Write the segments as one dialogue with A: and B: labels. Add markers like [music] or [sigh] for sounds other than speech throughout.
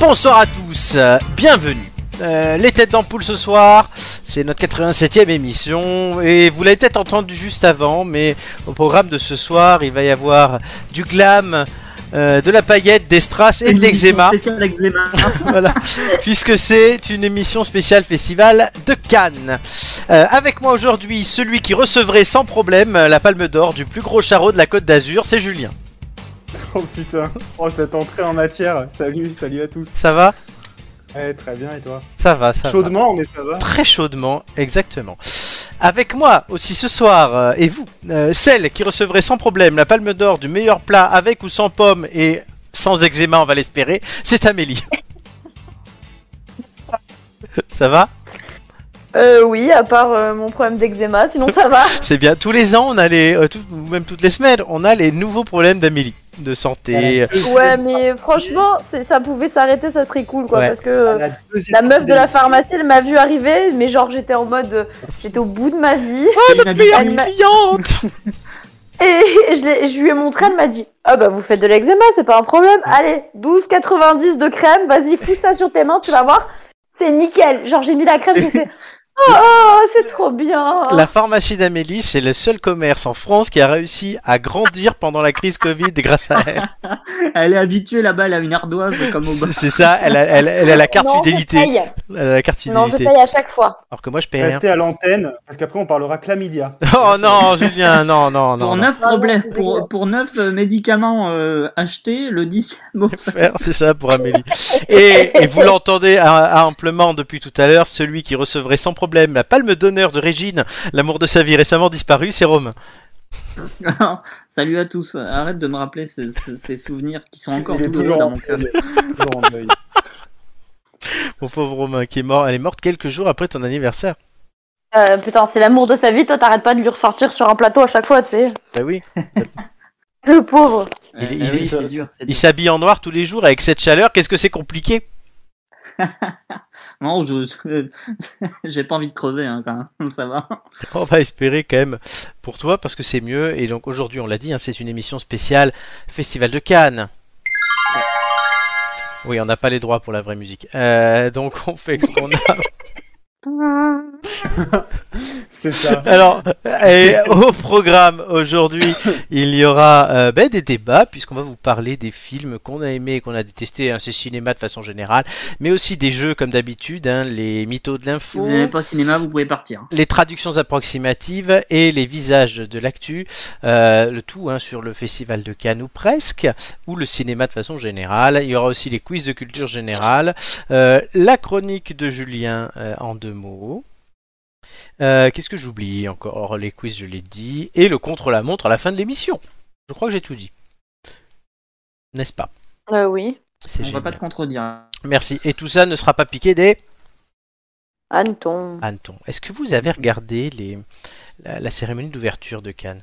A: Bonsoir à tous, euh, bienvenue. Euh, les têtes d'ampoule ce soir, c'est notre 87e émission et vous l'avez peut-être entendu juste avant, mais au programme de ce soir, il va y avoir du glam, euh, de la paillette, des strass et de l'eczéma.
B: Spécial eczéma.
A: voilà, puisque c'est une émission spéciale festival de Cannes. Euh, avec moi aujourd'hui, celui qui recevrait sans problème euh, la palme d'or du plus gros charreau de la Côte d'Azur, c'est Julien.
C: [laughs] Oh putain, oh cette entrée en matière, salut, salut à tous.
A: Ça va
C: Eh, très bien et toi
A: Ça va, ça va.
C: Chaudement mais ça va
A: Très chaudement, exactement. Avec moi aussi ce soir, euh, et vous, euh, celle qui recevrait sans problème la palme d'or du meilleur plat avec ou sans pommes et sans eczéma, on va l'espérer, c'est Amélie. Ça va
D: Euh, oui, à part euh, mon problème d'eczéma, sinon
A: [laughs]
D: ça va.
A: C'est bien. Tous les ans, on a les, euh, tout- ou même toutes les semaines, on a les nouveaux problèmes d'Amélie de santé.
D: Ouais, mais franchement, c'est- ça pouvait s'arrêter, ça serait cool, quoi,
A: Ouais.
D: parce que euh,
C: La, deuxième
D: la meuf de la
C: pandémie.
D: pharmacie, elle m'a vu arriver, mais genre j'étais en mode, euh, j'étais au bout de ma vie,
A: Oh, notre
B: Elle
A: meilleure
D: m'a-
A: cliente
D: [laughs] et je, l'ai- je lui ai montré, elle m'a dit, ah bah vous faites de l'eczéma, c'est pas un problème, allez, 12,90 de crème, vas-y, fous ça sur tes mains, tu vas voir, c'est nickel. Genre j'ai mis la crème, j'ai fait, oh, oh c'est trop bien.
A: La pharmacie d'Amélie, c'est le seul commerce en France qui a réussi à grandir pendant la crise Covid grâce à elle.
D: Ah,
B: Elle est habituée là-bas, elle a une ardoise comme au bas.
A: C'est c'est ça, elle a, elle, elle a la carte
D: Non, je
A: fidélité.
D: paye.
A: Elle a la carte
D: Non, je
A: fidélité.
D: paye à chaque fois.
A: Alors que moi, je paye rien.
C: Restez à l'antenne, parce qu'après on parlera chlamydia.
A: Oh non, Julien, non, non, non.
B: Pour
A: non.
B: neuf
C: Ah
B: problèmes,
D: c'est dégueulasse.
B: pour, pour neuf euh, médicaments euh, achetés, le dixième offert.
A: Faire, c'est ça pour Amélie. Et, et vous l'entendez à- à amplement depuis tout à l'heure, celui qui recevrait sans problème la palme d'honneur de Régine, l'amour de sa vie récemment disparu, c'est Romain.
B: [laughs] Salut à tous. Arrête de me rappeler ces, ces- ces souvenirs qui sont encore
C: Il est
B: douloureux
C: toujours
B: dans
C: en
B: mon cœur.
C: deuil. Toujours en deuil.
A: Mon pauvre Romain qui est mort, elle est morte quelques jours après ton anniversaire.
D: Euh, putain, c'est l'amour de sa vie, toi t'arrêtes pas de lui ressortir sur un plateau à chaque fois, tu sais.
A: Bah oui.
D: Le pauvre.
B: Euh,
A: Il est- il
B: euh,
A: est-
B: oui, c'est dur, c'est
A: Il
B: dur.
A: s'habille en noir tous les jours avec cette chaleur, qu'est-ce que c'est compliqué
B: Non, je [laughs] j'ai pas envie de crever hein, quand même. [laughs] Ça va.
C: Oh.
A: On va espérer quand même pour toi parce que c'est mieux. Et donc aujourd'hui, on l'a dit, hein, c'est une émission spéciale Festival de Cannes. Oui, on n'a pas les droits pour la vraie musique. Euh, donc on fait avec ce qu'on a.
C: C'est ça.
A: Alors, et au programme aujourd'hui, il y aura euh, ben, des débats, puisqu'on va vous parler des films qu'on a aimés et qu'on a détestés, hein, c'est cinéma de façon générale, mais aussi des jeux comme d'habitude, hein, les mythos de
B: Si
A: l'info,
B: vous n'aimez pas le cinéma, vous pouvez partir.
A: les traductions approximatives et les visages de l'actu, euh, le tout hein, sur le Festival de Cannes ou presque, ou le cinéma de façon générale. Il y aura aussi les quiz de culture générale, euh, la chronique de Julien euh, en deux mots. Euh, Qu'est-ce que j'oublie encore Les quiz, je l'ai dit, et le contre-la-montre à la fin de l'émission. Je crois que j'ai tout dit. N'est-ce pas
D: Euh, oui.
A: C'est
B: On va
A: génial.
B: pas te contredire.
A: Merci. Et tout ça ne sera pas piqué des
D: Anton.
A: hannetons. Est-ce que vous avez regardé les... la- la cérémonie d'ouverture de Cannes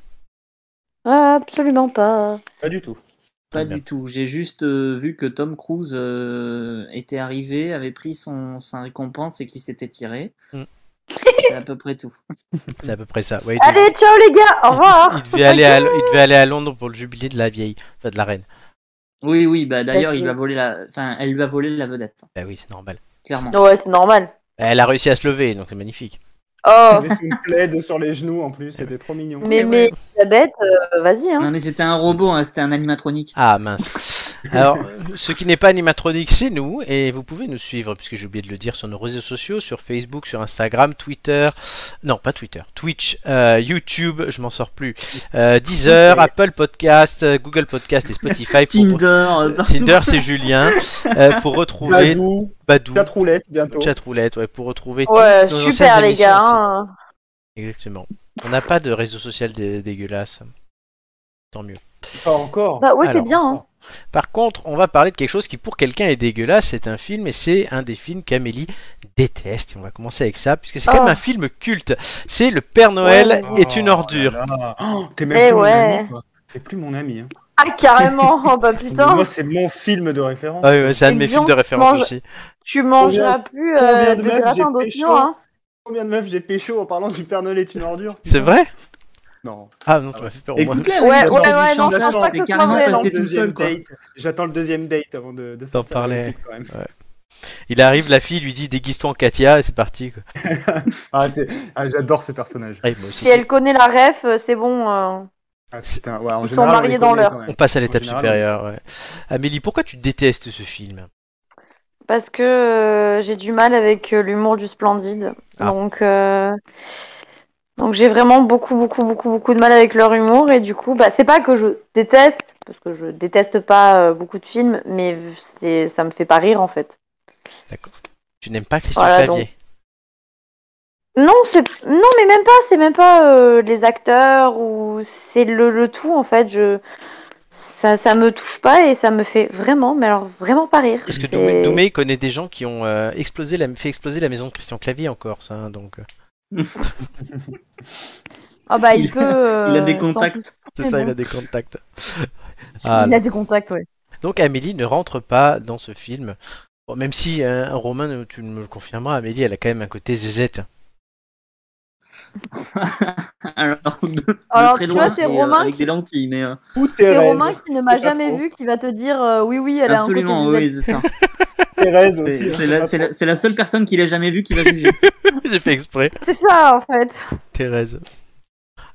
D: Absolument pas.
C: Pas du tout.
B: Pas
A: Bien.
B: du tout. J'ai juste euh, vu que Tom Cruise euh, était arrivé, avait pris son, sa récompense et qu'il s'était tiré.
A: Mm.
B: C'est à peu près tout.
A: C'est à peu près ça. Ouais, il, devait,
D: Allez, ciao les gars, au revoir.
A: il devait aller à, il devait aller à Londres pour le jubilé de la vieille, enfin de la reine.
B: Oui, oui. Bah d'ailleurs, il
D: Ok.
B: lui a volé la. Enfin, elle lui a volé la vedette.
A: Bah oui, c'est normal.
B: Clairement.
D: Ouais, c'est normal.
A: Elle a réussi à se lever, donc c'est magnifique.
D: Oh,
C: Avec une plaide sur les genoux en plus, c'était trop mignon.
D: mais, mais Elisabeth, euh, vas-y. Hein.
B: Non mais c'était un robot, hein, c'était un animatronique.
A: Ah mince. Alors, ce qui n'est pas animatronique, c'est nous, et vous pouvez nous suivre, puisque j'ai oublié de le dire, sur nos réseaux sociaux, sur Facebook, sur Instagram, Twitter, non pas Twitter, Twitch, euh, YouTube, je m'en sors plus, euh, Deezer, Apple Podcast, euh, Google Podcast et Spotify. pour-
B: Tinder, euh, partout.
A: Tinder,
B: [laughs]
A: c'est Julien, euh, pour retrouver
C: Badou,
A: Badou,
C: quatre roulettes bientôt.
A: chat roulette, ouais, pour retrouver
D: Ouais,
A: toutes nos
D: super
A: anciennes
D: les
A: émissions
D: gars.
A: aussi.
D: hein.
A: Exactement. On n'a pas de réseau social dé- dégueulasse. Tant mieux.
C: Pas encore.
D: Bah oui, c'est
A: Alors.
D: bien. hein.
A: Par contre, on va parler de quelque chose qui pour quelqu'un est dégueulasse. C'est un film et c'est un des films qu'Amélie déteste. Et on va commencer avec ça puisque c'est quand
D: Oh.
A: même un film culte. C'est Le Père Noël
C: Oh
A: est une
C: là
A: ordure.
C: là. Oh, T'es
D: Eh
C: même plus mon
D: ouais.
C: ami, quoi. T'es plus mon ami. hein.
D: Ah,
C: [laughs]
D: carrément. Oh, bah putain,
C: Moi, c'est mon film de référence.
A: Ah oui, ouais, c'est un de mes films de
D: Exactement,
A: référence
D: je-
A: aussi.
D: tu mangeras plus euh,
C: combien de
D: de
C: meufs j'ai pécho
D: gratin d'oignons. Hein.
C: Combien de meufs j'ai pécho en parlant du Père Noël est une ordure
A: C'est vrai
C: Non.
A: Ah non, tu m'as fait peur au moins.
C: Écoute,
D: Ouais,
B: J'adore
D: ouais, ouais,
B: du
D: non, je
B: chantage,
D: pense pas que
B: c'est
D: ce soit
B: carrément
D: réel.
C: J'attends
B: passé
C: le
B: tout seul,
C: deuxième
B: quoi.
C: date. J'attends le deuxième date avant de, de sortir
A: parler.
C: avec lui, quand même.
A: Il arrive, la fille lui dit déguise-toi en Katia et c'est parti. Quoi.
C: Ah, c'est- ah, j'adore ce personnage.
A: Ouais, moi aussi.
D: Si elle connaît la ref, euh, c'est bon. euh.
C: Ah, putain, ouais, en
D: Ils sont
C: général, on les
D: mariés dans
C: connaît
D: l'heure.
C: quand même.
A: On passe à l'étape
C: En général,
A: supérieure. ouais. Amélie, pourquoi tu détestes ce film
D: Parce que euh, j'ai du mal avec euh, l'humour du splendide.
A: Ah.
D: Donc, euh, donc j'ai vraiment beaucoup, beaucoup, beaucoup, beaucoup de mal avec leur humour. Et du coup, bah, c'est pas que je déteste, parce que je déteste pas euh, beaucoup de films, mais c'est, ça me fait pas rire en fait.
A: D'accord. Tu n'aimes pas Christian
D: Voilà,
A: Clavier
D: Non, c'est... non, mais même pas, c'est même pas euh, les acteurs ou c'est le, le tout en fait. Je... Ça, ça me touche pas et ça me fait vraiment, mais alors vraiment pas rire.
A: Parce que
D: C'est-
A: Doumé, Doumé connaît des gens qui ont euh, explosé la, fait exploser la maison de Christian Clavier en Corse. hein, donc, euh,
D: Ah bah, il,
B: Il-
D: peut. euh,
B: Il a des
D: s'en
B: contacts.
D: foutre.
A: c'est
D: C'est
A: ça,
D: bon.
A: il a des
D: [laughs]
A: contacts. Ah,
D: il a des contacts, ouais.
A: donc Amélie ne rentre pas dans ce film. Bon, même si, hein, Romain, tu me le confirmeras, Amélie, elle a quand même un côté zézette. [laughs]
B: [laughs] Alors, de, de
D: Alors,
B: très
D: tu
B: loin,
D: vois, c'est
B: et, euh,
D: Romain
B: avec
D: qui-
B: des lentilles, mais euh,
C: Ou
D: C'est
C: Thérèse.
D: Romain qui ne m'a
C: sais pas
D: jamais
C: trop.
D: vu qui va te dire euh, oui, oui, elle
B: absolument,
D: a un côté
B: oui,
D: zézette.
B: c'est ça.
C: Thérèse
B: C'est-
C: aussi. hein.
B: C'est la, c'est la- c'est la seule personne qui l'a jamais vu qui va juger.
A: J'ai fait exprès.
D: C'est ça en fait.
A: Thérèse.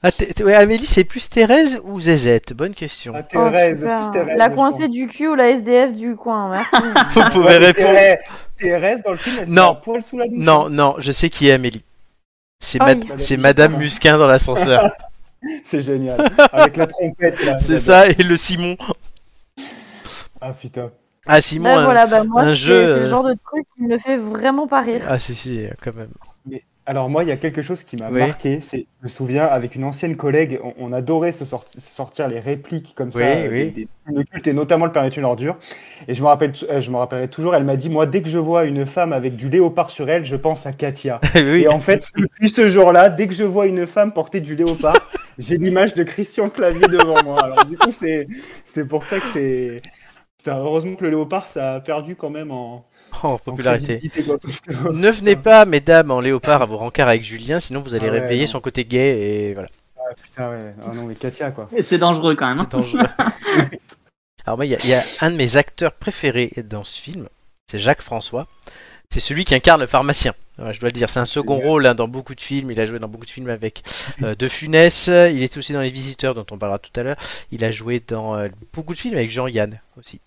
A: Ah, Thé- Thé- ouais, Amélie, c'est plus Thérèse ou Zézette Bonne question.
C: Ah,
D: Oh,
C: Thérèse, plus
D: super.
C: Thérèse.
D: la
C: je
D: coincée du cul ou la SDF du coin, merci.
A: Vous
C: pense.
A: pouvez
C: Ouais, mais
A: répondre.
C: Thérèse- Thérèse, dans le film, elle
A: Non.
C: se fait un poil sous la douche.
A: Non, non, je sais qui est Amélie. C'est
D: Ah
A: mad-
D: oui.
A: c'est Madame Musquin dans l'ascenseur.
C: C'est génial. Avec la trompette, là.
A: c'est ça, et le Simon.
C: Ah, putain.
A: Ah, Simon,
D: Là,
A: un-
D: voilà, bah, moi,
A: un
D: c'est
A: jeu,
D: c'est
A: euh,
D: le genre de truc qui me fait vraiment pas rire.
A: Ah, si, si, quand même.
C: Alors moi, il y a quelque chose qui m'a
A: Oui.
C: marqué, c'est, je me souviens, avec une ancienne collègue, on, on adorait se sorti- sortir les répliques comme ça,
A: Oui,
C: euh,
A: oui.
C: Des, des films de culte, et notamment le Père une ordure. Et je me rappelle, t- euh, je me rappellerai toujours, elle m'a dit, moi, dès que je vois une femme avec du léopard sur elle, je pense à Katia.
A: Oui. [laughs]
C: Et en fait, depuis ce jour-là, dès que je vois une femme porter du léopard, [laughs] j'ai l'image de Christian Clavier devant moi. Alors du coup, c'est, c'est pour ça que c'est... Putain, heureusement que le léopard, ça a perdu quand même en,
A: Oh,
C: en
A: popularité.
C: crédibilité, quoi, parce que- [laughs]
A: Ne venez pas, mesdames, en léopard à vos rencarts avec Julien, sinon vous allez
C: Ah ouais,
A: réveiller
C: non.
A: son côté gay et voilà,
C: Ah, putain, ouais. Ah non, mais Katia, quoi.
B: Et C'est dangereux
A: [laughs]
B: quand même. hein.
A: c'est dangereux. Alors, moi, il y, a- il y a un de mes acteurs préférés dans ce film, c'est Jacques François. C'est celui qui incarne le pharmacien. Ouais, je dois le dire, c'est un second rôle hein, dans beaucoup de films. Il a joué dans beaucoup de films avec euh, De Funès. Il était aussi dans Les Visiteurs, dont on parlera tout à l'heure. Il a joué dans euh, beaucoup de films avec Jean-Yann aussi.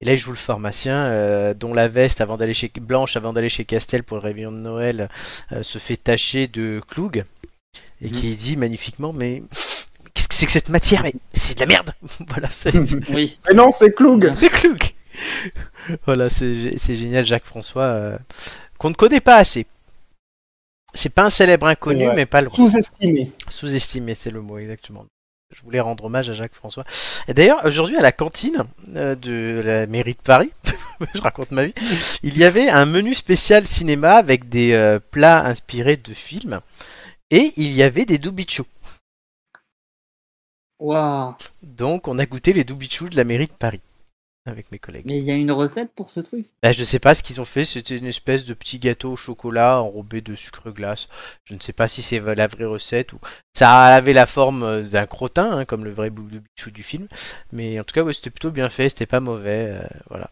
A: Et là, il joue le pharmacien, euh, dont la veste avant d'aller chez blanche avant d'aller chez Castel pour le réveillon de Noël euh, se fait tacher de cloug et
C: Mhm.
A: qui dit magnifiquement mais qu'est-ce que c'est que cette matière Mais c'est de la merde. [laughs] voilà, c'est
B: Oui.
C: Mais non, c'est Cloug
A: c'est cloug. voilà, c'est gé- c'est génial Jacques François euh, qu'on ne connaît pas assez. C'est pas un célèbre inconnu,
C: Ouais.
A: mais pas le
C: Sous-estimé.
A: Sous-estimé, c'est le mot exactement. Je voulais rendre hommage à Jacques François. Et d'ailleurs, aujourd'hui, à la cantine euh, de la mairie de Paris, [laughs] je raconte ma vie, il y avait un menu spécial cinéma avec des euh, plats inspirés de films. Et il y avait des doubichous.
B: Waouh.
A: Donc, on a goûté les doubichous de la mairie de Paris avec mes collègues.
B: Mais il y a une recette pour ce truc.
A: Bah, je sais pas ce qu'ils ont fait, c'était une espèce de petit gâteau au chocolat enrobé de sucre glace. Je ne sais pas si c'est la vraie recette ou ça avait la forme euh, d'un crottin hein, comme le vrai Blue Bichou du film, mais en tout cas ouais, c'était plutôt bien fait, c'était pas mauvais, euh, voilà.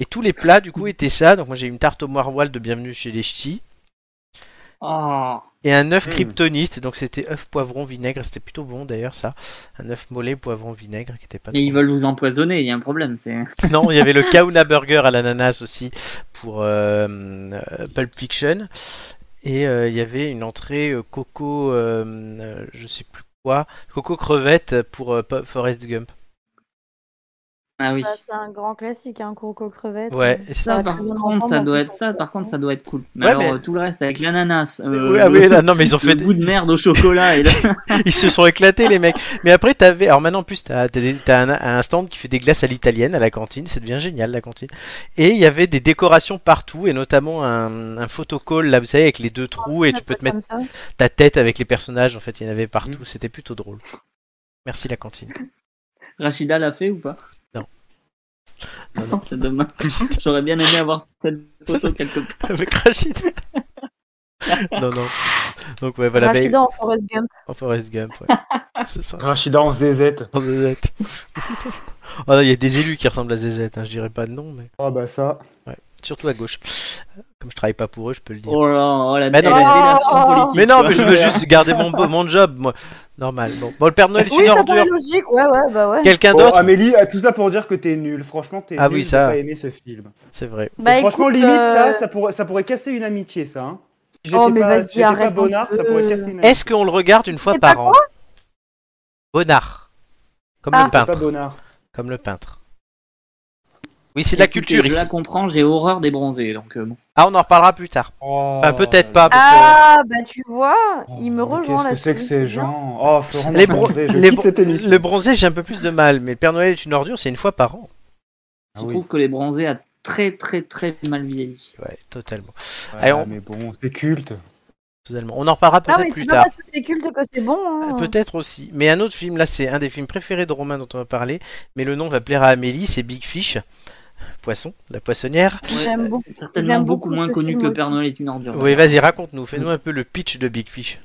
A: Et tous les plats du coup étaient ça, donc moi j'ai une tarte au maroilles de bienvenue chez les ch'tis
B: Ah.
A: et un œuf
C: Mm.
A: kryptonite, donc c'était œuf poivron vinaigre, c'était plutôt bon d'ailleurs ça, un œuf mollet poivron vinaigre qui était pas
B: Mais
A: trop
B: ils veulent vous empoisonner, il y a un problème. C'est
A: Non, il y avait le Kauna Burger à l'ananas aussi pour euh, euh, Pulp Fiction. Et euh, il y avait une entrée euh, coco, euh, euh, je sais plus quoi, coco crevette pour euh, Pu- Forrest Gump.
B: ah oui.
D: Bah, c'est un grand classique, un coco crevette. Euh, bah,
A: Ouais, et c'était-
B: Ça,
D: Ça,
B: par
D: c'est vraiment
B: contre, ça
D: bon,
B: doit
D: en
B: être
D: fait,
B: ça.
D: ça.
B: Par contre, ça doit être cool. Mais
A: Ouais,
B: alors
A: mais-
B: euh, tout le reste avec l'ananas, euh,
A: Oui, ah oui,
B: le,
A: là, non, mais ils ont
B: le
A: fait,
B: goût de merde au chocolat et là,
A: [laughs]
B: [laughs]
A: ils se sont éclatés les mecs. Mais après, t'avais, alors maintenant en plus, t'as t'as des- t'as un, un stand qui fait des glaces à l'italienne à la cantine, ça devient génial la cantine. Et il y avait des décorations partout et notamment un, un photocall là, vous savez, avec les deux trous et tu peux te mettre
D: Comme ça.
A: ta tête avec les personnages. En fait, il y en avait partout.
C: Mm.
A: C'était plutôt drôle. Merci la
C: [laughs]
A: cantine.
B: Rachida l'a fait ou pas
A: Non. Non, non.
B: C'est dommage.
A: [laughs]
B: J'aurais
C: [laughs]
B: bien aimé avoir cette photo quelque part.
A: Avec Rachid. non, non. Donc ouais, voilà. ben,
D: Rachida en Forrest Gump.
A: en Forrest Gump,
C: [laughs]
A: ouais. C'est ça.
C: Rachida en ZZ.
A: En Zezette. [laughs] Oh non, il y a des élus qui ressemblent à Zezette, hein, je dirais pas de nom, mais
C: Ah bah ça.
A: surtout à gauche. Comme je travaille pas pour eux, je peux le dire.
B: Oh là, oh, la
A: Mais non,
B: belle
D: mais-
B: relation
D: Oh.
B: politique,
A: mais non,
B: quoi.
A: mais je veux
B: [laughs]
A: juste garder mon, bo- mon job, moi. Normal. Bon, Bon, le Père Noël est
D: Oui,
A: une
D: ça paraît
A: ordure.
D: logique. Ouais, ouais, bah ouais.
A: Quelqu'un
C: Bon, ah,
A: d'autre
C: Amélie, euh, tout ça pour dire que t'es nul. Franchement, t'es
A: Ah
C: nul
A: oui,
C: de
A: ça.
C: pas aimé ce film.
A: C'est vrai.
D: Bah,
C: Et franchement,
D: écoute,
C: limite,
D: euh,
C: ça, ça pourrait, ça pourrait casser une amitié, ça. hein. Si
D: Oh,
C: j'étais
D: mais
C: pas,
D: vas-y,
C: si j'étais pas
D: arrête un
C: bonnard, ça
D: peu.
C: pourrait casser une amitié.
A: Est-ce qu'on le regarde une fois
D: C'est
A: par
D: pas
A: an Bonnard. Comme
D: Ah.
A: le
C: J'étais pas
A: peintre. Bah,
C: bonnard.
A: Comme le peintre. Oui, c'est de la
B: Écoutez,
A: culture
B: Je
A: ici.
B: la comprends, j'ai horreur des bronzés, donc euh, bon.
A: Ah, on en reparlera plus tard.
C: Oh,
A: Enfin, peut-être pas. Parce que...
D: Ah, bah tu vois,
C: oh,
D: il me
C: mais
D: rejoint là.
C: Qu'est-ce que c'est que ces gens Oh, Florent,
A: Les
C: les
A: bro-
C: je
A: les
C: quitte
A: bro-
C: cette émission.
A: Le bronzé, j'ai un peu plus de mal, mais le Père Noël est une ordure, c'est une fois par an.
C: Ah
B: Je
C: oui.
B: trouve que les bronzés a très très très mal vieilli.
A: Ouais, totalement.
C: Ouais,
A: Allez, Ah, on-
C: Mais bon, c'est culte.
A: totalement. On en reparlera
D: Non,
A: peut-être
D: mais
A: plus
D: Ah c'est pas
A: tard.
D: parce que c'est culte que c'est bon. hein.
A: Euh, Peut-être aussi. Mais un autre film, là, c'est un des films préférés de Romain dont on va parler, mais le nom va plaire à Amélie, c'est Big Fish. Poisson, la poissonnière.
D: J'aime beaucoup.
B: C'est euh, certainement
D: J'aime
B: beaucoup,
D: beaucoup
B: moins
D: ce
B: connu
D: film
B: que le
D: aussi.
B: Père Noël est une ordure.
A: Oui, vas-y, raconte-nous, fais-nous un peu le pitch de Big Fish.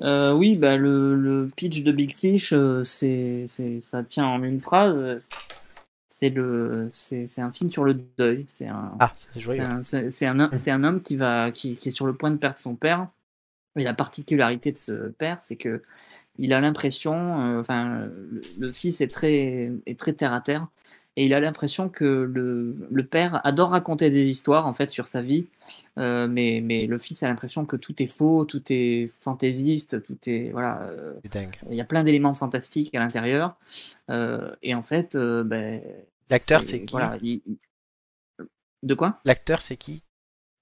B: Euh, oui, bah, le, le pitch de Big Fish, euh, c'est, c'est- ça tient en une phrase. C'est, le, c'est, c'est un film sur le deuil. C'est un,
A: Ah, c'est
B: c'est
A: joyeux.
B: un, c'est- c'est
A: Mm.
B: un- c'est un homme qui, va, qui, qui est sur le point de perdre son père. Et la particularité de ce père, c'est que il a l'impression, euh, enfin, le, le fils est très, est très terre à terre, et il a l'impression que le, le père adore raconter des histoires en fait sur sa vie, euh, mais, mais le fils a l'impression que tout est faux, tout est fantaisiste, tout est voilà, euh,
A: C'est dingue.
B: il y a plein d'éléments fantastiques à l'intérieur. Euh, et en fait, euh, ben,
A: L'acteur, c'est qui
B: voilà, il- il- De quoi
A: L'acteur, c'est qui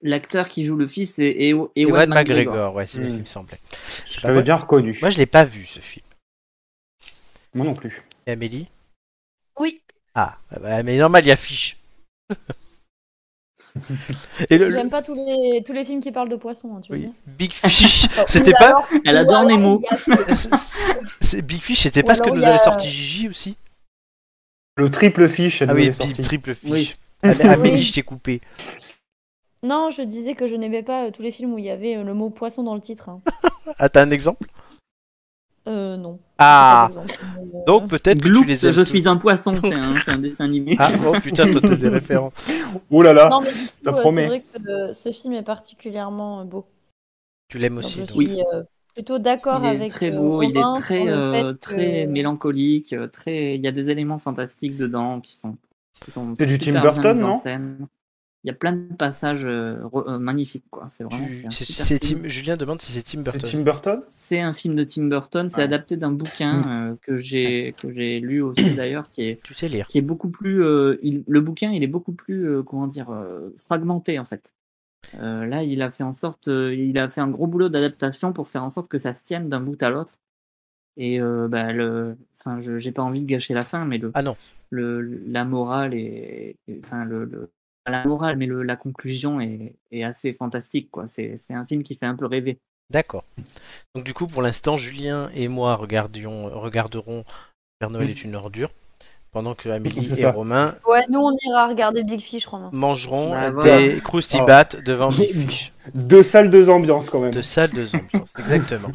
B: L'acteur qui joue le fils, c'est Ewan,
A: Ewan
B: McGregor.
A: McGregor, ouais, c'est
C: Hmm.
A: ce qui me semblait.
C: Je l'avais bien reconnu.
A: Moi, je l'ai pas vu, ce film.
C: Moi non plus.
A: Et Amélie
D: Oui,
A: Ah, bah, bah, mais normal, il y a
B: [laughs]
A: Fish. Et le, le-
D: j'aime pas tous les, tous les films qui parlent de poissons. hein, tu
A: oui,
D: vois.
A: Big
D: [laughs]
A: Fish,
D: Ou
A: c'était pas
D: alors-
B: Elle
D: ou
B: adore
D: alors,
B: Nemo.
D: il y a-
A: [laughs] C'est- c'est- c'est- Big Fish, c'était
D: Ou
A: pas ce que
D: alors,
A: nous
D: il y a-
A: avait sorti Gigi aussi
C: Le triple fiche, elle
A: Ah
C: nous
A: oui,
C: est
A: Big
C: sortie.
A: Triple Fish.
B: Oui. [laughs]
A: Amé- Amélie,
D: Oui.
A: je t'ai coupé.
D: Non, je disais que je n'aimais pas euh, tous les films où il y avait euh, le mot poisson dans le titre. hein.
A: Ah, t'as un exemple
D: Euh, non.
A: Ah
D: Par exemple. Euh,
A: Donc peut-être que tu
B: Gloop,
A: les aimes
B: je
A: tous.
B: suis un poisson, c'est un, c'est un dessin animé.
A: Ah, oh putain, toi t'as
B: [laughs]
A: des références.
C: Oh là là.
D: Non, mais du coup,
C: Ça
D: euh,
C: promet.
D: c'est vrai que euh, ce film est particulièrement euh, beau.
A: Tu l'aimes
D: Donc,
A: aussi.
D: je
A: donc.
D: suis
B: Oui.
D: euh, plutôt d'accord
B: Il est
D: avec.
B: très
D: euh,
B: beau, il
D: Romain
B: est très,
D: sur le
B: euh,
D: fait
B: très
D: que-
B: mélancolique, euh, très... il y a des éléments fantastiques dedans qui sont. qui sont
C: C'est du
B: super bien
C: Tim Burton,
B: mis en
C: non
B: scène. Il y a plein de passages euh, re- euh, magnifiques, quoi. C'est vraiment.
A: Tu-
B: un
A: c'est-
B: super
A: c'est
B: film.
A: Tim- Julien demande si c'est Tim
C: C'est
A: Burton.
C: Tim Burton
B: C'est un film de Tim Burton, c'est
C: Ouais.
B: adapté d'un
A: Mm.
B: bouquin euh, que j'ai que j'ai lu aussi d'ailleurs, qui est
A: Tu sais lire.
B: qui est beaucoup plus. euh, il- le bouquin, il est beaucoup plus euh, comment dire euh, fragmenté en fait. Euh, là, il a fait en sorte, euh, il a fait un gros boulot d'adaptation pour faire en sorte que ça se tienne d'un bout à l'autre. Et euh, bah, le, enfin, je- j'ai pas envie de gâcher la fin, mais le,
A: Ah non.
B: le, la morale est, est- enfin, le, le- pas la morale, mais le, la conclusion est, est assez fantastique, quoi. C'est, c'est un film qui fait un peu rêver.
A: D'accord. Donc du coup, pour l'instant, Julien et moi regardions, regarderons Père Noël est une ordure, pendant que Amélie
C: Mm. C'est
A: et
C: ça.
A: Romain
D: Ouais, nous on ira regarder Big Fish, Romain.
A: mangeront des
B: Bah,
C: Oh.
B: voilà.
A: croustibates devant Big Fish.
C: Deux salles, deux ambiances quand même.
A: De salle, deux ambiances. Exactement.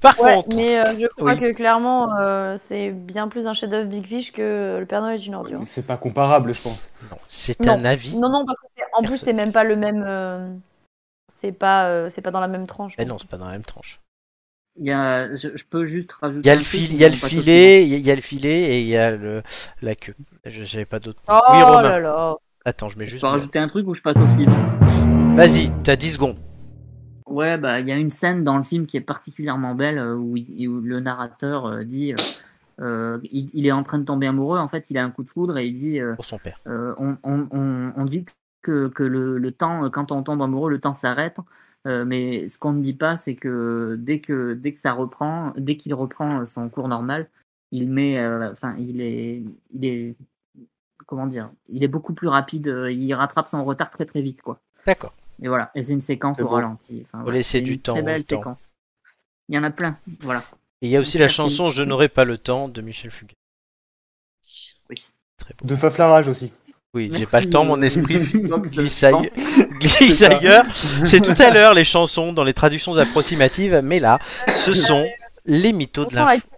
A: Par
D: Ouais,
A: contre,
D: mais euh, je crois
A: Oui.
D: que clairement euh, c'est bien plus un chef-d'œuvre Big Fish que euh, Le Père Noël est une ordure.
C: Mais C'est pas comparable, je pense.
A: non, c'est
D: Non.
A: un avis.
D: Non, non, parce que c'est- en plus
A: Personne.
D: c'est même pas le même. euh, C'est pas, euh, c'est pas dans la même tranche.
A: Ben non, c'est pas dans la même tranche.
B: Il y a, je, je peux juste rajouter.
A: Il y a
B: un
A: le,
B: truc
A: fil,
B: qui
A: il y a
B: n'est
A: le
B: pas
A: filet, il y a- il y a le filet et il y a le, la queue. Je J'avais pas d'autre.
D: Oh
A: oui, Romain.
D: là là.
A: Attends, je mets
B: Je
A: juste.
B: peux rajouter un truc ou je passe au film
A: Vas-y, t'as 10 secondes.
B: Ouais, bah, il y a une scène dans le film qui est particulièrement belle euh, où, il- où le narrateur euh, dit euh, euh, il, il est en train de tomber amoureux, en fait, il a un coup de foudre et il dit euh,
A: Pour son père.
B: euh, on, on- on- on dit que, que le, le temps, euh, quand on tombe amoureux, le temps s'arrête. euh, mais ce qu'on ne dit pas, c'est que dès que dès que ça reprend, dès qu'il reprend euh, son cours normal, il met, euh, enfin, il est, il est, comment dire, il est beaucoup plus rapide. euh, il rattrape son retard très très vite, quoi.
A: D'accord.
B: Et voilà, et c'est une séquence
C: C'est
B: au
C: beau.
B: ralenti. Enfin, voilà,
A: laisser
B: c'est
A: du
B: une
A: temps
B: Très belle
A: au temps.
B: séquence. Il y en a plein. Voilà.
A: Et il y a aussi la chanson Je n'aurai pas le temps de Michel Fugain.
B: Oui.
A: Très beau.
C: De Faflarage aussi.
A: Oui, j'ai
B: Merci.
A: pas le temps, mon esprit [laughs]
E: Non, mais ça-
A: glisse, aille- glisse
C: C'est ça.
A: ailleurs. C'est tout
C: [laughs]
A: à l'heure les chansons dans les traductions approximatives, mais là, ce sont les mythos
D: On
A: de
D: sent
A: l'info.
D: la,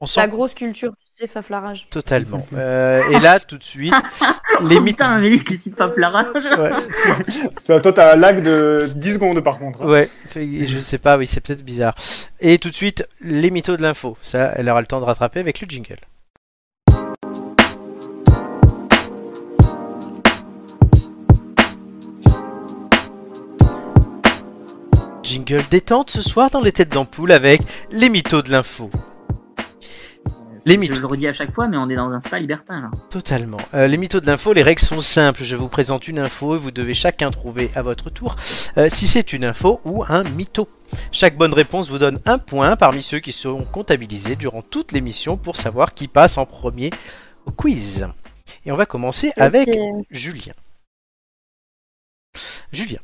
A: On s'en
D: la grosse culture, tu sais, Faflarage.
A: totalement. Euh, et là, tout de suite, les mythes.
B: Putain, Amélie qui cite pas Flarage.
A: Ouais,
C: Toi, toi, t'as un lag de 10 secondes par contre.
A: ouais, fait- je sais pas, oui, c'est peut-être bizarre. Et tout de suite, les mythos de l'info. Ça, elle aura le temps de rattraper avec le jingle. Jingle détente ce soir dans les têtes d'ampoule avec les mythos de l'info. Les mythes.
B: Je le redis à chaque fois, mais on est dans un spa libertin là.
A: Totalement. Euh, les mythos de l'info, les règles sont simples. Je vous présente une info et vous devez chacun trouver à votre tour euh, si c'est une info ou un mytho. Chaque bonne réponse vous donne un point parmi ceux qui seront comptabilisés durant toute l'émission pour savoir qui passe en premier au quiz. Et on va commencer avec
D: Ok.
A: Julien. Julien.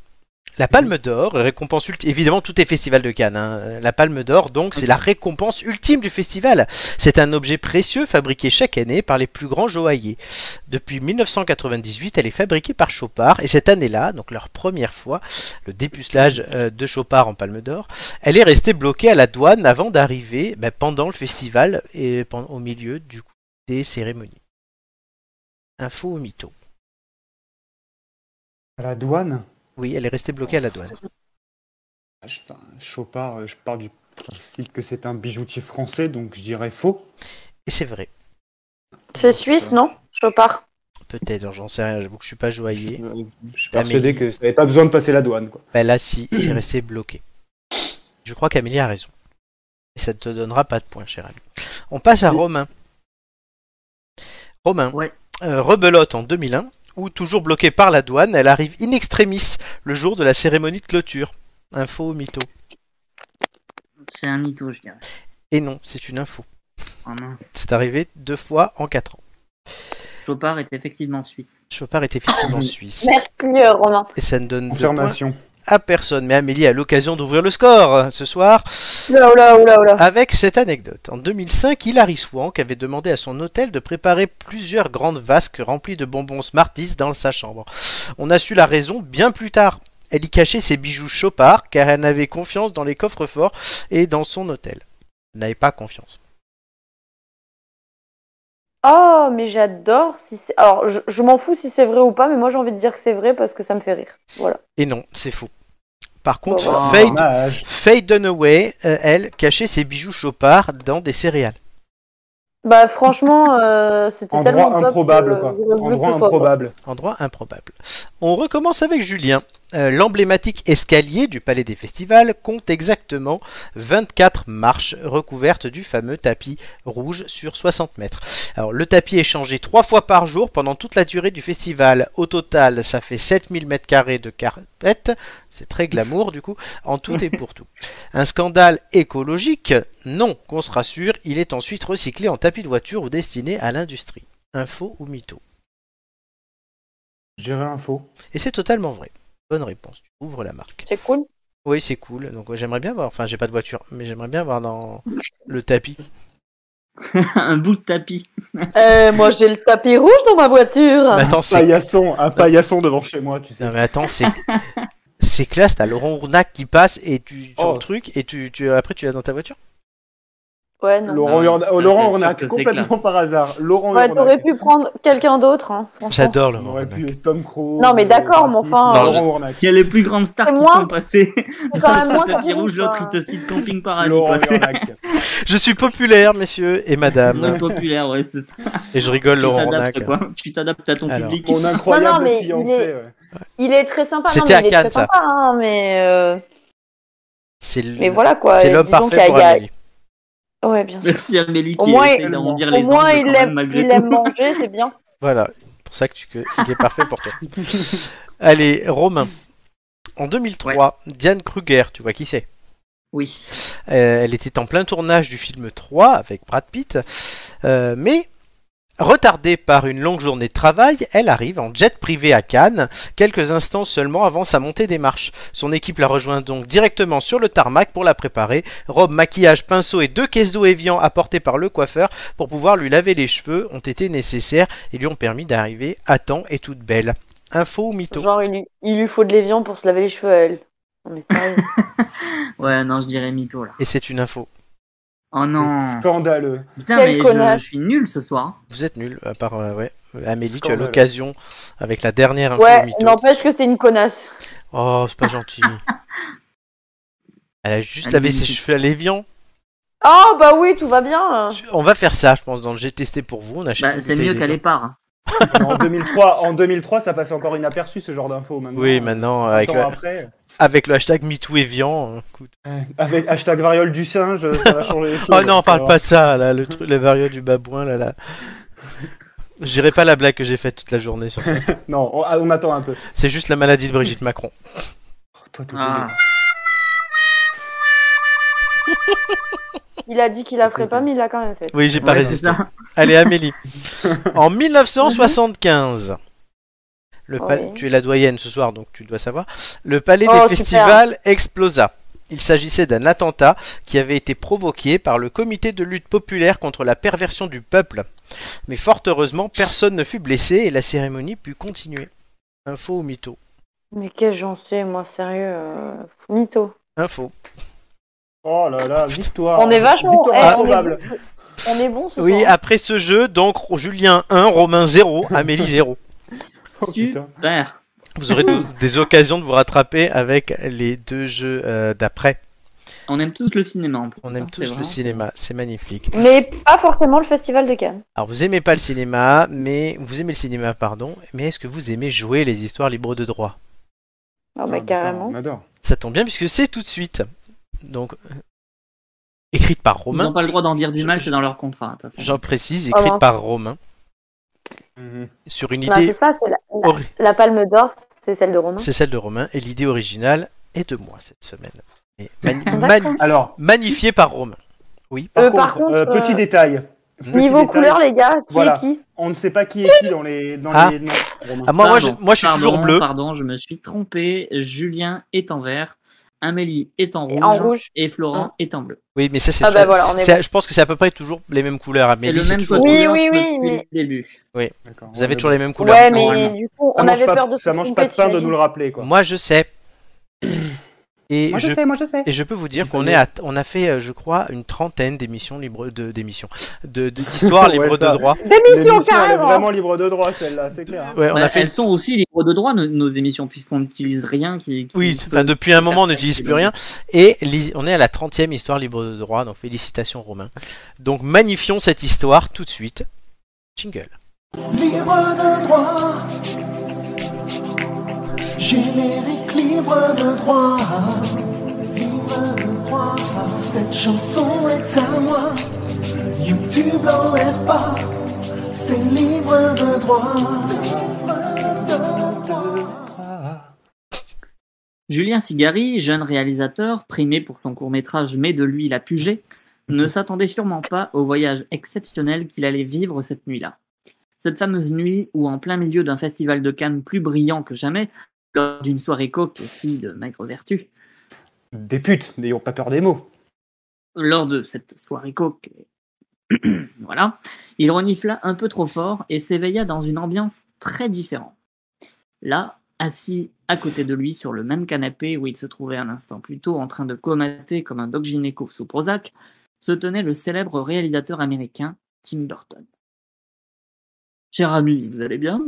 A: La Palme d'Or, récompense ultime. Évidemment, tout est Festival de Cannes. hein. Euh, La Palme d'Or, donc, c'est la récompense ultime du festival. C'est un objet précieux fabriqué chaque année par les plus grands joailliers. Depuis 1998, elle est fabriquée par Chopard. Et cette année-là, donc leur première fois, le dépucelage euh, de Chopard en Palme d'Or, elle est restée bloquée à la douane avant d'arriver ben, pendant le festival et pen- au milieu du coup, des cérémonies. Info ou mytho
C: À la douane
A: Oui, elle est restée bloquée à la douane.
C: Ah, je, enfin, Chopard, euh, je pars du principe que c'est un bijoutier français, donc je dirais faux.
A: Et c'est vrai.
D: C'est suisse, non Chopard.
A: Peut-être, alors, j'en sais rien, j'avoue que je suis pas joaillier.
C: Je suis
A: T'as
C: persuadé
A: mis-
C: que ça n'avait pas besoin de passer la douane. Quoi.
A: Ben là, si, c'est resté bloqué. Je crois qu'Amélie a raison. Et ça ne te donnera pas de points, cher ami. On passe à Romain. Romain,
B: Ouais.
A: euh, rebelote en 2001, où toujours bloquée par la douane, elle arrive in extremis le jour de la cérémonie de clôture. Info ou mytho
B: C'est un mytho, je dirais.
A: Et non, c'est une info.
B: Oh mince.
A: C'est arrivé deux fois en quatre ans.
B: Chopard est effectivement suisse. [laughs]
A: Chopard est effectivement suisse.
D: Merci, euh, Romain.
A: Et ça ne donne deux points
C: Confirmation.
A: à personne. Mais Amélie a l'occasion d'ouvrir le score euh, ce soir.
D: Oula, oula, oula, oula.
A: Avec cette anecdote, en 2005, Hilary Swank avait demandé à son hôtel de préparer plusieurs grandes vasques remplies de bonbons Smarties dans sa chambre. On a su la raison bien plus tard. Elle y cachait ses bijoux Chopard car elle n'avait confiance dans les coffres forts et dans son hôtel. Elle n'avait pas confiance.
D: Oh, mais j'adore. Si c'est- Alors, je, je m'en fous si c'est vrai ou pas, mais moi j'ai envie de dire que c'est vrai parce que ça me fait rire. Voilà.
A: Et non, c'est faux. Par contre,
D: Oh,
A: Faye,
C: Dommage.
A: Faye Dunaway, euh, elle, cachait ses bijoux Chopard dans des céréales.
D: Bah, franchement, euh, c'était tellement
C: Endroit
D: top
C: improbable,
D: que
C: quoi.
D: j'aurais voulu
C: Endroit
D: que ce soit
C: improbable.
A: Endroit improbable. On recommence avec Julien. Euh, L'emblématique escalier du Palais des Festivals compte exactement 24 marches recouvertes du fameux tapis rouge sur 60 mètres. Alors, le tapis est changé trois fois par jour pendant toute la durée du festival. Au total, ça fait 7000 mètres carrés de carpette. C'est très glamour du coup, en tout et pour tout. Un scandale écologique Non, qu'on se rassure, il est ensuite recyclé en tapis de voiture ou destiné à l'industrie. Info ou mytho
C: J'irai info.
A: et c'est totalement vrai. Bonne réponse. Tu ouvres la marque.
D: C'est cool.
A: Oui, c'est cool. Donc ouais, j'aimerais bien voir. Enfin, j'ai pas de voiture, mais j'aimerais bien voir dans le tapis.
B: un bout de tapis.
D: Eh, moi j'ai le tapis rouge dans ma voiture.
A: Mais attends, c'est.
C: Paillasson, un paillasson devant chez moi, tu
A: [laughs]
C: sais.
A: Non, mais attends, c'est. C'est classe. T'as Laurent Ournac qui passe et tu sur
C: Oh.
A: le truc et tu, tu après tu l'as dans ta voiture.
D: Ouais, non.
B: Non,
C: Laurent, Urna-
B: ça,
C: oh, Laurent
B: c'est sûr
C: Urnac,
B: que c'est
C: complètement par hasard. Laurent
D: Ouais, t'aurais
C: Urnac.
D: pu prendre quelqu'un d'autre. Hein, franchement.
A: J'adore
C: On
A: Laurent.
C: aurait
A: Ournac.
C: pu Tom Cruise.
D: Non, mais d'accord,
C: euh,
D: mais enfin,
A: Non,
C: Laurent Urnac.
B: Il y a les plus grandes stars
D: C'est
B: qui
D: moi
B: sont passées. [laughs]
D: C'est quand même
B: sur
D: moins
B: le tapis
D: tapis
B: rouge,
D: quoi.
B: l'autre il te cite Camping Paradis.
C: Laurent
B: quoi. C'est
C: Urnac.
A: Je suis populaire, messieurs et
B: moins
A: madame.
B: populaire, ouais, c'est ça.
A: et je rigole
B: Tu
A: Laurent
B: t'adaptes,
A: Ournac.
B: quoi. Tu t'adaptes à ton
A: Alors.
B: public.
C: Mon incroyable
D: mais
C: fiancé.
D: il est-
C: ouais.
D: Il est très sympa. non,
A: C'était
D: mais il
A: à
D: est très
A: Cannes, ça.
D: sympa, hein, mais, euh,
A: C'est le-
D: mais voilà quoi.
A: c'est
D: Et
A: l'homme
D: disons qu'il
A: parfait
D: y a-
A: pour
D: il y a-
A: Amélie.
D: Ouais, bien sûr.
B: Merci Amélie
D: Au
B: qui
D: moins,
B: essaye
C: il-
B: d'arrondir
D: Au
B: les
D: moins,
B: angles
D: il
B: quand
D: aime,
B: même malgré
D: il
B: tout.
D: aime manger, c'est bien.
A: Voilà. C'est pour ça que tu que il est parfait pour
D: [laughs]
A: toi. Allez, Romain. En 2003, Diane Kruger, tu vois qui c'est
B: Oui.
A: Euh, elle était en plein tournage du film 3 avec Brad Pitt, Euh, mais Retardée par une longue journée de travail, elle arrive en jet privé à Cannes, quelques instants seulement avant sa montée des marches. Son équipe la rejoint donc directement sur le tarmac pour la préparer. Robe, maquillage, pinceau et deux caisses d'eau Evian apportées par le coiffeur pour pouvoir lui laver les cheveux ont été nécessaires et lui ont permis d'arriver à temps et toute belle. Info ou mytho
D: Genre, il lui, il lui faut de l'évian pour se laver les cheveux à elle. Non, mais sérieux.
B: Ouais, non, je dirais mytho là.
A: Et c'est une info.
B: Oh non.
C: Scandaleux.
B: Putain,
D: Quel
B: mais je,
D: connard.
B: je suis nul ce soir. hein.
A: Vous êtes nul, à part euh, ouais. Amélie, tu as
C: Scandale.
A: l'occasion avec la dernière info
D: ouais,
A: mytho.
D: n'empêche que c'est une connasse.
A: Oh, c'est pas gentil. [laughs] Elle a juste
B: Elle
A: lavé
B: est
A: ses
B: magnifique.
A: cheveux à l'évian.
D: Oh, bah oui, tout va bien.
A: Tu- On va faire ça, je pense, dans le J'ai testé pour vous. On achète
B: Hein Bah,
A: une
B: c'est
A: bouteille
B: mieux qu'à
A: d'Evian.
B: l'épargne.
C: en, 2003, en 2003, ça passait encore inaperçu ce genre d'infos maintenant.
A: Oui, maintenant,
C: Un
A: avec
C: temps
A: le,
C: après,
A: avec le hashtag MeTooEvian. hein, écoute.
C: euh, avec hashtag variole du singe, ça va changer. les choses.
A: [laughs] Oh non, on parle
C: Alors,
A: pas de ça, là, le truc, la variole du babouin, là, là. [laughs] Je dirais pas la blague que j'ai faite toute la journée sur ça.
C: Non, on, ah, on attend un peu.
A: C'est juste la maladie de Brigitte Macron.
C: Oh, toi, t'es
B: Ah.
C: obligé.
D: Il a dit qu'il la ferait pas, mais il l'a quand même fait.
A: Oui, j'ai pas
B: Ouais, c'est
A: résisté. [laughs]
B: ça.
A: Allez, Amélie. En 1975, le pal-
D: Oui.
A: tu es la doyenne ce soir, donc tu dois savoir, le palais
D: Oh,
A: des
D: super.
A: festivals explosa. Il s'agissait d'un attentat qui avait été provoqué par le comité de lutte populaire contre la perversion du peuple. Mais fort heureusement, personne ne fut blessé et la cérémonie put continuer. Info ou mytho
D: Mais qu'est-ce que j'en sais, moi, sérieux euh, Mytho.
A: Info.
C: Oh là là, victoire.
D: on est vachement.
C: Victoire
D: eh, on, est
C: improbable.
D: bon, ce- on est bon ce
A: Oui,
D: soir.
A: après ce jeu, donc Julien 1, Romain 0, Amélie 0.
C: Oh, putain.
B: Super.
A: Vous
D: [laughs]
A: aurez de- des occasions de vous rattraper avec les deux jeux euh, d'après.
B: On aime tous le cinéma en plus.
A: On
B: hein,
A: aime
B: c'est
A: tous le
B: vraiment-
A: cinéma, c'est magnifique.
D: Mais pas forcément le festival de Cannes.
A: Alors vous aimez pas le cinéma, mais vous aimez le cinéma, pardon, mais est-ce que vous aimez jouer les histoires libres de droit
D: Non,
C: Ah,
D: mais
C: ça,
D: carrément.
C: On adore.
A: Ça tombe bien puisque c'est tout de suite. Donc euh, écrite par
B: Ils n'ont
A: Romain,
B: pas le droit d'en dire du
A: Je-
B: mal, c'est dans leur contrat. de toute façon.
A: j'en précise,
D: Oh,
A: écrite
D: mince.
A: par Romain
D: Euh,
C: Mhm.
A: sur une
D: Non, c'est
A: idée
D: ça, c'est la, la-
A: ori-
D: la palme d'or, c'est celle de Romain.
A: c'est celle de Romain et l'idée originale est de moi cette semaine.
D: [laughs]
A: Et mani-
D: D'accord.
A: mani-
C: Alors,
A: magnifiée par Romain.
C: par
D: Euh,
C: contre,
D: par contre,
C: euh, petit
D: euh,
C: détail. Petit
D: Niveau
C: détail,
D: couleur, les gars, qui
C: Voilà.
D: est qui
C: On ne sait pas qui est qui dans les. Dans
A: Ah.
C: les noms, Romain.
A: Ah, moi, moi, je,
B: Pardon,
A: moi, je suis
B: pardon,
A: toujours bleu.
B: Pardon, je me suis trompé. Julien est en vert, Amélie est en rouge,
D: En rouge.
B: et Florent est en bleu.
A: Oui, mais ça c'est
D: Ah, bah,
A: toujours-
D: voilà, on est
A: c'est- je pense que c'est à peu près toujours les mêmes couleurs.
B: C'est
A: Ah, Amélie,
B: le
A: c'est
B: même
A: toujours-
B: code
D: Oui,
B: couleur
D: oui, oui,
B: depuis
D: mais-
B: le début.
C: D'accord,
A: Vous avez
C: ouais,
A: toujours les mêmes couleurs.
D: Ouais, mais
B: normalement.
D: du coup,
C: Ça
D: on
C: mange
D: avait
C: pas-
D: peur de se
C: Ça mange
D: tromper,
C: pas de pain de
D: t'imagines.
C: nous le rappeler, quoi.
A: Moi, je
C: [clears throat]
A: sais. Et
C: Moi,
A: je,
C: je sais, moi, je sais.
A: et je peux vous dire
C: Il
A: qu'on
C: fallait-
A: est à- on a fait, euh, je crois, une trentaine d'émissions libres de d'émissions de de- d'histoires
C: [laughs] Ouais,
A: libres
C: ça.
A: de droit.
C: L'émission,
D: Démission,
C: elle est
D: carrément
C: vraiment libre de droit, celle-là, c'est clair.
A: Ouais, on
B: Bah,
A: a fait.
B: Elles sont aussi libres de droit, nos, nos émissions, puisqu'on n'utilise rien qui. qui-
A: Oui,
B: qui
A: enfin,
B: peut-
A: depuis un moment, on
B: faire
A: n'utilise
B: ça,
A: plus rien. Et les- on est à la 30e histoire libre de droit, donc félicitations Romain. Donc magnifions cette histoire tout de suite. Jingle.
E: libre de droit. Générique libre de droit. Libre de droit. Cette chanson est à moi. YouTube l'enlève pas. C'est libre de droit. Libre de droit.
B: Julien Cigari, jeune réalisateur, primé pour son court-métrage Mais de lui la pugée, ne s'attendait sûrement pas au voyage exceptionnel qu'il allait vivre cette nuit-là. Cette fameuse nuit où, en plein milieu d'un festival de Cannes plus brillant que jamais, lors d'une soirée coque aux filles de maigre vertu,
C: Des putes, n'ayons pas peur des mots.
B: lors de cette soirée coque, [clears throat] voilà, il renifla un peu trop fort et s'éveilla dans une ambiance très différente. Là, assis à côté de lui sur le même canapé où il se trouvait un instant plus tôt en train de comater comme un dog gynéco sous Prozac, se tenait le célèbre réalisateur américain Tim Burton. Cher ami, vous allez bien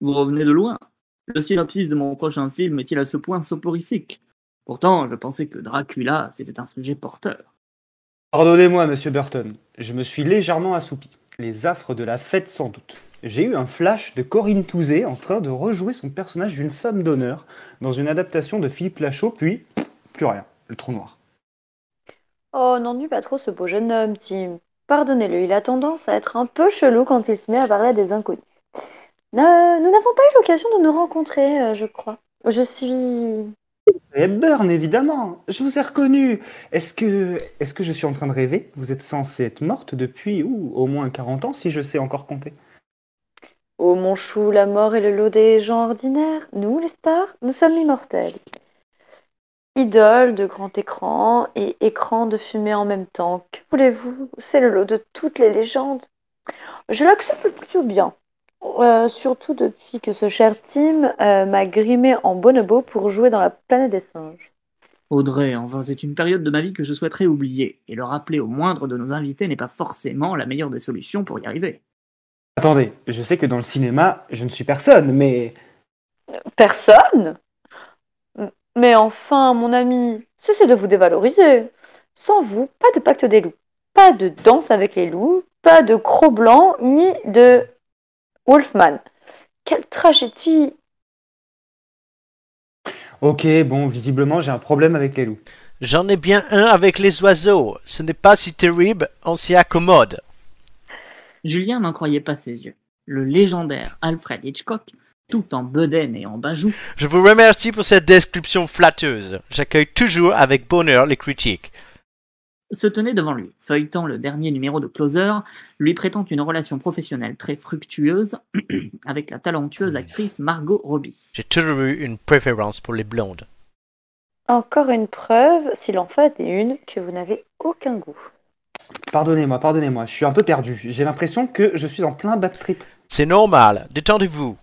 B: Vous revenez de loin. Le synopsis de mon prochain film est-il à ce point soporifique Pourtant, je pensais que Dracula, c'était un sujet porteur.
C: Pardonnez-moi, monsieur Burton, je me suis légèrement assoupi. Les affres de la fête, sans doute. J'ai eu un flash de Corinne Touzé en train de rejouer son personnage d'une femme d'honneur dans une adaptation de Philippe Lachaud, puis plus rien, le trou noir.
D: Oh, n'ennuie pas trop ce beau jeune homme, Tim. Pardonnez-le, il a tendance à être un peu chelou quand il se met à parler à des inconnus. Euh, nous n'avons pas eu l'occasion de nous rencontrer, euh, je crois. Je suis
C: Hepburn, évidemment. Je vous ai reconnu. Est-ce que, est-ce que je suis en train de rêver Vous êtes censée être morte depuis ou au moins 40 ans, si je sais encore compter.
D: Oh mon chou, la mort est le lot des gens ordinaires. Nous, les stars, nous sommes immortels. Idoles de grand écran et écran de fumée en même temps. Que voulez-vous C'est le lot de toutes les légendes. Je l'accepte plutôt bien. Euh, surtout depuis que ce cher Tim euh, m'a grimé en bonobo pour jouer dans la planète des singes.
B: Audrey, enfin, c'est une période de ma vie que je souhaiterais oublier, et le rappeler au moindre de nos invités n'est pas forcément la meilleure des solutions pour y arriver.
C: Attendez, je sais que dans le cinéma, je ne suis personne, mais
D: Personne M- Mais enfin, mon ami, cessez de vous dévaloriser. Sans vous, pas de pacte des loups, pas de danse avec les loups, pas de croc blanc, ni de Wolfman. Quelle tragédie
C: ok, bon, visiblement, j'ai un problème avec les loups.
A: J'en ai bien un avec les oiseaux. Ce n'est pas si terrible, on s'y accommode.
B: Julien n'en croyait pas ses yeux. Le légendaire Alfred Hitchcock, tout en bedaine et en bajou,
A: Je vous remercie pour cette description flatteuse. J'accueille toujours avec bonheur les critiques.
B: se tenait devant lui, feuilletant le dernier numéro de Closer, lui prêtant une relation professionnelle très fructueuse [clears throat] avec la talentueuse actrice Margot Robbie.
A: J'ai toujours eu une préférence pour les blondes.
D: Encore une preuve, s'il en fait une, que vous n'avez aucun goût.
C: Pardonnez-moi, pardonnez-moi, je suis un peu perdu. J'ai l'impression que je suis en plein bad trip.
A: C'est normal, détendez-vous.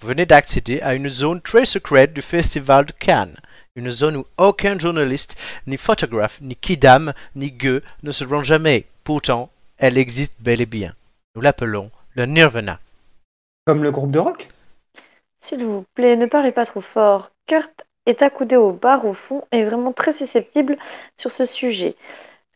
A: Vous venez d'accéder à une zone très secrète du Festival de Cannes. Une zone où aucun journaliste, ni photographe, ni kidam, ni gueux ne se rend jamais. Pourtant, elle existe bel et bien. Nous l'appelons le Nirvana.
C: Comme le groupe de rock
D: S'il vous plaît, ne parlez pas trop fort. Kurt est accoudé au bar au fond et vraiment très susceptible sur ce sujet.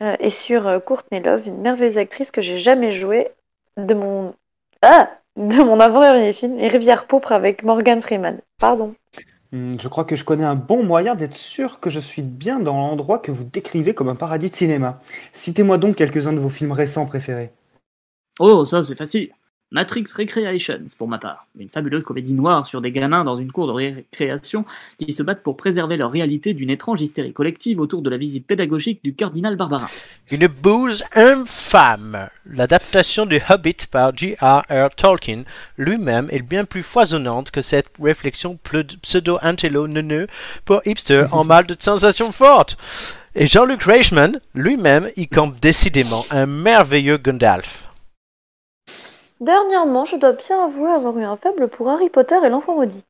D: Euh, et sur euh, Courtney Love, une merveilleuse actrice que j'ai jamais jouée de mon ah de mon avant-dernier film et Rivière pauvre avec Morgan Freeman. Pardon.
C: Hmm, Je crois que je connais un bon moyen d'être sûr que je suis bien dans l'endroit que vous décrivez comme un paradis de cinéma. Citez-moi donc quelques-uns de vos films récents préférés.
B: Oh, ça c'est facile. Matrix Recreations, pour ma part. Une fabuleuse comédie noire sur des gamins dans une cour de récréation qui se battent pour préserver leur réalité d'une étrange hystérie collective autour de la visite pédagogique du cardinal Barbarin.
A: Une bouse infâme. L'adaptation du Hobbit par J.R.R. Tolkien lui-même est bien plus foisonnante que cette réflexion ple- pseudo-intello neuneu pour hipster en mal de sensations fortes. Et Jean-Luc Reichmann lui-même y campe décidément un merveilleux Gandalf.
D: Dernièrement, je dois bien avouer avoir eu un faible pour Harry Potter et l'enfant maudit.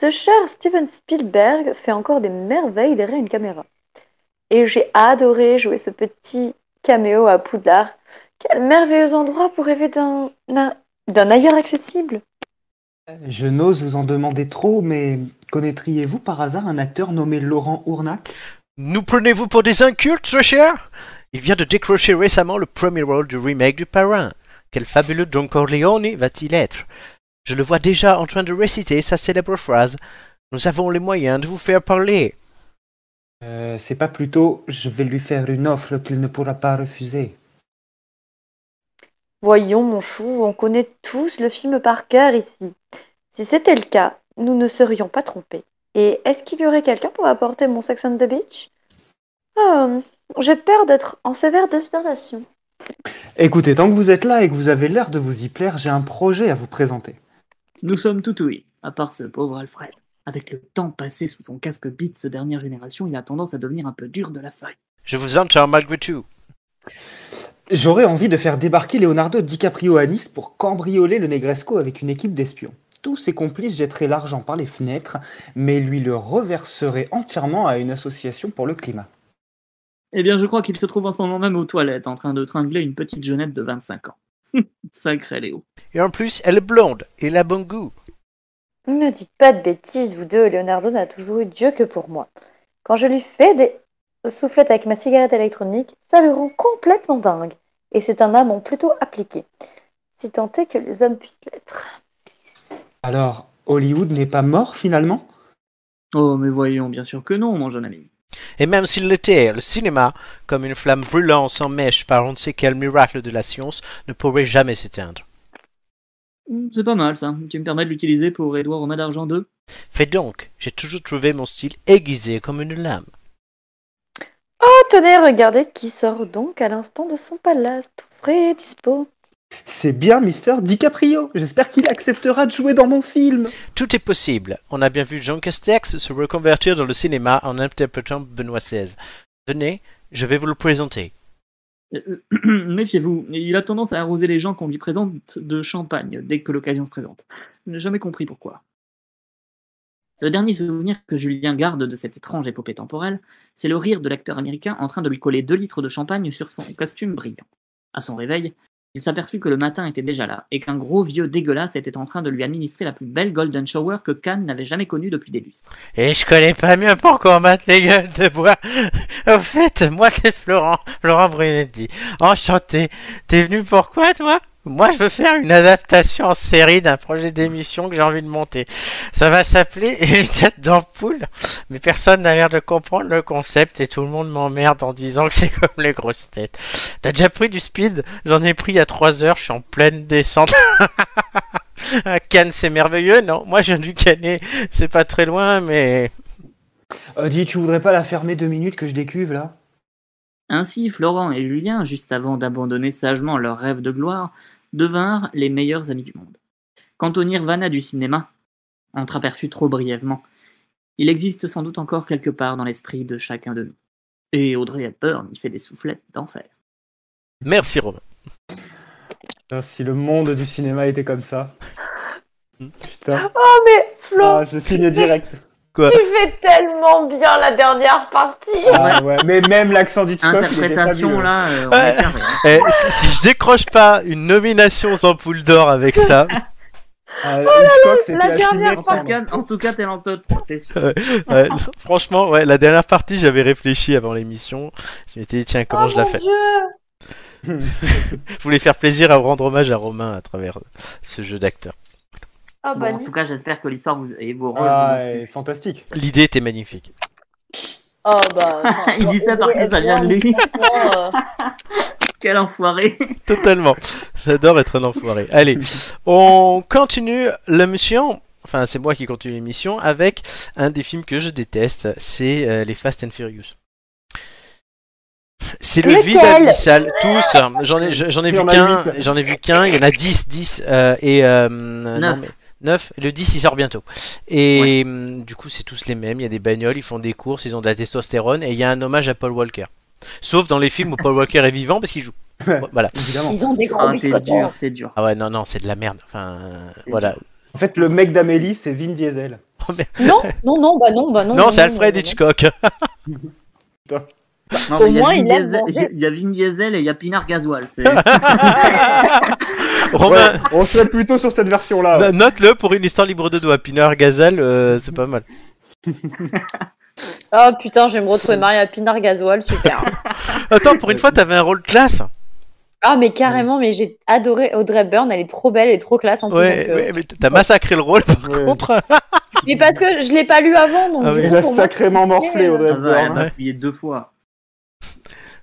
D: Ce cher Steven Spielberg fait encore des merveilles derrière une caméra. Et j'ai adoré jouer ce petit caméo à Poudlard. Quel merveilleux endroit pour rêver d'un d'un- d'un ailleurs accessible.
C: Je n'ose vous en demander trop, mais connaîtriez-vous par hasard un acteur nommé Laurent Ournac
A: Nous prenez-vous pour des incultes, très cher Il vient de décrocher récemment le premier rôle du remake du Parrain. Quel fabuleux Don Corleone va-t-il être Je le vois déjà en train de réciter sa célèbre phrase Nous avons les moyens de vous faire parler.
C: Euh, C'est pas plutôt je vais lui faire une offre qu'il ne pourra pas refuser.
D: Voyons, mon chou, on connaît tous le film par cœur ici. Si c'était le cas, nous ne serions pas trompés. Et est-ce qu'il y aurait quelqu'un pour apporter mon Sex on the Beach Hum, J'ai peur d'être en sévère destination.
C: Écoutez, tant que vous êtes là et que vous avez l'air de vous y plaire, j'ai un projet à vous présenter.
B: Nous sommes tout ouïes, à part ce pauvre Alfred. Avec le temps passé sous son casque Beats dernière génération, il a tendance à devenir un peu dur de la feuille.
A: Je vous entends malgré tout.
C: J'aurais envie de faire débarquer Leonardo DiCaprio à Nice pour cambrioler le Negresco avec une équipe d'espions. Tous ses complices jetteraient l'argent par les fenêtres, mais lui le reverserait entièrement à une association pour le climat.
B: Eh bien, je crois qu'il se trouve en ce moment même aux toilettes, en train de tringler une petite jeunette de 25 ans. [laughs] Sacré Léo.
A: Et en plus, elle est blonde et elle a bon goût.
D: Ne dites pas de bêtises, vous deux. Leonardo n'a toujours eu Dieu que pour moi. Quand je lui fais des soufflettes avec ma cigarette électronique, ça le rend complètement dingue. Et c'est un amant plutôt appliqué. Si tant est que les hommes puissent l'être.
C: Alors, Hollywood n'est pas mort finalement
B: Oh, mais voyons, bien sûr que non, mon jeune ami.
A: Et même s'il l'était, le cinéma, comme une flamme brûlante sans mèche par on ne sait quel miracle de la science, ne pourrait jamais s'éteindre.
B: Hmm, C'est pas mal ça. Tu me permets de l'utiliser pour Edouard Romain d'Argent 2
A: Fais donc, j'ai toujours trouvé mon style aiguisé comme une lame.
D: Oh, tenez, regardez qui sort donc à l'instant de son palace, tout frais et dispo.
C: C'est bien Mister DiCaprio. J'espère qu'il acceptera de jouer dans mon film.
A: Tout est possible. On a bien vu Jean Castex se reconvertir dans le cinéma en interprétant Benoît XVI. Venez, je vais vous le présenter.
B: Euh, euh, [clears throat] Méfiez-vous, il a tendance à arroser les gens qu'on lui présente de champagne dès que l'occasion se présente. Je n'ai jamais compris pourquoi. Le dernier souvenir que Julien garde de cette étrange épopée temporelle, c'est le rire de l'acteur américain en train de lui coller deux litres de champagne sur son costume brillant. À son réveil, il s'aperçut que le matin était déjà là et qu'un gros vieux dégueulasse était en train de lui administrer la plus belle golden shower que Cannes n'avait jamais connue depuis des lustres.
A: Et je connais pas mieux pour combattre les gueules de bois. [laughs] Au fait, moi c'est Florent, Florent Brunetti. Enchanté. T'es venu pour quoi toi Moi je veux faire une adaptation en série d'un projet d'émission que j'ai envie de monter. Ça va s'appeler [laughs] Une tête d'ampoule. Mais personne n'a l'air de comprendre le concept et tout le monde m'emmerde en disant que [laughs] c'est comme les grosses têtes. T'as déjà pris du speed J'en ai pris à 3 heures, je suis en pleine descente. [laughs] Ah, Cannes, c'est merveilleux, non Moi, je viens du Canet, c'est pas très loin, mais
C: Euh, dis, tu voudrais pas la fermer deux minutes que je décuve là
B: Ainsi, Florent et Julien, juste avant d'abandonner sagement leur rêve de gloire, devinrent les meilleurs amis du monde. Quant au Nirvana du cinéma, entreaperçu trop brièvement, il existe sans doute encore quelque part dans l'esprit de chacun de nous. Et Audrey Hepburn y fait des soufflettes d'enfer.
A: merci Romain.
C: Putain, Ah, Si le monde du cinéma était comme ça.
B: Hmm.
C: Putain.
D: Oh, mais Flo,
C: Ah, je
B: [laughs]
C: signe direct.
D: tu fais tellement bien la dernière partie.
C: Ah, ouais. Mais même l'accent du
B: Interprétation là, euh, on est carré,
D: Ah.
B: hein.
A: Eh, si, si je décroche pas une nomination aux ampoules d'or avec
D: [laughs]
A: ça,
C: Oh
D: la dernière
B: En tout cas, en tout cas, t'es dans le top, c'est sûr.
A: euh, franchement, ouais, la dernière partie, j'avais réfléchi avant l'émission. Je m'étais dit, tiens, comment
D: Oh
A: je la
D: mon
A: fais
D: Dieu.
A: Je voulais faire plaisir à rendre hommage à Romain à travers ce jeu d'acteur. Oh,
D: Ah, bah,
B: Bon, en
D: dis-
B: tout cas, j'espère que l'histoire vous et vos rôles.
C: Ah,
B: vous ont plu.
C: ouais, fantastique.
A: L'idée était magnifique.
D: oh, bah, [laughs] enfin,
B: [laughs] Il dit ça parce que ça vient de lui.
D: franchement, euh,
B: Quel enfoiré
A: [laughs] Totalement. J'adore être un enfoiré. Allez, on continue l'émission. Enfin, c'est moi qui continue l'émission avec un des films que je déteste, c'est euh, les Fast and Furious. C'est le vide
D: Lequel
A: abyssal, tous. J'en ai, je- j'en ai
C: Il y
A: vu
C: en a
A: qu'un,
C: huit.
A: j'en ai vu qu'un, il y en a 10, 10 euh, et euh, non,
B: Neuf.
A: mais- neuf. le 10 il sort bientôt. Et euh, du coup, c'est tous les mêmes, il y a des bagnoles, ils font des courses, ils ont de la testostérone et il y a un hommage à Paul Walker. Sauf dans les films où Paul Walker est vivant parce qu'il joue. Voilà.
C: Évidemment.
D: Ils ont des
A: Oh,
D: gros
B: Ah,
D: biscottes.
B: t'es dur, t'es dur.
A: Ah ouais, non non, c'est de la merde. Enfin, [laughs] voilà.
C: En fait, le mec d'Amélie, c'est Vin Diesel.
D: Non, non, non, bah non, bah non.
A: Non, c'est
D: non,
A: Alfred
D: non,
A: Hitchcock. [laughs]
B: Non,
D: Au
B: mais il y a
D: moins,
B: Vin
D: il aime
B: Diesel-
D: manger.
B: Il y a Vin Diesel et il y a Pinard Gasoil.
A: [laughs]
B: c'est-
A: Romain, bah,
C: Ouais, Ah on serait plutôt sur cette
A: No-
C: version-là.
A: Note-le pour une histoire libre de doigts. Pinard Gazelle, euh, c'est pas mal.
D: Ah putain, je vais me retrouver mariée à Pinard Gasoil, super.
A: Attends, pour une fois, t'avais un rôle classe.
D: ah mais carrément, mais j'ai adoré Audrey Byrne, elle est trop belle et trop classe en plus.
A: Ouais,
D: donc, euh,
A: ouais, mais t'as massacré le rôle par
C: Ouais.
A: contre.
D: Mais parce que je l'ai pas lu avant, donc
A: Ah
D: du
A: oui.
D: coup,
C: Il a
D: pour moi,
C: sacrément morflé, Audrey
B: Ah bah, elle
C: Hepburn.
B: m'a fouillé deux fois.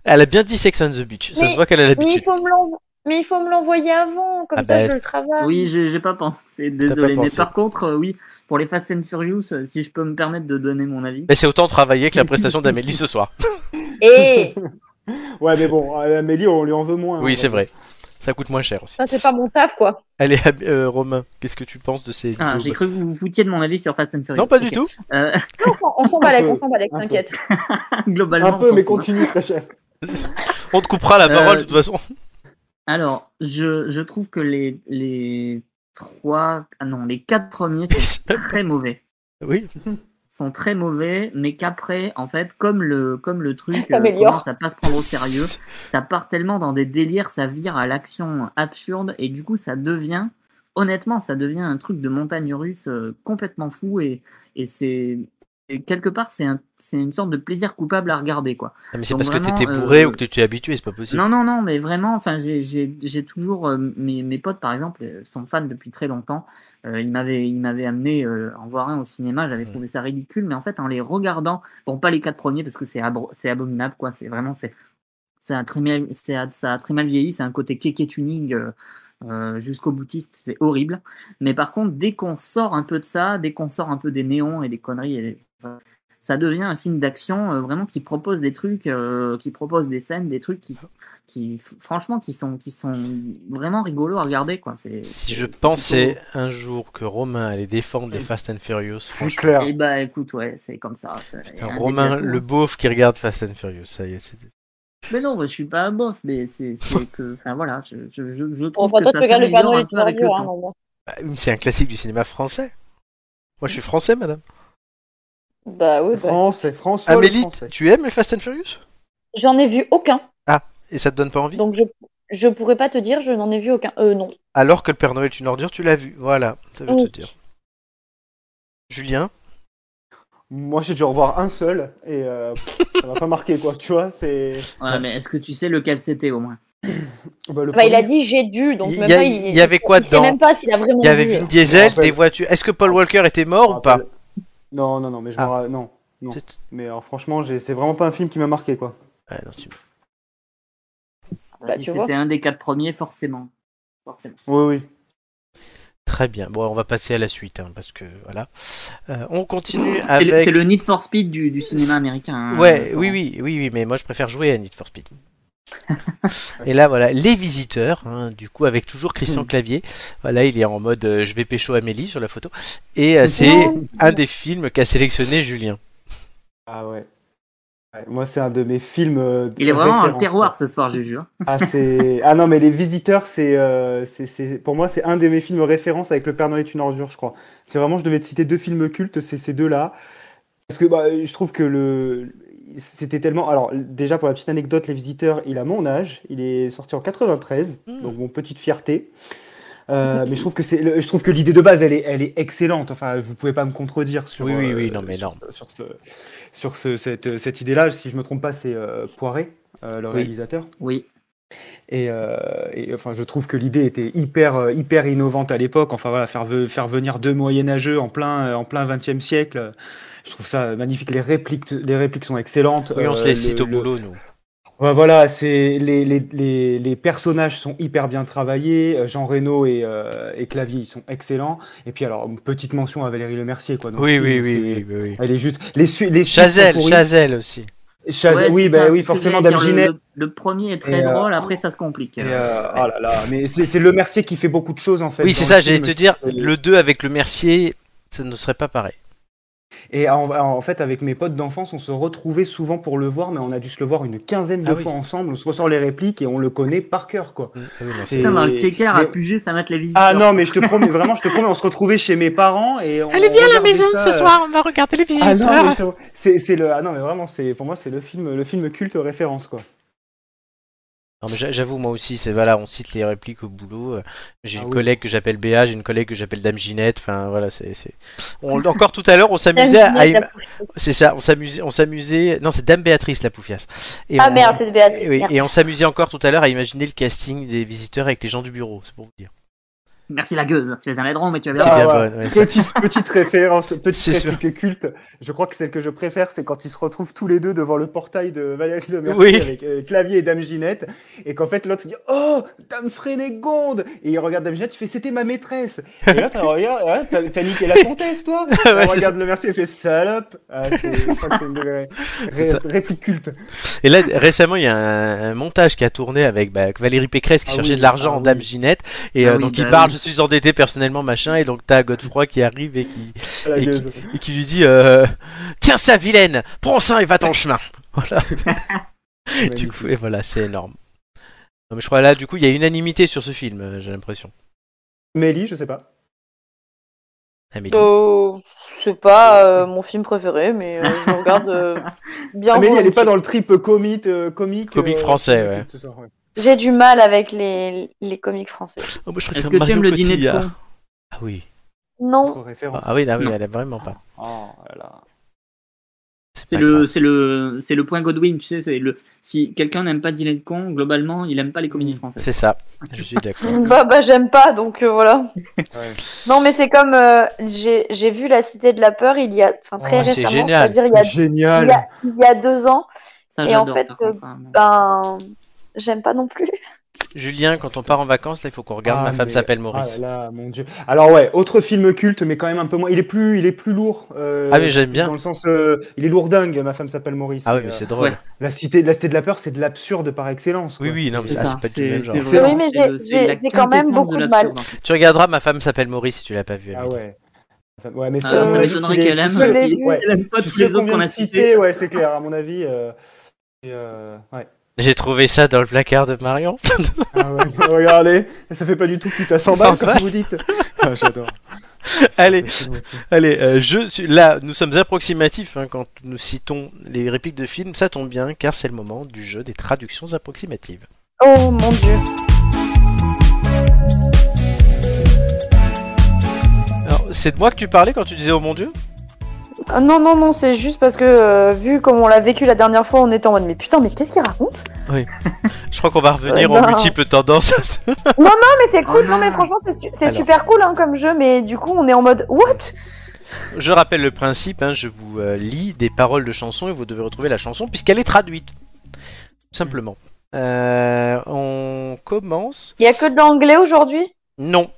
A: Elle a bien dit Sex and the Beach. Ça
D: Mais-
A: se voit qu'elle a
D: mais il
A: l'habitude.
D: faut me l'envoyer. Mais il faut me l'envoyer avant, comme
A: Ah
D: ça
A: bah,
D: je le travaille.
B: Oui, j'ai j'ai pas pensé,
A: pas
B: désolé. Mais
A: pensé.
B: par contre, euh, oui, pour les Fast and Furious, euh, si je peux me permettre de donner mon avis.
A: Mais c'est autant travaillé que la
B: [laughs]
A: prestation d'Amélie ce soir.
D: [laughs] Et
C: Ouais, mais bon, à Amélie, on lui en veut
B: Ah,
C: moins.
A: Oui,
C: hein.
A: c'est vrai. Ça coûte moins cher aussi.
D: ça c'est pas mon taf quoi.
A: Allez, Ab- euh, Romain, qu'est-ce que tu penses de ces
B: Ah,
A: choses
B: j'ai cru que vous vous foutiez de mon avis sur Fast and Furious.
A: Non, pas du
B: Ok.
A: tout. [laughs]
B: Euh,
D: On s'en- On s'en balèque, on s'en balèque,
C: Un peu.
D: t'inquiète.
B: [laughs] globalement.
C: Un peu,
B: on
C: mais
B: s'en fout.
C: continue, très cher.
A: On te coupera la
B: Euh,
A: parole de toute
B: [laughs]
A: façon.
B: Alors, je, je trouve que les, les trois. Ah non, les quatre premiers
A: [laughs]
B: sont très mauvais.
A: oui.
B: Sont très mauvais, mais qu'après, en fait, comme le, comme le truc euh,
D: Ça s'améliore.
B: commence à pas se prendre au sérieux, ça part tellement dans des délires, ça vire à l'action absurde, et du coup, ça devient, honnêtement, ça devient un truc de montagne russe euh, complètement fou, et, et c'est. et quelque part, c'est un- c'est une sorte de plaisir coupable à regarder, quoi.
A: Ah, mais c'est
B: Donc
A: parce
B: vraiment,
A: que t'étais bourré
B: euh,
A: ou que t'étais habitué, c'est pas possible.
B: Non, non, non, mais vraiment, enfin, j'ai- j'ai j'ai toujours. euh, mes, mes potes, par exemple, euh, sont fans depuis très longtemps. Euh, ils m'avaient ils m'avaient amené euh, en voir un au cinéma, j'avais trouvé ça ridicule, mais en fait, en les regardant, bon, pas les quatre premiers, parce que c'est abro- c'est abominable, quoi, c'est vraiment. c'est Ça a, très mal, c'est à- ça a très mal vieilli, c'est un côté kéké tuning euh, jusqu'au boutiste, c'est horrible. Mais par contre, dès qu'on sort un peu de ça, dès qu'on sort un peu des néons et des conneries, et des- enfin, ça devient un film d'action euh, vraiment qui propose des trucs, euh, qui propose des scènes, des trucs qui, sont- qui f- franchement, qui sont, qui sont vraiment rigolos à regarder. Quoi. C'est-
A: Si
B: c'est-
A: je
B: c'est
A: pensais
B: plutôt-
A: un jour que Romain allait défendre les Fast and Furious,
C: C'est
A: franchement.
C: clair.
B: Eh bah écoute, ouais, c'est comme ça. c'est
A: Putain,
B: un
A: Romain,
B: délire.
A: le beauf qui regarde Fast and Furious, ça y est, c'est
B: Mais non, moi, je suis pas un bof, mais c'est c'est que. Enfin voilà, je, je, je, je trouve
D: Enfin,
B: que
D: bah, toi,
B: ça
D: tu regardes le Père
B: s'améliore
D: Noël
B: un
D: et tu
B: peu avec le
D: hein,
B: temps.
D: normalement.
A: Bah, oui, mais c'est un classique du cinéma français. Moi, je suis français, madame.
D: Bah oui, bah.
C: France, c'est François. le
A: Amélie,
C: Français.
A: tu aimes les Fast and Furious
D: J'en ai vu aucun,
A: Et ça te donne pas envie
D: donc je, je pourrais pas te dire, je n'en ai vu aucun. Euh, non.
A: Alors que le Père Noël est une ordure, tu l'as vu. Voilà, ça veut
D: Oui.
A: te dire. Julien
C: Moi, j'ai dû en voir un seul et euh, pff, ça m'a pas marqué, quoi. Tu vois, c'est.
B: Ouais, mais est-ce que tu sais lequel c'était au moins
C: Bah, le
D: Bah, il a
C: premier.
D: dit j'ai dû, donc
A: Il
D: même
A: y a-
D: pas,
A: il y avait quoi
D: il sait
A: dedans
D: même pas s'il a vraiment
A: Il y avait
D: vu.
A: Vin Diesel,
C: rappelle.
A: des voitures. Est-ce que Paul Walker était
C: Je
A: mort
C: me
A: ou pas
C: rappelle. Non, non, non, mais je me
A: Ah.
C: ra- non. Non.
A: C'est-
C: Mais alors, franchement, j'ai- c'est vraiment pas un film qui m'a marqué, quoi.
A: Ouais, non, tu-
D: Bah,
B: Si
D: tu vois.
B: C'était un des quatre premiers, forcément. Forcément.
C: Oui, oui.
A: Très bien. Bon, on va passer à la suite, hein, parce que voilà. Euh, on continue
B: C'est le-
A: avec.
B: C'est le Need for Speed du, du cinéma américain. hein,
C: Ah,
A: Ouais,
B: Florent.
A: oui, oui, oui, oui, mais moi je préfère jouer à Need for Speed. [laughs] Et là, voilà, les visiteurs, hein, du coup, avec toujours Christian
C: Mm.
A: Clavier. Voilà, il est en mode euh, je vais pécho Amélie sur la photo. Et euh, c'est un des films qu'a sélectionné Julien.
C: Ah ouais. Ouais, moi, c'est un de mes films. euh,
B: Il est vraiment un
C: références,
B: terroir ce soir, Juju. hein.
C: quoi. Ah, c'est... ah non, mais Les Visiteurs, c'est, euh, c'est, c'est- pour moi, c'est un de mes films référence avec Le Père Noël est une ordure, je crois. C'est vraiment, je devais te citer deux films cultes, c'est ces deux-là. Parce que bah, je trouve que le. C'était tellement. Alors, déjà, pour la petite anecdote, Les Visiteurs, il a mon âge. Il est sorti en 93,
A: Mm.
C: donc mon petite fierté. Euh, mais je trouve que c'est, le- je trouve que l'idée de base, elle est, elle est excellente. Enfin, vous pouvez pas me contredire sur.
A: Oui, oui,
C: euh,
A: oui, non, mais
C: sur-
A: énorme.
C: Sur, ce, sur ce- cette, cette idée-là, si je me trompe pas, c'est euh, Poiré, euh, le
A: Oui.
C: réalisateur.
B: Oui.
C: Et, euh, et, enfin, je trouve que l'idée était hyper, euh, hyper innovante à l'époque. Enfin voilà, faire, ve- faire venir deux Moyen-Âgeux en plein, euh, en plein 20e siècle, euh, je trouve ça magnifique. Les répliques, les répliques sont excellentes.
A: Oui, on se
C: Euh,
A: les
C: le-
A: cite au
C: le-
A: boulot, nous.
C: Ouais, voilà, c'est les, les, les, les personnages sont hyper bien travaillés. Euh, Jean Reno et, euh, et Clavier, ils sont excellents. Et puis alors, une petite mention à Valérie Le Mercier, quoi. dans ce
A: Oui,
C: film,
A: oui, oui,
C: c'est-
A: oui, oui, oui.
C: Elle est juste. Les, su- les suites sont
A: Chazelle,
C: pourries.
A: Chazelle aussi.
C: Chazelle,
B: Ouais,
C: oui,
B: c'est
C: bah
B: ça,
C: oui,
B: c'est ce que
C: forcément,
B: j'allais dire,
C: Dalginet.
B: Le, le- le premier est très
C: Et, euh,
B: drôle, après ça se complique.
C: Et, euh, oh là là, mais c'est c'est le Mercier qui fait beaucoup de choses en fait.
A: Oui,
C: dans
A: c'est
C: le
A: ça,
C: film.
A: j'allais te dire,
C: c'est-
A: le 2 avec le Mercier, ça ne serait pas pareil.
C: Et en, en fait, avec mes potes d'enfance, on se retrouvait souvent pour le voir, mais on a dû se le voir une quinzaine de
A: Ah oui.
C: fois ensemble. On se ressort les répliques et on le connaît par cœur, quoi.
A: Mm. Ah oui, non,
C: C'est-
A: c'est-
B: Putain, dans le
C: Et-
B: checker à
C: mais-
B: Puget, ça mate la visite.
C: Ah non, mais je
A: [laughs]
C: te promets, vraiment, je te promets, on se retrouvait chez mes parents et on.
A: Allez, viens à la
C: regardait
A: maison
C: ça,
A: ce
C: euh,
A: soir, on va regarder les
C: Ah
A: visiteurs.
C: non, mais c'est- c'est c'est le. Ah non, mais vraiment, c'est pour moi, c'est le film, le film culte référence, quoi.
A: Non, mais j'a- j'avoue, moi aussi, c'est voilà, on cite les répliques au boulot. euh, J'ai
C: Ah
A: une
C: oui.
A: collègue que j'appelle Béa, j'ai une collègue que j'appelle Dame Ginette. Enfin, voilà, c'est. c'est-
C: [laughs]
A: On- Encore tout à l'heure, on s'amusait à.
D: Dame Ginette,
A: C'est ça, on s'amusait, on s'amusait. Non, c'est Dame Béatrice, la poufiasse. Et
D: Ah
A: on-
D: merde, c'est Béatrice.
A: et, oui,
D: merde.
A: et on s'amusait encore tout à l'heure à imaginer le casting des visiteurs avec les gens du bureau, c'est pour vous dire.
B: Merci la gueuse, tu es un ladron, mais tu as bien.
A: C'est
C: Ah
A: bien
C: ouais.
A: bonne, ouais,
C: [laughs]
A: ça.
C: Petite, petite
A: [laughs]
C: référence,
A: C'est
C: petite
A: sûr.
C: réplique culte. Je crois que celle que je préfère, c'est quand ils se retrouvent tous les deux devant le portail de Valérie Le Mercier
A: Oui.
C: avec euh, Clavier et Dame Ginette, et qu'en fait l'autre dit Oh, Dame Frénégonde Et il regarde Dame Ginette, il fait C'était ma maîtresse Et l'autre, elle regarde, Ah, t'as t'as niqué la comtesse, toi
A: [laughs] Ouais,
C: Elle
A: c'est
C: regarde Le Mercier, il fait Salope
A: [laughs]
C: Ah, c'est- je crois que c'est une de mes ré-
A: C'est ça.
C: réplique culte.
A: Et là, récemment, il y a un, un montage qui a tourné avec bah, Valérie Pécresse qui
C: Ah
A: cherchait
C: oui,
A: de l'argent
C: ah
A: en Dame
C: oui.
A: Ginette. Et
B: Ah
A: euh,
B: oui,
A: donc,
B: bah
A: il parle
B: oui.
A: Je suis endetté personnellement, machin. Et donc, t'as Godefroy qui arrive et qui,
C: Ah, la
A: et qui,
C: gueuse.
A: et qui lui dit euh, Tiens ça, vilaine Prends ça et va ton chemin [laughs] Voilà, du
C: Magnifique.
A: coup, et voilà, c'est énorme. Non, mais je crois là, du coup, il y a unanimité sur ce film, euh, j'ai l'impression.
C: Mélie, je sais pas.
A: Amélie.
D: Euh, c'est pas euh, mon film préféré, mais euh, je le regarde euh, bien.
C: Mélie, elle est
D: volontiers.
C: pas dans le trip comique. euh, comique,
A: Comique français, ouais.
C: tout ça, ouais.
D: J'ai du mal avec les, les comiques français.
A: Oh, moi, je
B: Est-ce
A: préfère
B: que tu
A: Mario
B: aimes le dîner de
A: Cotillard.
B: con
A: Ah oui,
D: Non,
C: Autre référence.
A: ah oui, ah oui,
B: Non.
A: elle aime vraiment pas.
C: Oh là là.
B: C'est
A: pas
B: le,
A: grave.
B: c'est le, c'est le point Godwin, tu sais. c'est Le, si quelqu'un n'aime pas dîner de con, globalement, il aime pas les comédies françaises.
A: C'est ça, je suis d'accord.
D: bah, bah j'aime pas, donc euh, voilà.
C: Ouais.
D: Non, mais c'est comme euh, j'ai j'ai vu La Cité de la Peur il y a, enfin très
A: Oh, c'est
D: récemment,
A: génial.
D: c'est-à-dire il, y a-
C: Génial.
D: il y a- il y a deux ans.
B: Ça,
D: Et en
B: j'adore.
D: fait, euh,
B: par contre, hein, bon.
D: Ben, j'aime pas non plus.
A: Julien, quand on part en vacances, là, il faut qu'on regarde.
C: Ah,
A: Ma femme
C: mais-
A: s'appelle
C: Ah
A: Maurice. Ah,
C: là là, mon dieu. Alors ouais, autre film culte, mais quand même un peu moins. Il est plus, il est plus lourd. euh,
A: mais Ah j'aime bien.
C: Dans le sens, euh, il est lourdingue. Ma femme s'appelle Maurice.
A: Ah oui,
C: Et,
A: mais
C: euh,
A: c'est drôle.
B: ouais.
C: La cité, la cité de la peur, c'est de l'absurde par excellence. quoi.
A: Oui, oui, non, mais
B: C'est
A: ça,
B: ça,
A: c'est pas du tout
B: c'est-
A: le même
B: c'est
A: genre.
B: vraiment-
D: Oui, mais
B: c'est le-
D: j'ai-
B: c'est la
D: j'ai- j'ai quand même
B: quintessence
D: beaucoup
B: de
D: de
B: l'absurde, hein.
D: mal.
B: en fait.
A: Tu regarderas Ma femme s'appelle Maurice si tu l'as pas vu.
C: Ah
A: Amélie.
C: ouais. Enfin, ouais, mais
B: Ah,
C: ça,
D: ça
C: ouais,
B: m'étonnerait
C: si les-
B: qu'elle
C: si
B: aime,
C: ceux-
D: mais-
C: ouais,
B: Elle aime pas
C: si
B: tous
C: ceux
B: les autres
C: qu'on
B: qu'on
C: vient
B: a
C: de
B: cités.
C: citer, ouais, c'est clair. À mon avis. euh, et, euh, ouais.
A: J'ai trouvé ça dans le placard de Marion.
C: Ah ouais, [laughs] regardez, ça fait pas du tout putain 100
A: 100
C: balles comme
A: balles.
C: vous
A: [laughs]
C: dites. Ah, J'adore.
A: Allez,
C: C'est bon.
A: [laughs] Allez, euh, je suis... là, nous sommes approximatifs hein, quand nous citons les répliques de films. Ça tombe bien, car c'est le moment du jeu des traductions approximatives.
D: Oh mon dieu.
A: Alors, c'est de moi que tu parlais quand tu disais Oh mon Dieu
D: Ah, Non, non, non, c'est juste parce que euh, vu comme on l'a vécu la dernière fois, on était en mode mais putain, mais qu'est-ce qu'il raconte
A: Je crois qu'on va revenir
D: Euh,
A: aux
D: non.
A: multiples tendances. [laughs]
D: Non, mais c'est cool,
B: Oh
D: non, mais
B: non.
D: franchement, c'est su- c'est
A: Alors.
D: super cool hein, comme jeu, mais du coup, on est en mode what
A: je rappelle le principe, hein, je vous euh, lis des paroles de chansons et vous devez retrouver la chanson puisqu'elle est traduite. Tout Simplement. Euh, on commence.
D: Il y a que de l'anglais aujourd'hui
A: Non.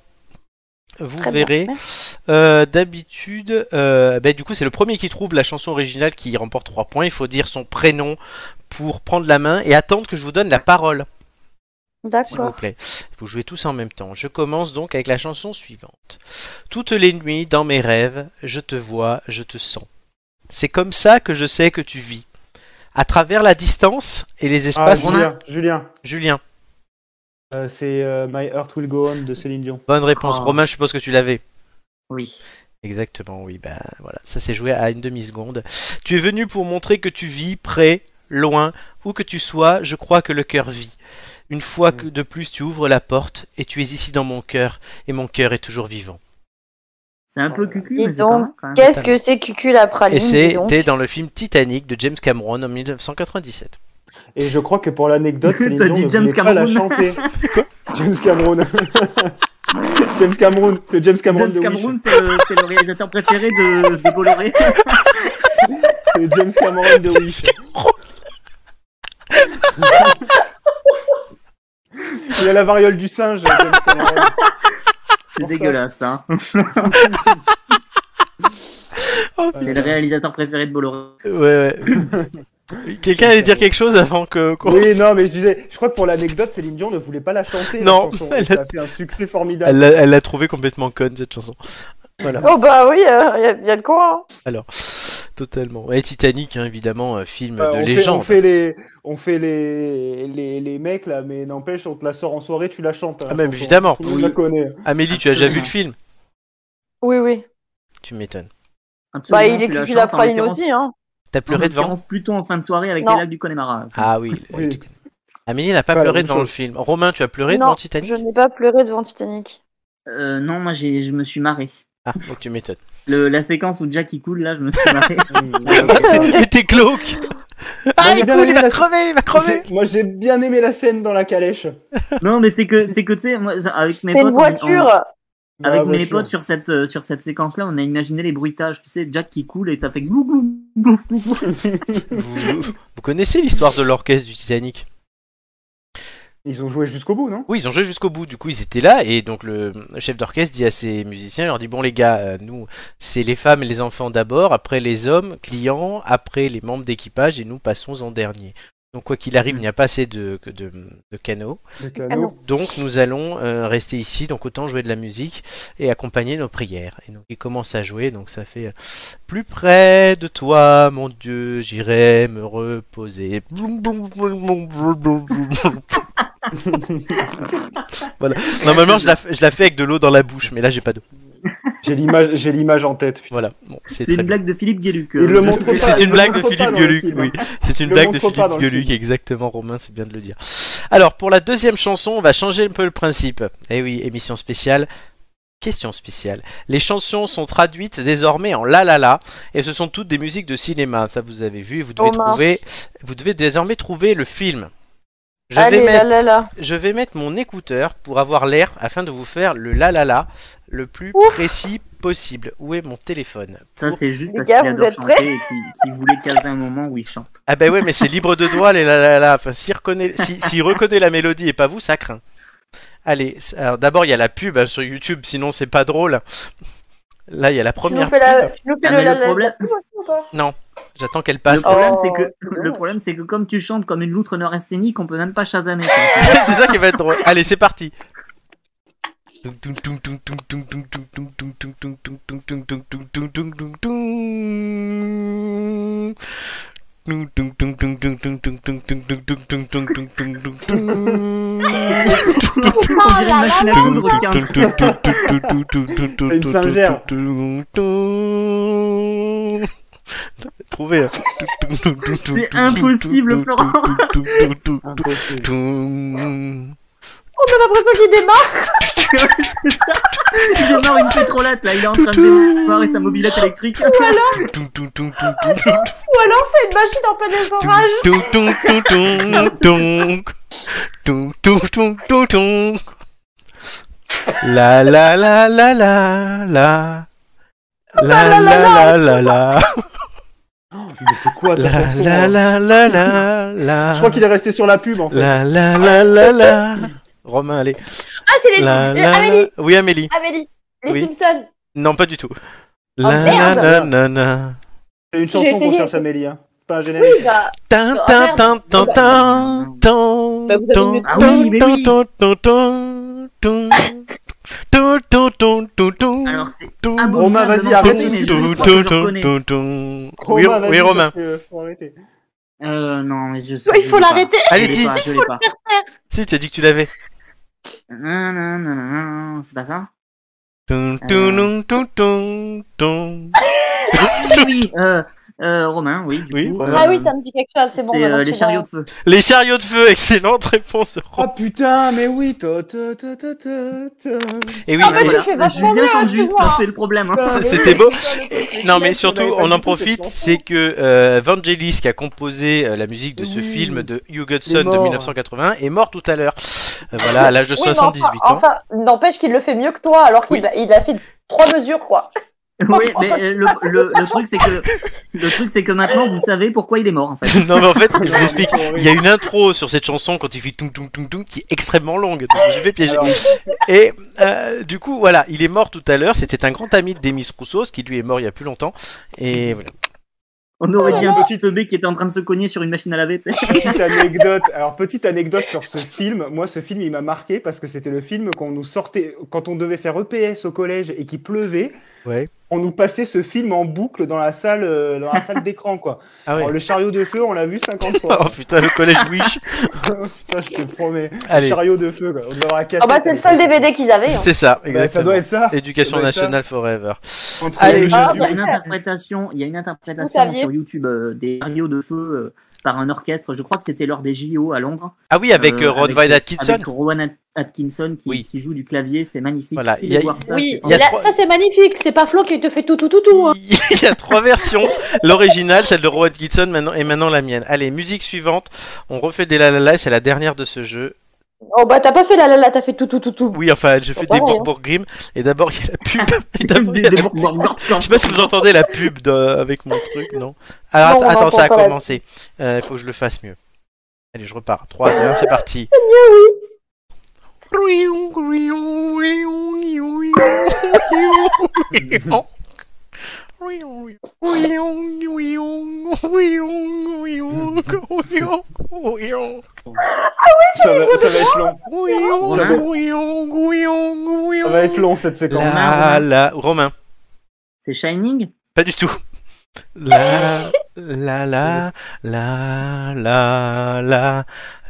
A: Vous
D: Très bien,
A: verrez.
D: merci.
A: Euh, D'habitude, euh, ben, du coup, c'est le premier qui trouve la chanson originale qui remporte 3 points. Il faut dire son prénom pour prendre la main et attendre que je vous donne la parole, s'il vous
D: D'accord.
A: plaît. Vous jouez tous en même temps. Je commence donc avec la chanson suivante. Toutes les nuits, dans mes rêves, je te vois, je te sens. C'est comme ça que je sais que tu vis. À travers la distance et les
C: Ah,
A: espaces.
C: Julien, Julien.
A: Julien,
C: Euh, c'est euh, My Heart Will Go On de Céline Dion.
A: bonne réponse.
B: Oh.
A: Romain, je suppose que tu l'avais.
B: Oui.
A: Exactement, oui, ben voilà, ça s'est joué à une demi-seconde. Tu es venu pour montrer que tu vis près, loin, où que tu sois, je crois que le cœur vit. Une fois
C: Mm.
A: que de plus tu ouvres la porte, et tu es ici dans mon cœur, et mon cœur est toujours vivant.
B: C'est un peu cucu,
D: Dis
B: mais c'est pas
D: donc,
B: mal, quand même.
D: Qu'est-ce que c'est cucu la praline
A: Hein, Et
D: dis donc.
A: c'était dans le film Titanic de James Cameron en 1997.
C: Et je crois que pour l'anecdote, Céline
B: T'as
C: Dion
B: dit
C: ne
B: James
C: voulait pas la
B: Cameron.
C: chanter. James Cameron. [laughs] James Cameron, c'est James Cameron
B: James
C: de Wish.
B: Cameron, c'est le, c'est le réalisateur préféré de, de Bolloré.
C: C'est James Cameron de Wish. Il a la variole du singe. James Cameron.
B: [laughs] C'est
C: Pour ça.
B: dégueulasse, hein.
A: Oh,
B: C'est le réalisateur préféré de Bolloré.
A: Ouais, ouais. [coughs] Quelqu'un allait dire quelque chose avant que. qu'on-
C: Oui, non, mais je disais, je crois que pour l'anecdote, Céline Dion ne voulait pas la chanter. la
A: Non,
C: chanson.
A: elle a-
C: ça a fait un succès formidable.
A: Elle l'a- elle l'a trouvé complètement conne cette chanson. Voilà.
D: Oh bah oui, il y, a- y a de quoi. hein.
A: Alors, totalement. Et Titanic, hein, évidemment, un film
C: Euh,
A: de
C: on, fait, on
A: légende.
C: fait les, on fait les, les, les mecs là, mais n'empêche, on te la sort en soirée, tu la chantes. hein,
A: Ah, mais
C: la chanson.
A: évidemment.
C: Tout le monde la
B: Oui.
C: connaît. hein.
A: Amélie, tu as déjà vu le film
D: Oui, oui.
A: Tu m'étonnes.
D: Bah,
B: Absolument,
D: il est
B: tu la
D: cucu la
B: chantes, en
D: praline
B: l'occurrence-
D: aussi, hein.
A: T'as pleuré
B: en
A: devant
B: l'occurrence, plutôt en fin de soirée avec
D: Non.
B: les lacs du Connemara. ça.
A: Ah oui.
C: Oui.
A: tu connais. Amélie n'a pas
C: Pas la
A: pleuré
C: même
A: devant
C: chose.
A: le film. Romain, tu as pleuré
D: Non,
A: devant Titanic
D: je n'ai pas pleuré devant Titanic.
B: Euh, non, moi, j'ai, je me suis marré.
A: Ah, donc tu m'étonnes.
B: Le, la séquence où Jack il coule, là, je me suis
D: [laughs]
B: marré.
D: Ah,
A: T'es- Mais t'es glauque Ah,
C: j'ai
A: il
C: bien
A: coule,
C: aimé
A: il va
C: la-
A: crever, il va crever
C: [laughs] J'ai- Moi j'ai bien aimé la scène dans la calèche.
B: non, mais c'est que, c'est que, tu sais, moi, avec mes
D: C'est
B: potes,
D: une
B: on- on-
D: voiture
C: Dans
B: avec
C: la
B: mes
C: voiture.
B: potes sur cette, euh, sur cette séquence-là, on a imaginé les bruitages, tu sais, Jack qui coule et ça fait glou glou glou glou. glou.
A: vous, vous connaissez l'histoire de l'orchestre du Titanic
C: Ils ont joué jusqu'au bout, non
A: Oui, ils ont joué jusqu'au bout. Du coup, ils étaient là et donc le chef d'orchestre dit à ses musiciens, il leur dit bon les gars, euh, nous c'est les femmes et les enfants d'abord, après les hommes clients, après les membres d'équipage et nous passons en dernier. Donc quoi qu'il arrive, il n'y a pas assez de, de, de canaux.
C: Le
D: Ah
C: canot.
D: non.
A: Donc nous allons euh, rester ici, donc autant jouer de la musique et accompagner nos prières. Et donc il commence à jouer, donc ça fait euh, plus près de toi, mon Dieu, j'irai me reposer. [laughs] Bloum, bloum, bloum, bloum, bloum, bloum, bloum. voilà. Normalement je la, f- je la fais avec de l'eau dans la bouche, mais là j'ai pas d'eau.
C: J'ai l'image, j'ai l'image en tête. putain.
A: Voilà. Bon, c'est
B: C'est
A: très
B: une
A: bien.
B: blague de Philippe Gueluc.
C: Il
B: euh,
C: le
B: je-
C: montre pas.
A: C'est
C: il
A: une
C: le
A: blague de
C: montre pas
A: Philippe
C: dans le
A: Gueluc,
C: film,
A: oui. C'est une
C: Le
A: blague de
C: montre pas
A: Philippe
C: dans le
A: Gueluc,
C: film.
A: exactement, Romain, c'est bien de le dire. Alors, pour la deuxième chanson, on va changer un peu le principe. Eh oui, émission spéciale. Question spéciale. Les chansons sont traduites désormais en la la la et ce sont toutes des musiques de cinéma. Ça vous avez vu, vous devez
D: Oh mince.
A: trouver, vous devez désormais trouver le film. Je
D: Allez,
A: vais,
D: là,
A: mettre,
D: là, là.
A: je vais mettre mon écouteur pour avoir l'air afin de vous faire le la la la le plus
D: Ouf.
A: précis possible. Où est mon téléphone
B: Ça,
A: Pour-
B: c'est juste
D: Les
B: parce qu'il
D: gars, vous
B: adore
D: êtes prêts
B: chanter et qu'il qu'il voulait caser un moment où il chante.
A: Ah ben ouais, mais c'est libre de droit les la la la. Enfin, s'il reconnaît, si, s'il reconnaît la mélodie et pas vous, ça craint. Allez, c'est- alors d'abord il y a la pub hein, sur YouTube, sinon c'est pas drôle. Là il y a la
D: Tu nous
A: première
D: fais,
A: pub.
D: la... tu nous fais
B: Ah,
D: le,
B: mais
D: la
B: le
D: la-
B: problème-
D: ou pas
A: J'attends qu'elle
B: Le
A: passe. [laughs]
B: problème,
D: Oh,
B: c'est que,
D: dommage.
B: le problème, c'est que comme tu chantes comme une loutre nord-esthénique, on peut même pas chasaner.
D: [laughs]
B: quoi.
A: c'est ça qui va être drôle. Allez, c'est parti. Allez,
B: On dirait une machine à coudre
D: Oh
B: qui a un-
C: Une singère.
A: Trouvé.
B: C'est impossible, Florent.
D: Ah,
C: Impossible.
D: Oh, On a l'impression qu'il démarre.
B: Tu démarres une pétrolette là, il est en train de démarrer sa mobilette électrique.
D: Ou alors c'est une machine en plein désordre.
A: La la la la la la la la la la la
C: Mais c'est quoi ta
A: la
C: chanson,
A: la
C: hein
A: la la la la
C: Je crois qu'il est resté sur la pub en fait.
A: la la la la la Romain allez
D: Ah, c'est les
A: la
D: euh,
A: la la
D: Amélie.
A: oui Amélie
D: Amélie. Les
A: Oui.
D: Simpsons.
A: non pas du tout
D: Oh,
A: la
D: merde.
A: la la la
C: C'est une
D: J'ai
C: chanson
D: essayé.
C: qu'on cherche Amélie. Hein. Pas un
D: Oui,
C: générique.
D: bah,
A: Tin,
D: Oh,
A: tin,
D: merde.
A: tin, tin, tin, tin,
D: Bah, vous avez
A: tin,
D: mieux que
A: tin,
B: moi. Ah oui, mais
A: tin,
B: oui.
A: tin, tin, tin, tin. Tin, tin, tin, tin, tin.
B: Alors c'est
A: Tin.
B: abominablement
C: vas-y,
B: connu,
C: arrête.
B: mais je
A: Tin,
B: crois
A: tin,
B: que je reconnais.
A: tin, tin. Oui,
C: Romain,
A: oui,
C: vas-y,
A: Romain.
C: parce que faut arrêter.
B: Euh, non, mais je sais.
D: il faut l'arrêter.
A: Allez,
B: je
A: dis.
B: l'ai pas, je l'ai pas.
A: Si, tu as dit que tu l'avais.
B: Non, non, non, non, non, c'est pas ça Euh.
A: Tin, tin, tin, tin, tin, tin.
B: Oui, oui, euh, euh, Romain, oui. Du
A: Oui,
B: coup,
A: Romain.
D: Ah oui, ça me dit quelque chose, c'est bon.
B: C'est euh,
D: maintenant, tu
B: les
D: vas-
B: chariots de feu.
A: Les chariots de feu, [laughs] excellente réponse.
C: Ah putain, mais oui. ta, ta, ta, ta, ta, ta.
A: Et Eh oui,
D: Ah, bah,
A: et-
D: tu fais vachement
B: Julien
D: bien,
B: chante juste,
D: excuse-moi.
B: c'est le problème. hein.
C: Putain, mais
A: c'était beau. Non mais
C: Mec,
A: surtout
C: on avait pas
A: on en
C: du tout cette
A: profite,
C: chanson.
A: c'est que euh, Vangelis qui a composé euh, la musique de ce
C: Oui.
A: film de Hugh
C: Il
A: Hudson
C: est
A: de
C: mort.
A: 1980 est mort tout à l'heure. Euh, voilà, à l'âge de
D: Oui, mais
A: 78
D: enfin-
A: ans.
D: Enfin, n'empêche qu'il le fait mieux que toi, alors qu'il
A: Oui.
D: a, il a fait trois mesures, quoi. Ah,
B: Oui, mais euh, le, le, le truc c'est que le truc c'est que maintenant vous savez pourquoi il est mort en fait.
A: [laughs] non mais en
C: [laughs]
A: fait, je vous
C: mais
A: explique,
C: c'est horrible.
A: il y a une intro sur cette chanson quand il fait toum toum toum toum qui est extrêmement longue. Donc, je vais piéger.
C: Alors,
A: Et euh, du coup, voilà, il est mort tout à l'heure, c'était un grand ami de Demis Roussos qui lui est mort il y a plus longtemps et voilà.
B: On aurait dit un
C: Oh.
B: petit teubé qui était en train de se cogner sur une machine à laver. tu sais.
C: petite anecdote. Alors petite anecdote sur ce film. Moi, ce film, il m'a marqué parce que c'était le film qu'on nous sortait quand on devait faire EPS au collège et qu'il pleuvait.
A: Ouais.
C: On nous passait ce film en boucle dans la salle, euh, dans
A: [laughs]
C: la salle d'écran, quoi.
A: Ah
C: Alors,
A: ouais.
C: le chariot de feu, on l'a vu 50
A: [laughs] Oh [laughs]
C: fois.
A: putain, le collège
C: [laughs]
A: Wish.
C: Putain, je te promets. Le
A: Allez,
C: chariot de feu, quoi. On devrait la
D: Ah bah, c'est le seul DVD qu'ils avaient. hein.
A: c'est ça,
C: Bah, ça
A: exactement.
C: doit être ça.
A: Éducation
C: ça doit être ça.
A: nationale forever.
C: Entre
A: Allez.
C: le jeu
D: Ah,
B: Il
C: du-
B: y a une interprétation, il y a une
D: Vous
B: interprétation
D: saviez
B: sur YouTube euh, des chariots de feu euh, par un orchestre. Je crois que c'était lors des JO à Londres.
A: Ah oui, avec
B: Euh,
A: euh, Ron
B: avec-
A: White Atkinson.
B: Avec Rowan At- Atkinson qui,
A: Oui.
B: qui joue du clavier, c'est magnifique.
A: Voilà,
B: Allez
A: il y a-
B: voir ça,
D: Oui,
B: c'est
A: Il y a
D: là,
A: trois-
D: ça c'est magnifique. C'est pas Flo qui te fait tout, tout, tout, tout. hein.
A: [laughs] Il y a trois versions, l'original, celle de Rowan Gibson maintenant, et maintenant la mienne. Allez, musique suivante, on refait des la la la, c'est la dernière de ce jeu.
D: Oh bah, t'as pas fait la la la, t'as fait tout, tout, tout, tout.
A: Oui, enfin, je fais
D: Oh,
A: des
D: pareil,
A: Bourbourg Grimm, et d'abord il y a la pub. et d'abord, il y a la- Je sais
B: Je
A: pas si vous entendez la pub de- avec mon truc, non Alors
D: Non,
A: att-
D: on
A: attends,
D: entend
A: ça a
D: pas la-
A: commencé. Il faut que je le fasse mieux. Allez, je repars. 3, 2, 1, c'est parti.
C: Ça va, ça va être long. Ça va être
A: La
C: long cette séquence.
A: la Romain,
B: C'est Shining
A: pas du tout. La la la la la la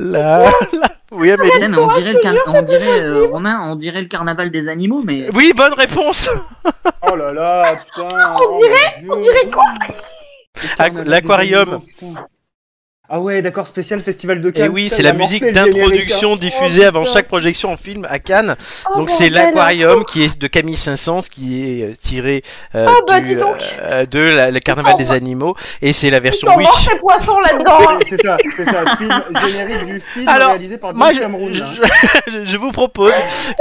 A: la Oui, Amélie.
B: Putain, mais on dirait, le car- on dirait euh, Romain, on dirait le carnaval des animaux, mais
A: Oui, bonne réponse.
C: Oh là là, putain. Oh,
D: On
C: dirait,
D: on dirait
C: quoi
A: Aqu- l'aquarium.
C: Ah ouais, d'accord, spécial festival de Cannes.
A: Et oui,
C: putain,
A: c'est
C: il a
A: la
C: morflé
A: musique
C: le
A: d'introduction
C: générique, hein.
A: diffusée
C: Oh,
A: avant
C: putain.
A: chaque projection en film à Cannes.
D: Oh,
A: Donc c'est
D: bordel.
A: l'aquarium qui est de Camille Saint-Saëns qui est euh, tiré euh,
D: Ah, bah,
A: du,
D: dis donc.
A: euh, de la, le carnaval
D: Oh,
A: des
D: bah.
A: animaux et c'est la version
D: Ils sont morts
A: Witch.
D: ces poissons là-dedans.
C: Oui, C'est ça, c'est ça, film générique du film
A: Alors,
C: réalisé par
A: Moi,
C: James
A: je,
C: Cameroun. hein.
A: je- [laughs] je- je vous propose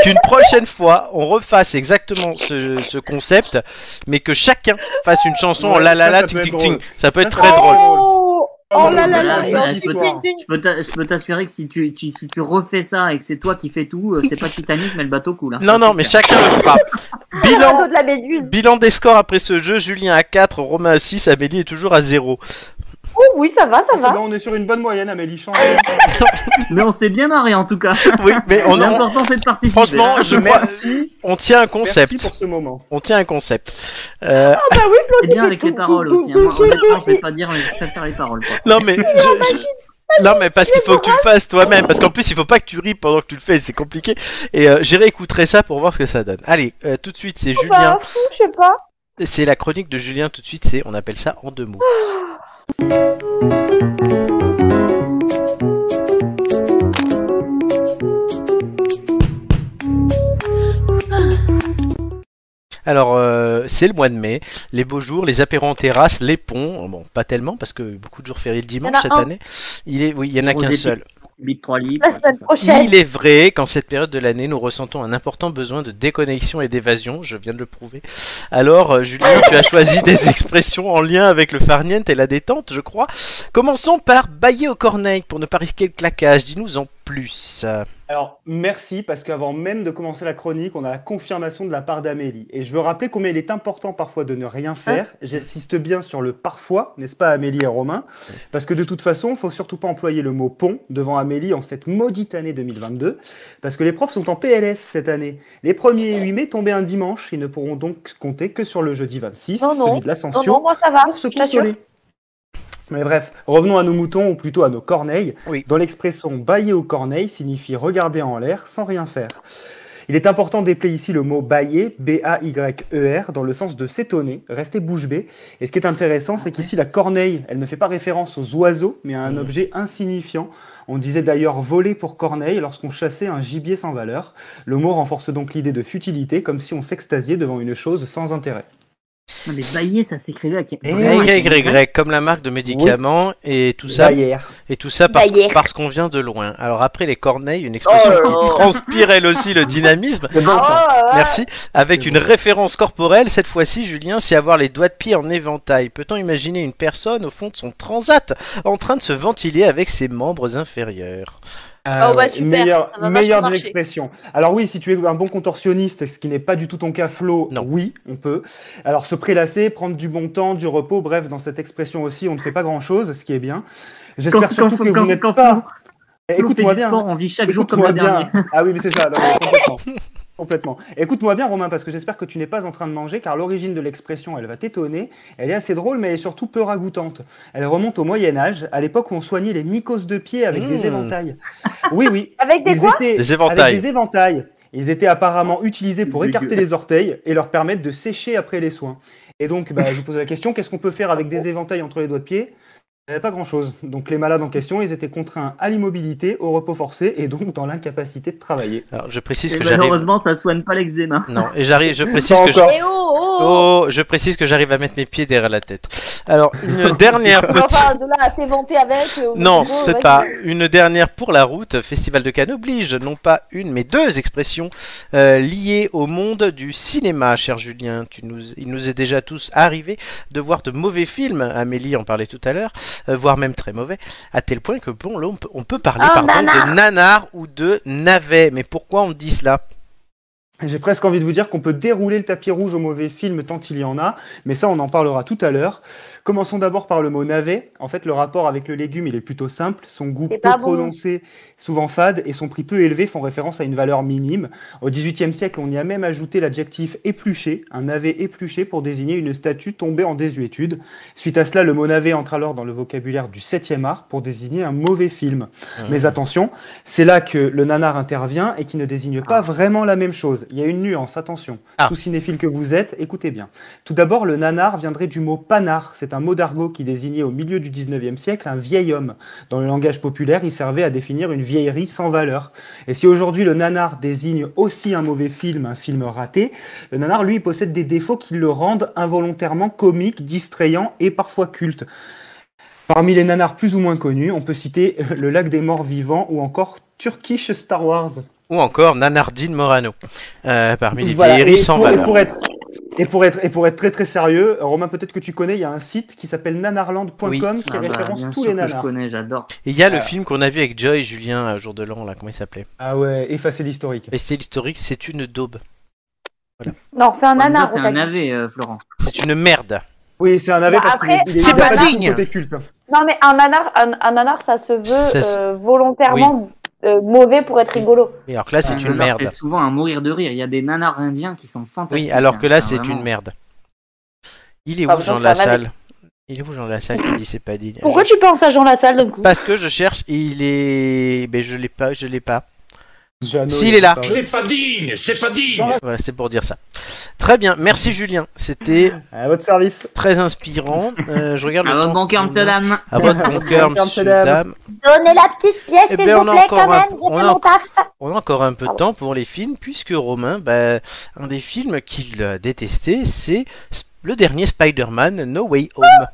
A: qu'une prochaine fois, on refasse exactement ce, ce concept, mais que chacun fasse une chanson en
C: Ouais,
A: la
C: ça,
A: la la
C: ça
A: ting
C: peut
A: ting
C: être
A: ting.
C: drôle.
A: Ça peut être [laughs]
C: Ça,
A: très
C: ça-
A: drôle.
D: Oh, oh là
B: Voilà,
D: là là.
B: voilà,
D: c'est
B: je peux-
D: une- une-
B: je peux t'a- je peux t'assurer que si tu, tu- si tu refais ça et que c'est toi qui fais tout, euh, c'est pas Titanic mais le bateau coule. hein.
A: Non, non, mais chacun le fera.
D: le
A: Bilan,
D: radeau de la méduse.
A: bilan des scores après ce jeu. Julien à 4, Romain à 6, Amélie est toujours à
C: [laughs]
A: 0.
D: Oh oui, ça va, ça
C: C'est
D: va.
C: bon, on est sur une bonne moyenne, Amélie Chan.
B: [laughs] Mais on s'est bien marré en tout cas.
A: Oui, mais on en-
B: L'important c'est de participer.
A: Franchement, je crois,
C: Merci,
A: on tient un
C: merci
A: concept.
C: pour ce moment.
A: On tient un concept. Euh,
D: Ah bah oui,
B: c'est bien avec les paroles aussi. hein. Moi, honnêtement, je vais pas dire, mais je préfère les paroles. Quoi.
A: non mais, je- je- non mais parce qu'il faut que tu le fasses toi-même. Parce qu'en plus, il faut pas que tu ris pendant que tu le fais. C'est compliqué. Et euh, j'ai réécouterai ça pour voir ce que ça donne. Allez, euh, tout de suite, c'est Julien.
D: Bah, fou, je sais pas.
A: C'est la chronique de Julien tout de suite, c'est on appelle ça en deux mots. Alors, euh, c'est le mois de mai, les beaux jours, les apéros en terrasse, les ponts, bon, pas tellement parce que beaucoup de jours fériés le dimanche
D: Il y en a
A: cette
D: un.
A: année. Il est, oui, il y en a
B: Aux
A: qu'un
B: épices.
A: seul.
B: Big 3 litres.
D: La semaine prochaine.
A: Il est vrai qu'en cette période de l'année, nous ressentons un important besoin de déconnexion et d'évasion, je viens de le prouver. Alors, euh, Julien,
D: [laughs]
A: tu as choisi des expressions en lien avec le farniente et la détente, je crois. Commençons par bailler aux corneilles pour ne pas risquer le claquage, dis-nous en plus.
C: Alors, merci, parce qu'avant même de commencer la chronique, on a la confirmation de la part d'Amélie. Et je veux rappeler combien il est important parfois de ne
D: Ah.
C: rien faire. J'insiste bien sur le parfois, n'est-ce pas, Amélie et Romain Parce que de toute façon, faut surtout pas employer le mot pont devant Amélie en cette maudite année 2022, parce que les profs sont en PLS cette année. Les 1er et 8 mai tombaient un dimanche, ils ne pourront donc compter que sur le jeudi 26,
D: Non, non.
C: celui de
D: Non,
C: l'ascension,
D: non, moi ça va.
C: pour se
D: Ah, je t'assure.
C: consoler. Mais bref, revenons à nos moutons, ou plutôt à nos corneilles.
A: Oui.
C: Dans l'expression bailler aux corneilles signifie regarder en l'air sans rien faire. Il est important d'épeler ici le mot bailler, B-A-Y-E-R, E dans le sens de s'étonner, rester bouche bée. Et ce qui est intéressant, c'est qu'ici, la corneille, elle ne fait pas référence aux oiseaux, mais à un
A: Mhm.
C: objet insignifiant. On disait d'ailleurs voler pour corneille lorsqu'on chassait un gibier sans valeur. Le mot renforce donc l'idée de futilité, comme si on s'extasiait devant une chose sans intérêt.
B: Non, mais bailler, ça s'écrivait à quel
C: Eh,
B: vraiment, à quel-
A: Y, comme la marque de médicaments, et tout ça,
C: Bailler.
A: et tout ça parce,
D: Bayer.
A: parce qu'on vient de loin. Alors après les corneilles, une expression
D: Oh là là.
A: qui transpire elle aussi le dynamisme,
C: C'est bon, ça.
D: Ah, ouais.
A: Merci. Avec
C: C'est
A: une référence corporelle, cette fois-ci, Julien, c'est avoir les doigts de pied en éventail. Peut-on imaginer une personne au fond de son transat en train de se ventiler avec ses membres inférieurs
C: Ah
D: Oh, bah,
C: ouais,
D: super,
C: meilleure,
D: ça va
C: meilleure
D: vachement
C: des
D: marcher.
C: expressions. Alors oui, si tu es un bon contorsionniste, ce qui n'est pas du tout ton cas, Flo,
A: Non.
C: oui, on peut. Alors se prélasser, prendre du bon temps, du repos, bref, dans cette expression aussi, on ne fait pas grand-chose, ce qui est bien.
B: Quand,
C: J'espère
B: quand,
C: surtout que
B: quand,
C: vous
B: quand,
C: n'êtes
B: quand
C: pas...
B: on fait
C: Écoute-moi
B: du
C: bien.
B: sport, on vit chaque jour comme
C: Écoute-moi
B: le dernier.
C: bien. Ah oui, mais c'est ça. non, mais complètement. Complètement. Écoute-moi bien, Romain, parce que j'espère que tu n'es pas en train de manger, car l'origine de l'expression, elle va t'étonner. Elle est assez drôle, mais elle est surtout peu ragoûtante. Elle remonte au Moyen Âge, à l'époque où on soignait les mycoses de pied avec
A: Mmh.
C: des éventails. Oui, oui.
D: Avec des
C: Ils
D: quoi
C: étaient
A: Des éventails.
C: avec des éventails. Ils étaient apparemment utilisés pour
B: Dégueu.
C: écarter les orteils et leur permettre de sécher après les soins. Et donc, bah, je vous pose la question qu'est-ce qu'on peut faire avec des éventails entre les doigts de pied Euh, Pas grand-chose. Donc, les malades en question, ils étaient contraints à l'immobilité, au repos forcé et donc dans l'incapacité de travailler.
A: Alors, je précise
B: Et
A: que j'arrive.
B: malheureusement, ça soigne pas l'eczéma.
A: Non, et j'arrive. Je précise
C: Pas
A: que je...
C: encore.
D: Eh oh, oh, oh.
A: Oh, je précise que j'arrive à mettre mes pieds derrière la tête. Alors, une dernière
D: Bon,
A: petite.
D: Enfin, de là à s'éventer avec. euh,
A: Non,
D: bon,
A: peut-être
D: vas-y.
A: pas. Une dernière pour la route. Festival de Cannes oblige, non pas une, mais deux expressions euh, liées au monde du cinéma, cher Julien. Tu nous, il nous est déjà tous arrivé de voir de mauvais films. Amélie en parlait tout à l'heure, euh, voire même très mauvais, à tel point que bon, là, on, peut, on peut parler
D: Oh,
A: pardon, de nanar ou de navet. Mais pourquoi on dit cela
C: J'ai presque envie de vous dire qu'on peut dérouler le tapis rouge au mauvais film tant il y en a, mais ça on en parlera tout à l'heure. Commençons d'abord par le mot navet. En fait, le rapport avec le légume, il est plutôt simple. Son goût
D: C'est
C: peu
D: pas bon.
C: prononcé, souvent fade, et son prix peu élevé font référence à une valeur minime. Au XVIIIe siècle, on y a même ajouté l'adjectif épluché, un navet épluché pour désigner une statue tombée en désuétude. Suite à cela, le mot navet entre alors dans le vocabulaire du 7e art pour désigner un mauvais film. Mais attention, c'est là que le nanar intervient et qui ne désigne pas
B: Ah.
C: vraiment la même chose. Il y a une nuance, attention.
A: Ah.
C: Tout cinéphile que vous êtes, écoutez bien. Tout d'abord, le nanar viendrait du mot panard. C'est un mot d'argot qui désignait au milieu du 19e siècle un vieil homme. Dans le langage populaire, il servait à définir une vieillerie sans valeur. Et si aujourd'hui le nanar désigne aussi un mauvais film, un film raté, le nanar, lui, possède des défauts qui le rendent involontairement comique, distrayant et parfois culte. Parmi les nanars plus ou moins connus, on peut citer [laughs] euh, Le Lac des Morts Vivants ou encore Turkish Star Wars.
A: Ou encore Nanardine Morano, euh, parmi les
C: Voilà,
A: vieilleries
C: et
A: sans
C: pour- et
A: valeur.
C: pour être- et pour, être, et pour être très très sérieux, Romain, peut-être que tu connais, il y a un site qui s'appelle nanarland.com
A: Oui.
C: qui
B: Ah bah,
C: référence
B: bien
C: tous
B: sûr
C: les
B: que Je
C: nanars.
B: connais, j'adore.
A: Et il y a le
C: Voilà.
A: film qu'on a vu avec Joy, Julien, euh, jour de l'an, là, comment il s'appelait
C: Ah ouais, effacer l'historique.
A: Et c'est l'historique, c'est une daube.
D: Non, c'est un
B: Ouais, mais ça,
D: nanar.
B: c'est
D: on
B: un
D: t'a dit.
B: navet, euh, Florent.
A: C'est une merde.
C: Oui, c'est un navet
D: Bah,
C: parce
D: après-
C: qu'il est- il
A: C'est
C: a
A: pas
C: du tout
A: digne.
C: côté culte.
D: Non, mais un nanar, un, un nanar, ça se veut
A: Ça se-
D: euh, volontairement euh, mauvais pour être rigolo.
A: Et alors que là,
B: Un
A: Ah, c'est une
B: nanar,
A: merde.
B: C'est souvent un mourir de rire. Il y a des nanars indiens qui sont fantastiques.
A: Oui, alors que là,
B: hein.
A: c'est Ah,
B: vraiment.
A: une merde. Il est
D: Par
A: où Jean
D: exemple, ça m'avait-
A: Lassalle Il est où Jean Lassalle qui dit c'est pas digne
D: Pourquoi tu penses à Jean Lassalle d'un coup
A: Parce que je cherche, il est. Mais je l'ai pas, je l'ai pas.
C: Jeannot,
A: S'il est là.
C: pas-
F: C'est pas digne, c'est pas digne.
A: Voilà, c'était pour dire ça. Très bien, merci Julien. C'était
C: À votre service.
A: très inspirant. Euh, je regarde
B: À
A: le
B: votre
A: temps
B: Ah, bon cœur,
A: qu'on
B: monsieur,
A: a.
B: dame.
A: À votre bon cœur, monsieur, dame.
D: Donnez la petite pièce,
A: Eh
D: s'il
A: ben,
D: vous
A: on a
D: plaît,
A: encore
D: quand
A: un-
D: même. J'ai
A: on
D: fait
A: a
D: mon
A: en-
D: taf.
A: On a encore un peu de temps pour les films, puisque Romain, bah, un des films qu'il a détesté, c'est Sp- le dernier Spider-Man, No Way Home.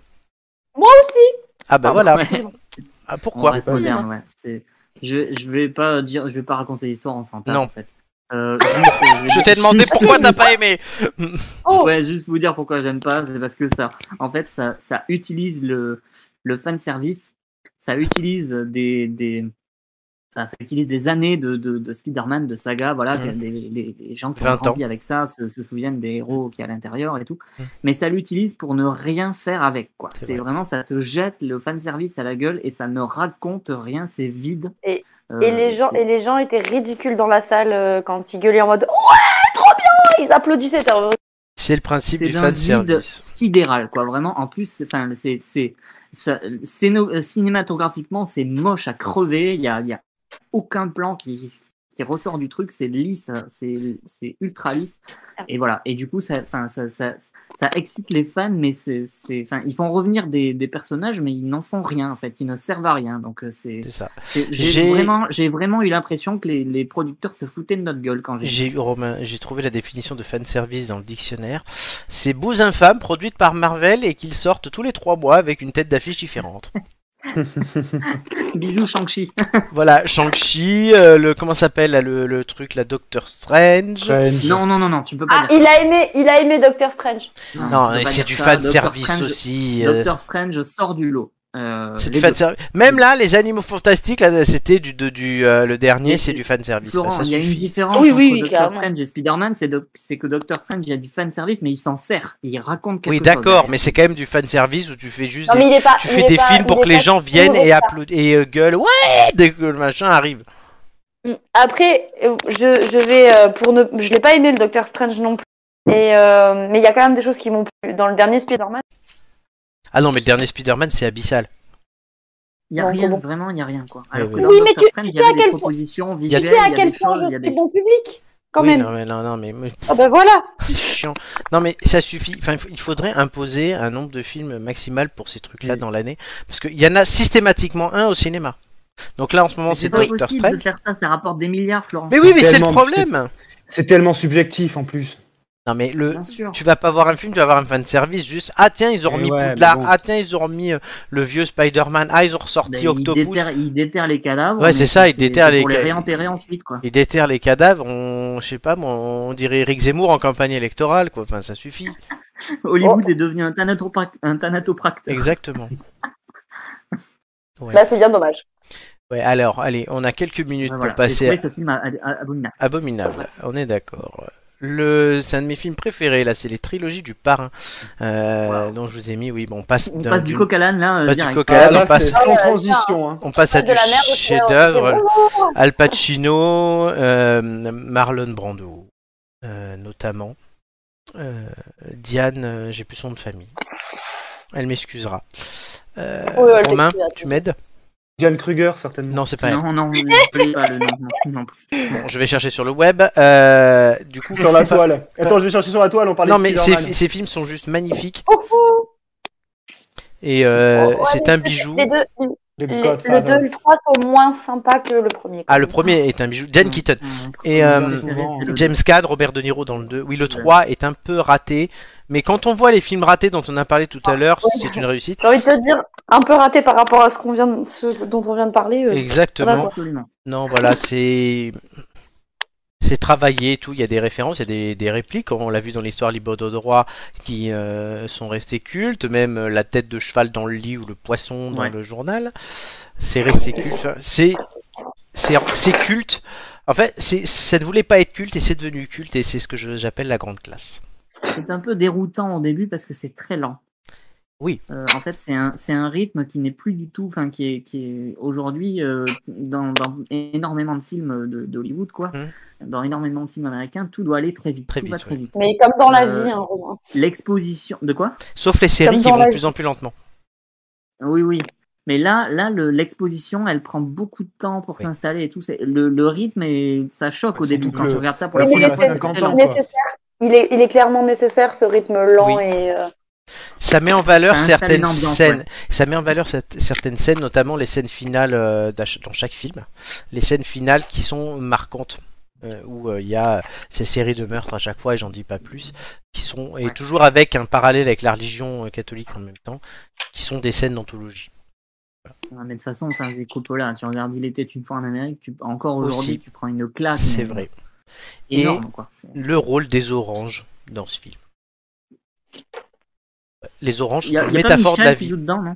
D: Moi aussi.
A: Ah bah
B: Ah,
A: voilà.
B: ouais. [laughs]
A: Ah,
B: On
A: pourquoi
B: reste moderne, ouais. C'est- Je, je vais pas dire, je vais pas raconter l'histoire, on s'en tape,
A: Non.
B: en fait. Euh, juste,
A: Je t'ai demandé
B: juste-
A: pourquoi t'as pas aimé.
D: Oh,
B: Ouais, juste vous dire pourquoi j'aime pas, c'est parce que ça, en fait, ça, ça utilise le, le fan service, ça utilise des, des, enfin, ça utilise des années de, de, de Spider-Man, de saga, voilà,
A: Mhm.
B: des, les, les gens qui ont
A: 20
B: grandi avec ça se, se souviennent des héros qui à l'intérieur et tout,
A: Mhm.
B: mais ça l'utilise pour ne rien faire avec, quoi.
A: C'est
B: C'est
A: vrai.
B: vraiment, ça te jette le fan service à la gueule et ça ne raconte rien, c'est vide.
D: Et-
B: Euh,
D: Et les, gens,
B: c'est-
D: et les gens étaient ridicules dans la salle euh, quand ils gueulaient en mode Ouais, trop bien Ils applaudissaient. t'as-
A: C'est le principe
B: C'est
A: du
B: d'un
A: fan
B: vide
A: service.
B: sidéral, quoi. Vraiment, en plus, c'est- enfin, c'est, c'est, ça- scéno- euh, cinématographiquement, c'est moche à crever. Il y a, il y a aucun plan qui, qui ressort du truc. C'est lisse, hein. c'est, c'est ultra lisse. Et voilà. Et du coup, ça, enfin, ça, ça, ça excite les fans, mais c'est, c'est, enfin, ils font revenir des, des personnages, mais ils n'en font rien, en fait. Ils ne servent à rien. Donc, euh, c'est,
A: C'est ça.
B: c'est-
A: J'ai-
B: j'ai vraiment, j'ai vraiment eu l'impression que les, les producteurs se foutaient de notre gueule quand j'ai.
A: J'ai Romain, j'ai trouvé la définition de fan service dans le dictionnaire. C'est Beaux Infâmes produites par Marvel et qu'ils sortent tous les trois mois avec une tête d'affiche
B: [laughs]
A: différente. [laughs]
B: Bisous, Shang-Chi.
A: voilà, Shang-Chi, euh, le comment s'appelle là, le, le truc, la Doctor Strange.
B: non, non, non, non, tu peux pas
D: Ah,
B: dire
D: il a aimé, il a aimé Doctor Strange.
B: Non,
A: Non,
B: tu peux
A: et
B: Hein, pas
A: c'est
B: dire
A: du
B: ça.
A: fan
B: Doctor
A: service
B: Strange-
A: aussi. euh,
B: Doctor Strange sort du lot. Euh,
A: C'est
B: les
A: du fan
B: deux.
A: service. Même là, les animaux fantastiques, là, c'était du, de- du euh, le dernier,
B: Mais
A: c'est
B: c'est-
A: du fan service.
B: Florent,
A: ça
B: il y a une
A: suffit.
B: différence
D: Oui,
B: entre
D: oui, oui,
B: Doctor
D: carrément.
B: Strange et Spider-Man, c'est doc- c'est que Doctor Strange, il y a du fan service, mais il s'en sert, il raconte quelque
A: Oui,
B: chose.
A: d'accord, mais c'est quand même du fan service où tu fais juste,
D: Non,
A: des-
D: mais il est pas.
A: tu
D: il
A: fais
D: est
A: des
D: pas-
A: films
D: il
A: pour
D: est
A: que les
D: pas
A: gens viennent et
D: toujours-
A: applaudissent et euh, gueulent ouais dès que le machin arrive.
D: Après, euh, je, je vais euh, pour ne, je l'ai pas aimé le Docteur Strange non plus. Et euh, mais il y a quand même des choses qui m'ont plu. Dans le dernier Spider-Man,
A: Ah non, mais le dernier Spider-Man, c'est abyssal.
B: Il y a
D: Non,
B: rien,
D: bon.
B: vraiment, il y a rien quoi. Alors que
A: oui.
B: dans
D: Oui, mais
B: Doctor
D: tu-
B: Strange,
D: tu
B: il y
D: sais à
B: avait des
D: quel point-
B: propositions
A: y a-
D: tu
B: visuelles, il
D: sais à
B: y a
D: quel
B: des
D: point
B: choses, il y a
D: je suis
B: des. euh,
D: bon public quand
A: Oui,
D: même.
A: non, mais non, non, mais [laughs] mais
D: Ah ben voilà.
A: c'est chiant. Non, mais ça suffit. Enfin, il faut- il faudrait imposer un nombre de films maximal pour ces trucs-là
D: Mm.
C: Oui.
A: dans l'année, parce qu'il y en a systématiquement un au cinéma. Donc là, en ce moment,
B: Mais
A: c'est
B: C'est pas
A: Doctor
B: possible de
A: Strange.
B: faire ça, ça rapporte des milliards, Florent.
A: Mais oui, mais c'est le
C: Tellement, parce que-
A: problème.
C: C'est tellement subjectif en plus.
A: Non, mais le,
B: Bien sûr.
A: Tu vas pas voir un film, tu vas voir un fan service juste ah tiens ils ont
C: Eh
A: remis
C: ouais, mais
A: Poudlard,
C: bon.
A: ah tiens ils ont remis euh, le vieux Spider-Man, ah ils ont ressorti
B: Ben, il,
A: Octopus,
B: déterre, il déterre les cadavres.
A: Ouais,
B: mais
A: c'est ça, il déterre les
B: Pour les
A: ca-
B: réenterrer ensuite quoi. [laughs]
A: ils déterrent les cadavres, on je sais pas moi, on dirait Eric Zemmour en campagne électorale quoi, enfin ça suffit.
B: Hollywood
D: Oh.
B: est devenu un thanatoprac- un thanatopracteur.
A: Exactement. Ouais.
D: Là, c'est bah, bien dommage.
A: Ouais, alors, allez, on a quelques minutes
B: Voilà.
A: pour
B: J'ai
A: passer
B: trouvé ce film a- a- a- abominable.
A: Abominable, on est d'accord. Le, c'est un de mes films préférés, là, c'est les trilogies du parrain, euh, dont je vous ai mis, oui, bon, on passe,
B: On
A: d'un-
B: passe du
A: d'une-
B: coq à l'âne, là. euh,
A: passe du
B: direct.
A: coq à
C: Ah,
A: l'âne,
C: là,
A: on passe,
C: c'est sans transition. hein.
A: on passe à
D: De
A: du
D: la merde, c'est-
A: chef-d'œuvre,
D: c'est bon.
A: Al Pacino, euh, Marlon Brando, euh, notamment. Euh, Diane, euh, j'ai plus son nom de famille. Elle m'excusera. Euh,
D: Oui, elle
A: Romain,
D: t'excuse,
A: tu m'aides
C: Diane Kruger, certainement.
A: Non, c'est pas elle.
B: Ah, Non, non, ne plaît pas le nom. non, non plus.
A: Bon, je vais chercher sur le web. Euh, du coup, [laughs]
C: Sur la
A: enfin,
C: toile. Attends, je vais chercher sur la toile, on parlait
A: Non,
C: de
A: mais ces,
C: Spider-Man.
A: ces films sont juste magnifiques.
D: Ouhou.
A: Et euh,
D: Oh, ouais,
A: c'est un bijou.
D: Les deux, les-
C: Les
D: le
C: Godfather.
D: 2 et le 3 sont moins sympas que le premier.
A: Ah, le premier est un bijou. Diane Keaton.
B: Mmh.
A: Et,
B: Mon
A: euh,
B: préféré, c'est le-
A: James Caan, Robert De Niro dans le 2. Oui, le 3 est un peu raté. Mais quand on voit les films ratés dont on a parlé tout à l'heure, c'est une réussite.
D: J'ai envie de te dire, un peu raté par rapport à ce, qu'on vient de- ce dont on vient de parler. euh.
A: Exactement.
B: Absolument.
A: Non, voilà, c'est. C'est travaillé et tout. Il y a des références, il y a des, des répliques. On l'a vu dans l'histoire libre de droit qui euh, sont restées cultes. Même euh, la tête de cheval dans le lit ou le poisson dans
B: Ouais.
A: le journal. C'est resté culte. Enfin, C'est. C'est c'est culte. En fait, c'est- ça ne voulait pas être culte et c'est devenu culte et c'est ce que je- j'appelle la grande classe.
B: C'est un peu déroutant au début parce que c'est très lent.
A: Oui.
B: Euh, en fait, c'est un, c'est un rythme qui n'est plus du tout, enfin, qui est, qui est aujourd'hui euh, dans, dans énormément de films euh, de- d'Hollywood, quoi. Dans énormément de films américains, tout doit aller très vite.
A: Hum. Très
B: tout
A: vite,
B: va très
A: oui.
B: vite.
D: Mais comme dans la
B: Euh,
D: vie, hein, Romain.
B: L'exposition. De quoi
A: Sauf les séries
D: Comme
A: qui
D: dans
A: vont
D: la
A: de
D: vie.
A: plus en plus lentement.
B: Oui, oui. Mais là, là, le- l'exposition, elle prend beaucoup de temps pour
A: Oui.
B: s'installer et tout. C'est- Le, le rythme, et ça choque au
C: Surtout
B: début
C: que
B: quand
C: le-
B: tu regardes ça pour
C: le
B: la
D: film
B: première
D: a
B: fois. c'est
C: 50
B: très
C: ans.
B: lent.
D: Nécessaire. Il est, il est clairement nécessaire ce rythme lent
A: Oui.
D: et euh,
A: Ça met en valeur
B: Ça installe
A: certaines
B: une ambiance,
A: scènes. Ça met en valeur cette- certaines scènes, notamment les scènes finales euh, d'ach- dans chaque film. Les scènes finales qui sont marquantes, euh, où euh, il y a ces séries de meurtres à chaque fois, et j'en dis pas plus, qui sont et
B: Ouais.
A: toujours avec un parallèle avec la religion euh, catholique en même temps, qui sont des scènes d'anthologie.
B: Ouais, mais de toute façon, enfin, c'est Coppola. Tu regardes Il était une fois en Amérique, tu... encore aujourd'hui,
A: Aussi.
B: tu prends une classe.
A: C'est
B: mais
A: vrai. Et-
B: Ah, Énorme, quoi. C'est-
A: Le rôle des oranges dans ce film. Les oranges
B: Il y a,
A: sont
B: il
A: une
B: y a pas
A: métaphore de la
B: Michel qui
A: vie.
B: joue dedans, non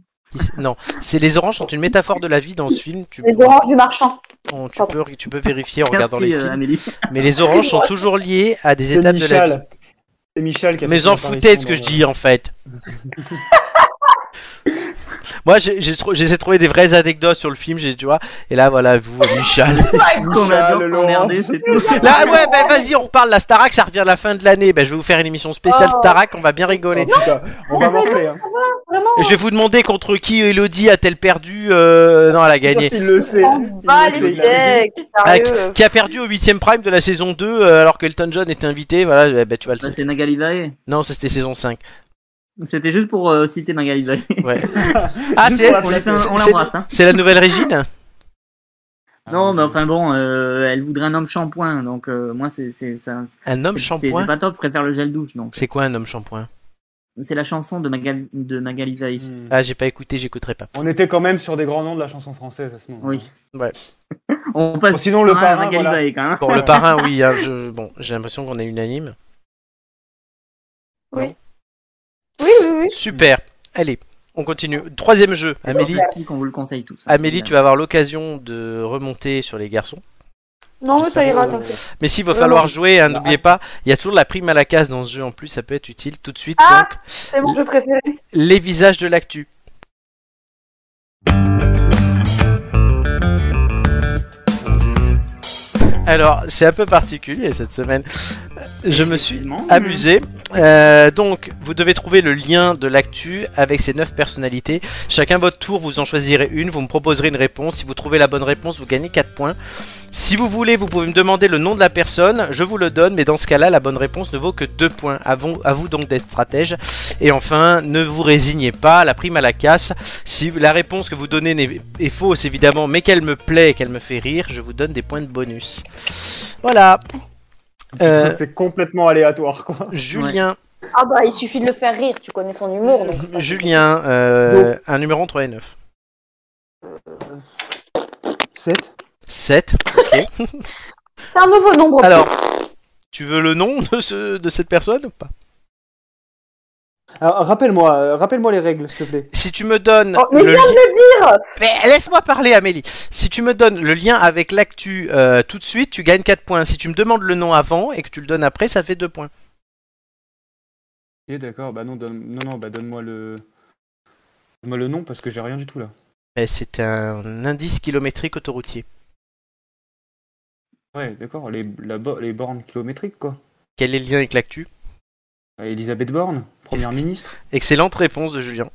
A: Non, c'est les oranges sont une métaphore de la vie dans ce film. Tu,
D: les
A: peux-
D: oranges du marchand.
A: on- tu
D: pardon.
A: peux, tu peux vérifier en regardant
B: Merci,
A: les
B: euh,
A: films. [laughs]
B: Amélie.
A: Mais les oranges sont toujours liées à des
C: C'est
A: étapes de la vie.
C: Michal. C'est Michal qui a
A: Mais
C: fait son
A: j'en foutais de ce que je
C: apparition
A: dis en fait. Moi, j'ai j'ai trou- j'essaie de trouver des vraies anecdotes sur le film, j'ai tu vois. Et là, voilà, vous, euh,
B: [laughs]
A: Michel.
B: Qu'on adore
C: Michel,
B: t'emmerder, c'est tout.
A: Là, ouais, ben vas-y, on reparle. La Starac, ça revient à la fin de l'année. Ben, je vais vous faire une émission spéciale
D: Oh.
A: Starac, on va bien
C: dans-
A: rigoler.
C: Oh, putain, on
D: [laughs]
C: va morfler. Hein.
D: Vraiment,
A: Et je vais vous demander contre qui Elodie a-t-elle perdu euh, Non, elle a [laughs] gagné.
C: Il le sait.
D: on
C: Il
D: bat
C: le
D: Ah, les
C: sait, il a-
D: steaks,
A: Avec-
D: sérieux.
A: Qui a perdu au 8ème prime de la saison 2 euh, alors qu'Elton John était invité. Voilà, ben, tu vas le
B: Bah,
A: savoir.
B: c'est Magali Vaé.
A: Non, ça, c'était saison 5.
B: C'était juste pour euh, citer Magali Vaé. [laughs]
A: Ouais. Ah,
C: Juste
A: c'est
C: pour la-
B: On la-
A: c'est-
B: on
A: c'est-
B: l'embrasse. hein.
A: c'est la nouvelle Régine
B: Non, mais enfin bon, euh, elle voudrait un homme shampoing, donc euh, moi c'est c'est ça.
A: Un homme
B: c'est- C'est
A: shampoing
B: pas top, je préfère le gel douche. Donc
A: C'est quoi un homme shampoing
B: c'est la chanson de Magali de Magali Vaé.
C: Hmm.
A: Ah, j'ai pas écouté, j'écouterai
C: [laughs]
A: pas.
C: On était quand même sur des grands noms de la chanson française à ce moment.
B: Oui.
A: Ouais.
B: [laughs] On passe
C: Bon, sinon, le
B: à
C: parrain,
B: Magali
C: voilà.
B: Vaé, quand même.
A: Pour le parrain, oui, hein, je... bon, j'ai l'impression qu'on est unanime.
D: Oui, oui, oui.
A: Super. Allez, on continue. Troisième jeu, Amélie.
B: Merci qu'on vous le conseille tous. hein.
A: Amélie, tu vas avoir l'occasion de remonter sur les garçons.
D: Non, mais ça ira,
C: Euh,
D: t'inquiète.
A: Mais s'il va
C: Non,
A: falloir
C: non.
A: jouer, hein,
C: Bah,
A: n'oubliez pas, il y a toujours la prime à la case dans ce jeu en plus, ça peut être utile tout de suite.
D: Ah
A: donc,
D: C'est mon jeu préféré.
A: les visages de l'actu. Alors, c'est un peu particulier cette semaine. Je me suis
B: Effectivement.
A: amusé. Euh, donc, vous devez trouver le lien de l'actu avec ces 9 personnalités. Chacun votre tour, vous en choisirez une, vous me proposerez une réponse. Si vous trouvez la bonne réponse, vous gagnez 4 points. Si vous voulez, vous pouvez me demander le nom de la personne, je vous le donne, mais dans ce cas-là, la bonne réponse ne vaut que 2 points. À vous, à vous donc d'être stratège. Et enfin, ne vous résignez pas, la prime à la casse. Si la réponse que vous donnez n'est- est fausse, évidemment, mais qu'elle me plaît et qu'elle me fait rire, je vous donne des points de bonus. Voilà. Euh,
C: C'est complètement aléatoire, quoi.
A: Julien,
D: Ah bah, il suffit de le faire rire, tu connais son humour. Donc c'est pas-
A: Julien, euh, un numéro 3 et 9.
C: 7
A: 7.
D: C'est un nouveau nombre.
A: Alors, tu veux le nom de, ce- de cette personne ou pas
C: Alors, rappelle-moi, euh, rappelle-moi les règles, s'il te plaît.
A: Si tu me donnes
D: Oh, mais
A: le
D: viens
A: lien-
D: de le dire
A: Mais laisse-moi parler, Amélie. Si tu me donnes le lien avec l'actu euh, tout de suite, tu gagnes 4 points. Si tu me demandes le nom avant et que tu le donnes après, ça fait 2 points.
C: Ok, d'accord. Bah non, donne... non, non, bah donne-moi le, donne-moi le nom parce que j'ai rien du tout là.
A: Eh, C'est un indice kilométrique autoroutier.
C: Ouais, d'accord. Les, la bo- les bornes kilométriques, quoi.
A: Quel est le lien avec l'actu
C: Ah, Elisabeth Borne, première
A: Est-ce que-
C: ministre.
A: Excellente réponse de Julien.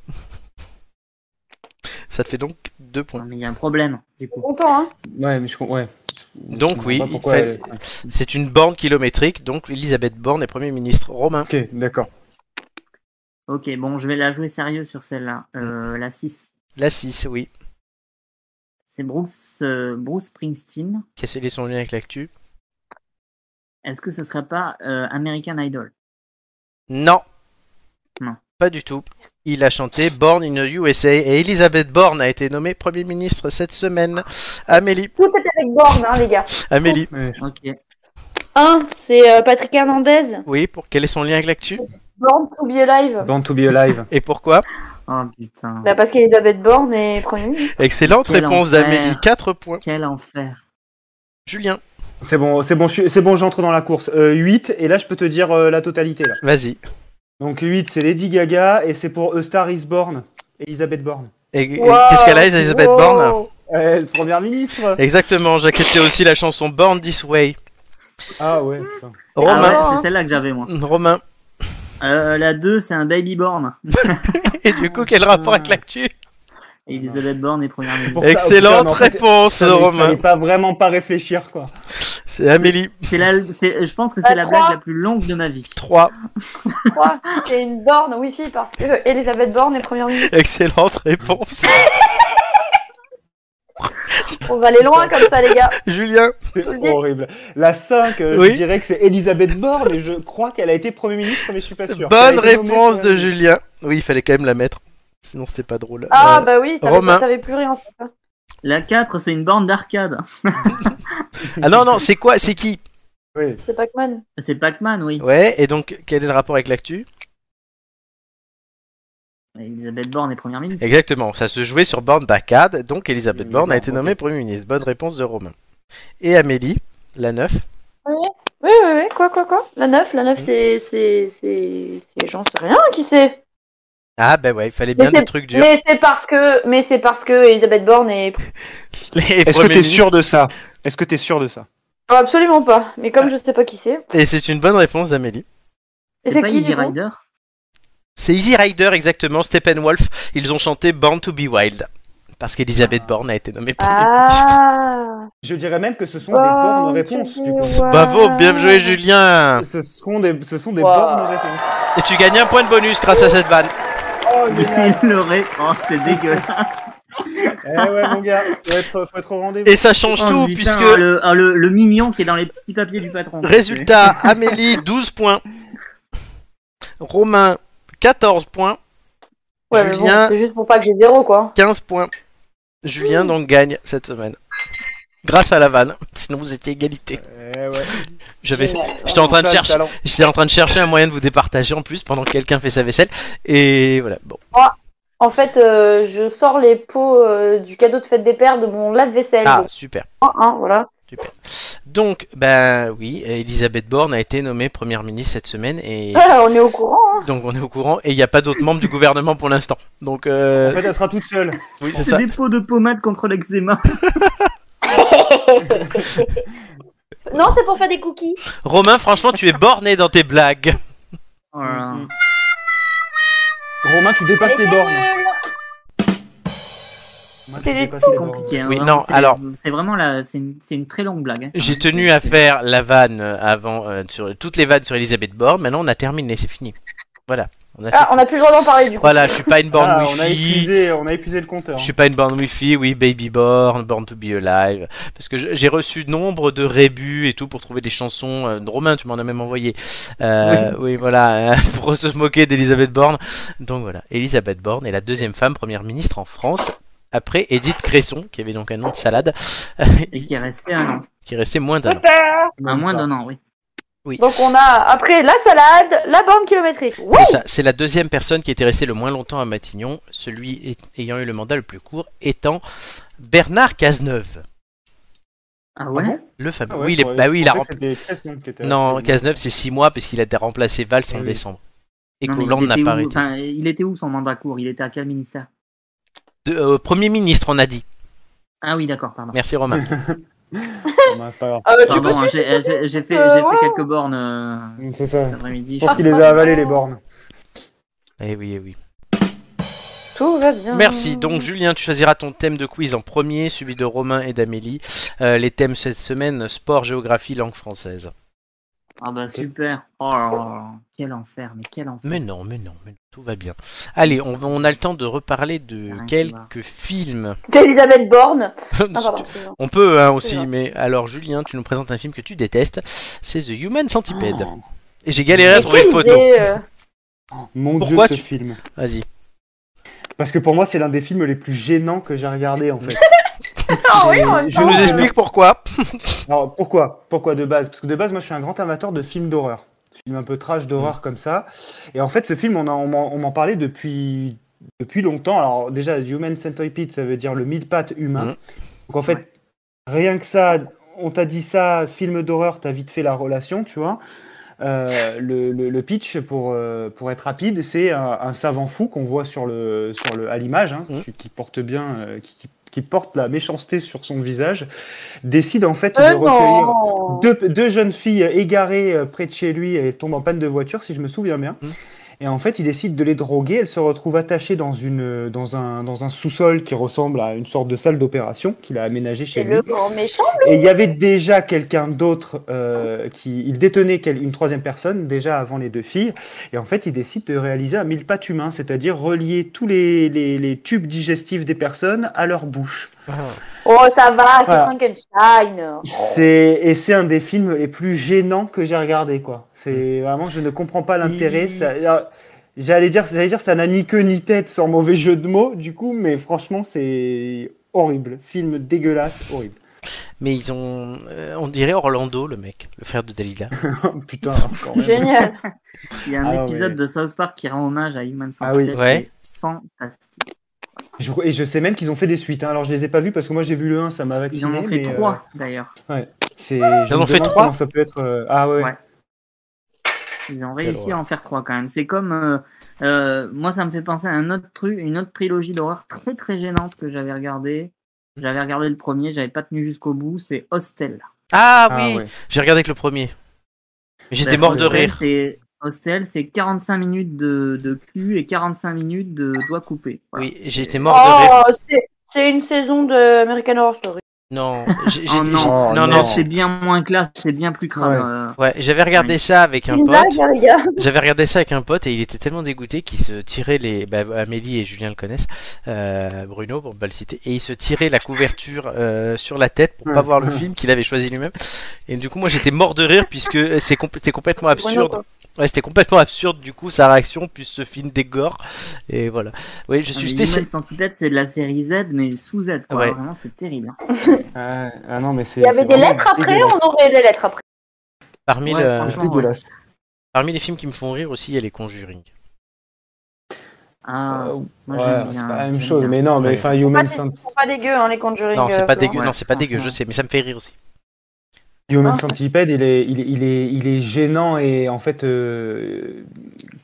A: Ça te fait donc 2
B: Non,
A: points.
B: mais il y a un problème, du coup.
D: Content, hein
C: Ouais, mais je comprends. Ouais. Je
A: Donc,
C: comprends
A: oui,
C: pas
A: il
C: pourquoi
A: fallait-
C: elle-
A: C'est une borne kilométrique, donc Elisabeth Borne est Premier ministre. Romain.
C: Ok, d'accord.
B: Ok, bon, je vais la jouer sérieux sur celle-là. Euh, la 6.
A: La 6, oui.
B: C'est Bruce, euh, Bruce Springsteen.
A: Quel est son lien avec l'actu
B: Est-ce que ce serait pas euh, American Idol
A: Non.
B: Non.
A: Pas du tout. Il a chanté Born in the USA et Elisabeth Borne a été nommée Premier ministre cette semaine. Amélie.
D: Tout est avec borne, hein, les gars.
A: Amélie.
C: Ouais,
B: Ok.
D: 1, c'est euh, Patrick Hernandez.
A: Oui, pour quel est son lien avec l'actu
D: Born to be alive.
C: Born to be alive.
A: Et pourquoi
B: Oh putain.
D: Bah parce qu'Elisabeth Borne est première ministre.
A: Excellente
B: Quel
A: réponse
B: enfer.
A: d'Amélie. 4 points.
B: Quel enfer.
A: Julien,
C: C'est bon, c'est bon, je suis- c'est bon, j'entre dans la course. Euh, 8, et là je peux te dire euh, la totalité là.
A: vas-y.
C: Donc 8, c'est Lady Gaga, et c'est pour A Star is Born, Elisabeth Borne.
A: Et, et qu'est-ce qu'elle a, Elisabeth
D: Wow.
A: Borne
C: Euh, première ministre
A: Exactement, j'acceptais aussi la chanson Born This Way.
C: Ah ouais, putain.
B: Ah
A: Romain.
B: ouais, c'est celle-là que j'avais moi.
A: Romain.
B: Euh, la 2, c'est un Baby Born.
A: Et du coup, quel rapport avec l'actu
B: Elisabeth Borne est première ministre.
C: Pour ça,
A: Excellente
C: putain, mais en fait,
A: réponse,
C: fallait-
A: Romain.
C: fallait pas vraiment pas réfléchir quoi.
A: C'est Amélie.
B: C'est la, c'est- je pense que c'est
D: La
B: la
D: trois.
B: blague la plus longue de ma vie.
A: 3.
D: Trois, c'est une borne Wi-Fi parce que Elisabeth Borne est première ministre.
A: Excellente réponse.
D: On va aller loin comme ça, les gars.
A: Julien.
C: C'est
D: Ok.
C: horrible. La 5, euh,
A: Oui.
C: je dirais que c'est Elisabeth Borne, et je crois qu'elle a été Premier ministre, mais je suis pas sûr.
A: Bonne
C: Elle a été nommée
A: réponse de
C: première ministre.
A: Julien. Oui, il fallait quand même la mettre. Sinon, c'était pas drôle.
D: Ah
A: Euh,
D: bah oui, ça
A: Romain.
D: savait plus rien. c'est ça.
B: La 4, c'est une borne d'arcade.
A: ah non, non, c'est quoi C'est qui
C: Oui.
D: C'est Pac-Man.
B: C'est Pac-Man, oui.
A: Ouais, et donc, quel est le rapport avec l'actu
B: Elisabeth Borne est première ministre.
A: Exactement, ça se jouait sur borne d'arcade. Donc, Elisabeth
C: Oui,
A: Borne a
C: bon,
A: été
C: ok.
A: nommée Premier ministre. Bonne réponse de Romain. Et Amélie, la 9.
D: Oui, oui, oui. Quoi, quoi, quoi La 9, la 9, c'est... C'est... C'est... c'est- J'en sais rien, qui sait
A: Ah, bah ouais, il fallait bien
D: Mais
A: des trucs durs. [laughs]
D: Mais c'est parce que... Mais c'est parce que Elisabeth Borne est...
C: Est-ce que t'es sûr de ça Est-ce que t'es sûr de ça
D: Oh, absolument pas. Mais comme je sais pas qui c'est...
A: Et c'est une bonne réponse d'Amélie.
D: Et
B: Ah. C'est
D: c'est
B: pas
D: qui,
B: Easy
D: du coup
B: Rider [laughs]
A: C'est Easy Rider, exactement, Steppenwolf. Ils ont chanté Born to be Wild. Parce qu'Elisabeth Borne a été nommée Premier ministre.
D: Ah
C: Je dirais même que ce sont des
D: Born
C: bornes
D: to
C: réponses,
D: be
C: du coup.
D: wild.
A: Bravo, bien joué, Julien.
C: Ce sont des, ce sont des
D: Wow.
C: bornes réponses.
A: Et tu gagnes un point de bonus grâce à cette vanne.
C: Oh, génial
B: Il l'aurait. Oh, c'est dégueulasse.
C: Eh ouais, mon gars, faut être, faut être au rendez-vous.
A: Et ça change
B: Oh,
A: tout,
B: putain,
A: puisque
B: ah, le, ah, le, le mignon qui est dans les petits papiers du patron.
A: résultat, Amélie, 12 points. Romain, 14 points.
D: Ouais, mais bon,
A: Julien,
D: c'est juste pour pas que j'ai zéro, quoi.
A: 15 points. Julien donc gagne cette semaine. Grâce à la vanne. Sinon vous étiez égalité.
C: Eh ouais.
A: J'avais,
D: Génial.
A: j'étais en train de
C: Ça, le
A: chercher,
C: talent.
A: j'étais en train de chercher un moyen de vous départager en plus pendant que quelqu'un fait sa vaisselle. Et voilà. Bon.
D: En fait, euh, je sors les pots euh, du cadeau de fête des pères de mon lave-vaisselle.
A: Ah
D: Donc,
A: super.
D: hein, voilà.
A: Donc ben oui, Elisabeth Borne a été nommée première ministre cette semaine et
D: Ah, on est au courant. hein.
A: donc on est au courant et il n'y a pas d'autres membres du gouvernement pour l'instant. Donc
C: En
A: euh,
C: fait, elle sera toute seule.
A: oui c'est
B: C'est
A: ça.
B: Oh, des pots de pommade contre l'eczéma.
D: Non, c'est pour faire des cookies.
A: Romain, franchement, tu es borné dans tes blagues.
B: Oh là là.
C: Mm. Romain, tu dépasses les bornes. Romain, tu
D: C'est
C: dépasses
D: tout
C: les bornes.
B: compliqué. hein.
A: Oui,
B: Vraiment,
A: non,
B: c'est-
A: alors-
B: C'est vraiment la. C'est une, c'est une très longue blague. hein.
A: J'ai tenu à faire la vanne euh, avant euh, sur toutes les vannes sur Elisabeth Borne. Maintenant, on a terminé, c'est fini. Voilà. On a
D: Ah,
A: fait-
D: on n'a plus le droit d'en parler du coup.
A: Voilà, je suis pas une borne
C: Ah, on a
A: wifi.
C: épuisé, on a épuisé le compteur.
A: Je suis pas une borne wifi, oui, baby born, born to be alive. Parce que je- j'ai reçu nombre de rébus et tout pour trouver des chansons. euh, de Romain, tu m'en as même envoyé. Euh, oui. voilà, euh, [laughs] pour se moquer d'Elisabeth Borne. Donc voilà, Elisabeth Borne est la deuxième femme première ministre en France. Après Edith Cresson, qui avait donc un nom de salade,
B: Et qui est resté un an.
A: qui restait moins d'un an.
D: Super.
B: À moins d'un an, oui.
A: Oui.
D: Donc on a après la salade, la borne kilométrique. Wouh
A: C'est ça, c'est la deuxième personne qui était restée le moins longtemps à Matignon, celui est- ayant eu le mandat le plus court étant Bernard Cazeneuve.
B: Ah ouais
A: Le fameux.
C: Ah ouais,
A: oui, il est-
C: je croyais-
A: bah oui,
C: je
A: il a
C: pensais
A: rem-
C: que c'était Cresson qui était
A: Non,
C: resté.
A: Cazeneuve, c'est 6 mois parce qu'il a remplacé Valls en
C: Eh oui.
A: décembre. Et
B: Non, mais il
A: qu'Hollande n'a
B: était
A: pas
B: où-
A: arrêté.
B: enfin, il était où son mandat court Il était à quel ministère
A: De- euh, Premier ministre, on a dit.
B: Ah oui, d'accord, pardon.
A: Merci Romain.
C: [laughs] Non, non, c'est pas grave.
D: Euh, tu peux
B: Pardon, hein,
D: suivre
B: j'ai j'ai- j'ai fait, j'ai fait
D: euh, ouais. Ah.
B: quelques bornes euh,
C: Mm, C'est ça.
B: cet après-midi.
C: Je pense qu'il les a avalés, les bornes.
A: Eh oui, eh oui.
D: Tout va bien.
A: Merci. Donc Julien, tu choisiras ton thème de quiz en premier, celui de Romain et d'Amélie. Euh, les thèmes cette semaine, sport, géographie, langue française.
B: Ah bah super. Oh là là là. Quel enfer, mais quel enfer.
A: Mais non, mais non, mais non, tout va bien. Allez, on, on a le temps de reparler de
B: Rien qui
A: quelques films.
D: D'Elisabeth Borne.
A: [laughs]
D: Ah, pardon, excuse-moi.
A: on peut hein,
D: C'est
A: aussi,
D: vrai.
A: mais alors Julien, tu nous présentes un film que tu détestes, c'est The Human Centipede.
C: Oh,
A: Et j'ai galéré à
D: Ah. Mais
A: trouver
D: quelle
A: une photo.
D: idée, euh,
C: Mon
A: Pourquoi
C: dieu,
A: tu-
C: ce film.
A: Vas-y.
C: Parce que pour moi, c'est l'un des films les plus gênants que j'ai regardé
A: [laughs]
C: en fait.
D: Ah oui, en même
C: Je
A: Tu
D: temps,
A: nous
D: euh,
A: expliques pourquoi
C: Alors pourquoi Pourquoi de base Parce que de base, moi, je suis un grand amateur de films d'horreur. Films un peu trash d'horreur comme ça. Et en fait, ce film, on, en- on m'en on m'en parlait depuis, depuis longtemps. Alors déjà, Human Centipede, ça veut dire le mille pattes humain.
A: Mhm.
C: Donc en fait, rien que ça, on t'a dit ça, film d'horreur, t'as vite fait la relation, tu vois. Euh, le, le- le pitch, pour, euh, pour être rapide, c'est un, un savant fou qu'on voit sur le, sur le, à l'image, hein,
A: Mhm.
C: qui, qui porte bien, euh, qui, qui- qui porte la méchanceté sur son visage, décide en fait
D: euh,
C: de recueillir
D: non.
C: deux, deux jeunes filles égarées euh, près de chez lui et tombent en panne de voiture, si je me souviens bien.
A: Mhm.
C: Et en fait, il décide de les droguer. Elles se retrouvent attachées dans, une, dans un, dans un sous-sol qui ressemble à une sorte de salle d'opération qu'il a aménagée chez
D: C'est
C: lui.
D: le grand méchant.
C: Et il y avait déjà quelqu'un d'autre euh, qui. Il détenait quel- une troisième personne déjà avant les deux filles. Et en fait, il décide de réaliser un mille pattes humain, c'est-à-dire relier tous les, les- les tubes digestifs des personnes à leur bouche.
A: Ah.
D: Oh, ça va, c'est
C: Voilà.
D: Frankenstein.
C: C'est et c'est un des films les plus gênants que j'ai regardé quoi. C'est vraiment je ne comprends pas l'intérêt.
A: Il-
C: ça- alors, J'allais dire j'allais dire ça n'a ni queue ni tête sans mauvais jeu de mots du coup, mais franchement c'est horrible, film dégueulasse, [laughs] horrible.
A: Mais ils ont. euh, on dirait Orlando, le mec, le frère de Dalida.
C: Oh, Putain quand
A: [laughs]
C: même.
D: Génial.
B: Il y a un
C: Ah ouais.
B: épisode de South Park qui rend hommage à Human
C: Ah
B: Centipede.
C: oui.
B: qui
A: Ouais.
B: est Fantastique.
C: Je- et je sais même qu'ils ont fait des suites. hein. Alors je les ai pas vus parce que moi j'ai vu le 1, ça m'a vacciné.
B: Ils en ont fait
C: mais, euh,
B: trois d'ailleurs.
C: c'est- je
A: en
C: me
A: ont fait
C: demande
A: trois
C: comment Ça peut être. euh, Ah ouais.
B: Ouais. Ils ont réussi
A: horreur.
B: à en faire trois quand même. C'est comme. euh, euh, moi, ça me fait penser à un autre truc, une autre trilogie d'horreur très très gênante que j'avais regardé. J'avais regardé le premier, j'avais pas tenu jusqu'au bout. C'est Hostel.
A: Ah
C: Ah
A: oui
C: ouais.
A: J'ai regardé que le premier. J'étais
B: Ben,
A: mort de
B: Hostel,
A: rire.
B: c'est- Hostel, c'est 45 minutes de, de cul et 45 minutes de doigts coupés. Voilà.
A: Oui, j'étais mort de rire.
D: Oh, c'est- c'est une saison de American Horror Story.
A: Non, j'ai- j'ai-
B: Oh
A: j'ai-
B: non.
A: non,
C: Non.
A: non.
B: C'est bien moins classe, c'est bien plus crâne.
C: Ouais.
A: Ouais,
B: euh,
A: j'avais regardé ça avec un
D: Une
A: pote.
D: blague, hein, les gars.
A: J'avais regardé ça avec un pote et il était tellement dégoûté qu'il se tirait les. Bah, Amélie et Julien le connaissent, euh, Bruno pour pas le citer, et il se tirait la couverture euh, sur la tête pour pas voir le film qu'il avait choisi lui-même. Et du coup, moi j'étais mort de rire puisque c'est compl- c'était complètement absurde. Ouais, c'était complètement absurde du coup sa réaction plus ce film d'égore et voilà. Oui, je suis
B: mais
A: spécial.
B: Human Centipede, c'est de la série Z, mais sous Z. quoi.
A: Ouais.
B: Vraiment, c'est terrible. hein.
C: Ah, ah non mais c'est.
D: Il y avait des lettres après, on aurait les lettres après.
A: Parmi,
B: Ouais,
A: le-
B: franchement.
C: Dégueulasse.
A: parmi les films qui me font rire aussi, il y a les Conjuring.
B: Ah,
C: Euh,
B: moi,
C: ouais,
B: j'aime
C: c'est
B: bien,
C: pas la même
B: j'aime
C: chose.
B: bien.
C: Mais non,
A: Ça y
C: mais
A: est.
C: enfin, Human,
D: Pas des-
C: Cent-
D: Ils sont pas dégueux, hein, les Conjuring.
A: Non, c'est
D: euh,
A: pas
D: Florent.
A: dégueu, non, c'est pas dégueu, je
B: franchement.
A: sais, mais ça me fait rire aussi.
C: Human
D: Ah.
C: Centipede, il est, il, est- il est, il est gênant et en fait, euh,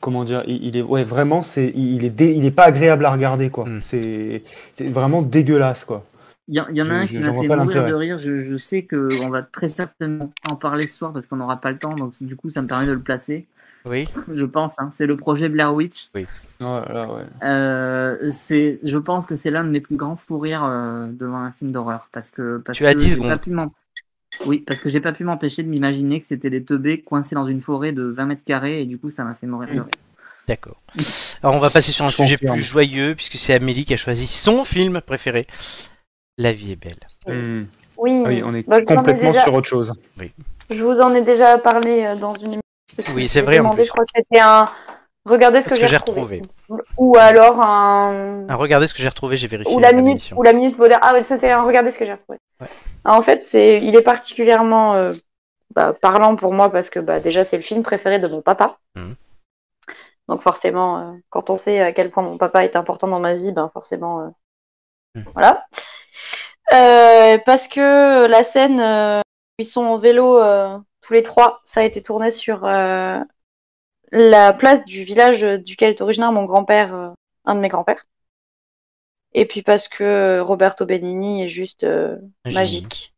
C: comment dire, il, il est, ouais, vraiment, c'est, il est, dé- il est pas agréable à regarder quoi.
A: Hmm.
C: C'est, c'est vraiment dégueulasse quoi.
B: Il y, en- il y en a
C: Je-
B: un
C: je-
B: qui
C: j'en
B: m'a
C: vois
B: fait
C: pas
B: mourir
C: l'intérêt.
B: de rire. Je, je sais qu'on va très certainement en parler ce soir parce qu'on n'aura pas le temps. Donc, du coup, ça me permet de le placer.
A: Oui.
B: Je pense. hein. C'est le projet Blair Witch.
C: Ouais, là, ouais.
B: Euh, c'est- je pense que c'est l'un de mes plus grands fous rires euh, devant un film d'horreur. Parce que, parce
A: Tu as
B: que
A: 10
B: j'ai
A: secondes.
B: pas pu m'en- Oui, parce que j'ai pas pu m'empêcher de m'imaginer que c'était des teubés coincés dans une forêt de 20 mètres carrés. Et du coup, ça m'a fait mourir de rire.
D: Euh,
A: D'accord. Alors on va passer sur un
C: Je hein.
A: sujet
C: confirme.
A: plus joyeux puisque c'est Amélie qui a choisi son film préféré. La vie est belle.
C: Hmm.
D: Oui,
C: Ah Oui, on est
D: Bah, je vous en ai
C: complètement
D: déjà-
C: sur autre chose.
D: je vous en ai déjà parlé euh, dans une émission.
A: Oui, c'est
D: J'ai
A: vrai, en
D: demandé,
A: plus.
D: Je crois que c'était un. Regardez ce
A: Parce
D: que,
A: que
D: j'ai
A: j'ai
D: retrouvé. Ou alors un.
A: Ah, regardez ce que j'ai retrouvé, j'ai vérifié.
D: ou la
A: avant
D: minute
A: l'émission.
D: ou la minute moderne. Ah ouais, c'était un regardez ce que j'ai retrouvé.
A: Ouais.
D: Ah, En fait, c'est il est particulièrement euh, bah, parlant pour moi parce que bah, déjà c'est le film préféré de mon papa.
A: Mhm.
D: Donc forcément, euh, quand on sait à quel point mon papa est important dans ma vie, ben forcément, euh,
A: Mhm.
D: voilà. Euh, parce que la scène euh, où ils sont en vélo euh, tous les trois, ça a été tourné sur euh, la place du village duquel est originaire mon grand-père, euh, un de mes grands-pères. Et puis parce que euh, Roberto Benigni est juste euh,
A: Un génie.
D: magique.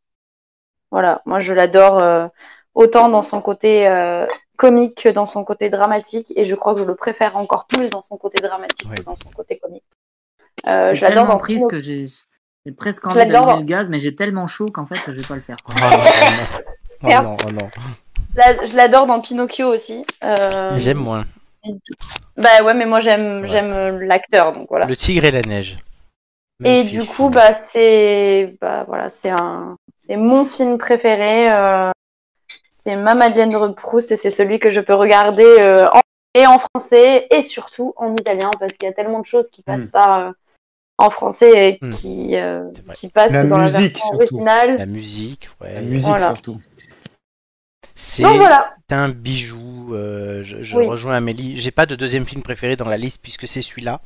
D: Voilà, moi je l'adore euh, autant dans son côté euh, comique que dans son côté dramatique, et je crois que je le préfère encore plus dans son côté dramatique
A: Ouais.
D: que dans son côté comique. Euh, je
B: C'est
D: l'adore dans
B: tellement
D: tous
B: triste
D: nos-
B: que j'ai j'ai presque
D: Je
B: envie
D: l'adore.
B: d'allumer le gaz, mais j'ai tellement chaud qu'en fait, je vais pas le faire. quoi.
A: Oh non, oh non. Oh non, oh non.
D: la- je l'adore dans Pinocchio aussi. Euh,
A: J'aime moins.
D: Bah ouais, mais moi j'aime
A: Ouais.
D: j'aime euh, l'acteur, donc voilà.
A: Le tigre et la neige.
D: Et
A: Magnifique
D: du coup,
A: film.
D: bah, c'est bah, voilà, c'est un... c'est mon film préféré. euh, C'est ma Madeleine de Proust et c'est celui que je peux regarder euh, en... et en français et surtout en italien parce qu'il y a tellement de choses qui passent
C: Mm.
D: pas euh, en français et
A: Mm.
D: qui, euh,
A: Hmm. C'est vrai.
D: qui passent
C: La
D: dans la
C: musique,
D: version
C: surtout.
D: originale.
A: La musique, ouais.
C: La musique
D: Voilà.
C: surtout.
A: C'est
D: Donc voilà,
A: un bijou. euh, je je
D: Oui.
A: rejoins Amélie. J'ai pas de deuxième film préféré dans la liste puisque c'est celui-là.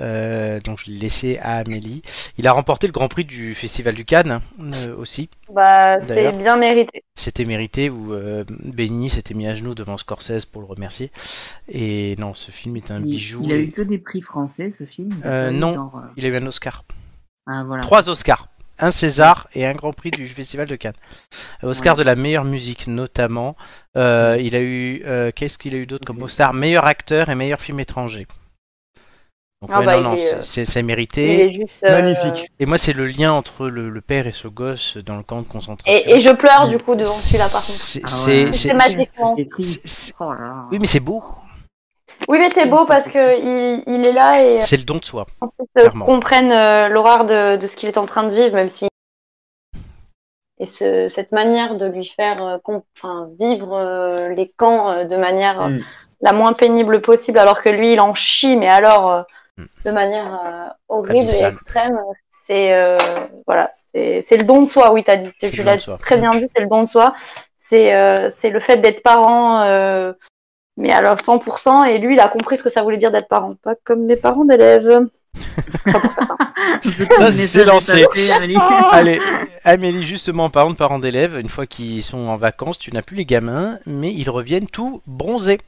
A: Euh, donc je l'ai laissé à Amélie. Il a remporté le Grand Prix du Festival du Cannes hein, euh, aussi.
D: bah, c'est
A: D'ailleurs.
D: bien mérité.
A: C'était mérité où euh, Benigni s'était mis à genoux devant Scorsese pour le remercier. Et non, ce film est un
B: Il,
A: bijou.
B: il a
A: et-
B: eu que des prix français, ce film Il a
A: Euh,
B: pas eu
A: non.
B: genre, euh,
A: il a eu un Oscar.
B: Ah, voilà.
A: Trois Oscars. Un César et un Grand Prix du Festival de Cannes. Euh, Oscar de la meilleure musique notamment. Euh, il a eu euh, qu'est-ce qu'il a eu d'autre comme
B: C'est-
A: Oscar Meilleur acteur et meilleur film étranger. Donc
D: Ah
A: ouais,
D: bah,
A: non, non,
D: il est,
A: c'est-
D: euh,
A: c'est c'est
D: Il
A: mérité.
D: est juste, euh,
C: Magnifique.
A: Et moi, c'est le lien entre le, le père et ce gosse dans le camp de concentration.
D: Et, et je
A: Hmm.
D: pleure du coup devant celui-là par contre.
A: C'est-
B: Ah
A: c'est- c'est-
B: ouais.
D: Systématiquement.
B: C'est
A: c'est-
B: triste.
A: c'est-
B: Oh là là.
A: Oui, mais c'est beau.
D: Oui, mais c'est beau parce que il, il est là et
A: C'est le don de soi.
D: en plus, euh,
A: Clairement.
D: comprennent euh, l'horreur de, de ce qu'il est en train de vivre, même si. Et ce, cette manière de lui faire euh, com- enfin, vivre euh, les camps euh, de manière euh,
C: Mm.
D: la moins pénible possible, alors que lui, il en chie, mais alors euh,
A: Mm.
D: de manière euh, horrible
A: Abyssal.
D: et extrême. C'est euh, voilà, c'est c'est le don de soi, oui, t'as dit,
A: C'est
D: tu
A: le don
D: l'as
A: de soi. Mm.
D: très bien dit, c'est le don de soi. C'est euh, c'est le fait d'être parent, euh, mais alors 100%, et lui, il a compris ce que ça voulait dire d'être parent, pas comme mes parents d'élèves.
B: Le petit
A: Ça,
B: message
A: c'est
B: est
A: lancé.
B: passé,
D: [laughs]
B: Amélie.
A: Allez, Amélie, justement, en parlant de parents d'élèves, une fois qu'ils sont en vacances, tu n'as plus les gamins, mais ils reviennent tout bronzés.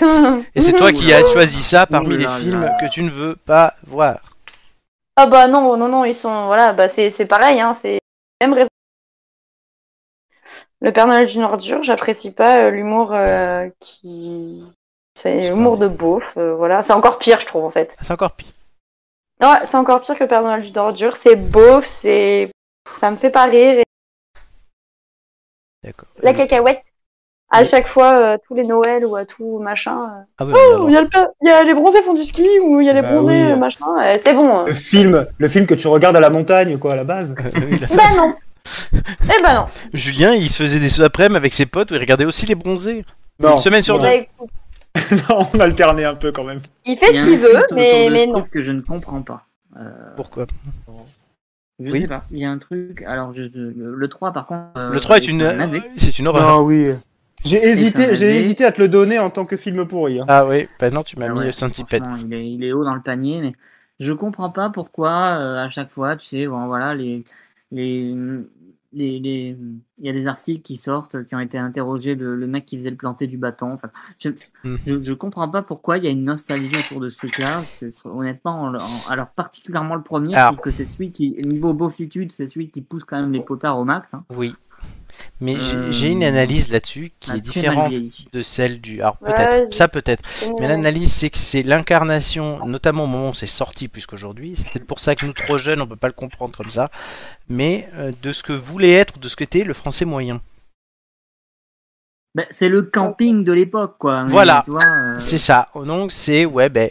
A: Et
D: [laughs]
A: c'est toi qui as choisi ça parmi les
B: Oula là.
A: films que tu ne veux pas voir.
D: Ah bah non, non, non, ils sont. Voilà, bah c'est c'est pareil, hein, c'est même raison. Le Père Noël d'une ordure, j'apprécie pas euh, l'humour euh, qui. C'est
A: C'est
D: l'humour
A: vrai.
D: de beauf, euh, voilà. C'est encore pire, je trouve, en fait.
A: Ah, C'est encore pire.
D: Ouais, c'est encore pire que le Père Noël d'une ordure, c'est beauf, c'est. Ça me fait pas rire. et
A: D'accord. Euh,
D: La cacahuète, à
A: Mais-
D: chaque fois, euh, tous les Noëls ou à tout machin.
A: Ah oui,
D: euh, Il y, a le Père- il y a les bronzés font du ski ou il y a les
C: Bah
D: bronzés
C: oui.
D: euh, machin. euh, c'est [laughs] bon.
C: Le film, le film que tu regardes à la montagne, quoi, à la base.
D: Ben bah [laughs] non. Eh ben non.
A: Euh, Julien, il se faisait des après-midi avec ses potes où il regardait aussi les bronzés.
C: Non,
A: Une semaine sur
C: non.
A: deux.
D: Bah, écoute,
C: Non, [laughs] on alternait un peu quand même.
D: Il fait
B: y a
D: ce
B: un
D: qu'il
B: culte
D: veut,
B: autour
D: mais,
B: de
D: mais
B: ce
D: non.
B: truc que je ne comprends pas.
A: Pourquoi
B: Euh, Je
A: Oui.
B: sais pas. Il y a un truc. Alors, je- je- le le 3, par contre. euh,
A: Le 3 est une,
B: un navet.
A: c'est une horreur.
C: oui. J'ai
B: Putain,
C: hésité, j'ai
B: mais-
C: hésité à te le donner en tant que film pourri. hein.
A: Ah oui, bah non, tu m'as
B: Ah
A: mis
B: ouais,
A: le centipède.
B: franchement, Il est, il est haut dans le panier, mais je comprends pas pourquoi euh, à chaque fois, tu sais, bon, voilà, les, les, les, les- il y a des articles qui sortent, qui ont été interrogés, le, le mec qui faisait le planter du bâton. Enfin, je,
A: Hmm.
B: je, je comprends pas pourquoi il y a une nostalgie autour de ce truc-là. parce que, Honnêtement, en- en- alors particulièrement le premier, je
A: Alors.
B: trouve que c'est celui qui, niveau beaufitude, c'est celui qui pousse quand même les potards au max. hein.
A: Oui. Mais j'ai-
B: Euh,
A: j'ai une analyse là-dessus qui
B: Ça a
A: est
B: très mal
A: différente
B: vieilli.
A: de celle du. Alors
D: Ouais,
A: peut-être,
D: vas-y.
A: ça peut-être.
D: c'est
A: Mais
D: mignon.
A: l'analyse, c'est que c'est l'incarnation, notamment au moment où c'est sorti, puisqu'aujourd'hui, c'est peut-être pour ça que nous, trop jeunes, on peut pas le comprendre comme ça, mais euh, de ce que voulait être, de ce que était le français moyen.
B: Ben, Bah, c'est le camping de l'époque, quoi. mais
A: Voilà.
B: tu vois, euh,
A: C'est ça. Donc, c'est, ouais, ben,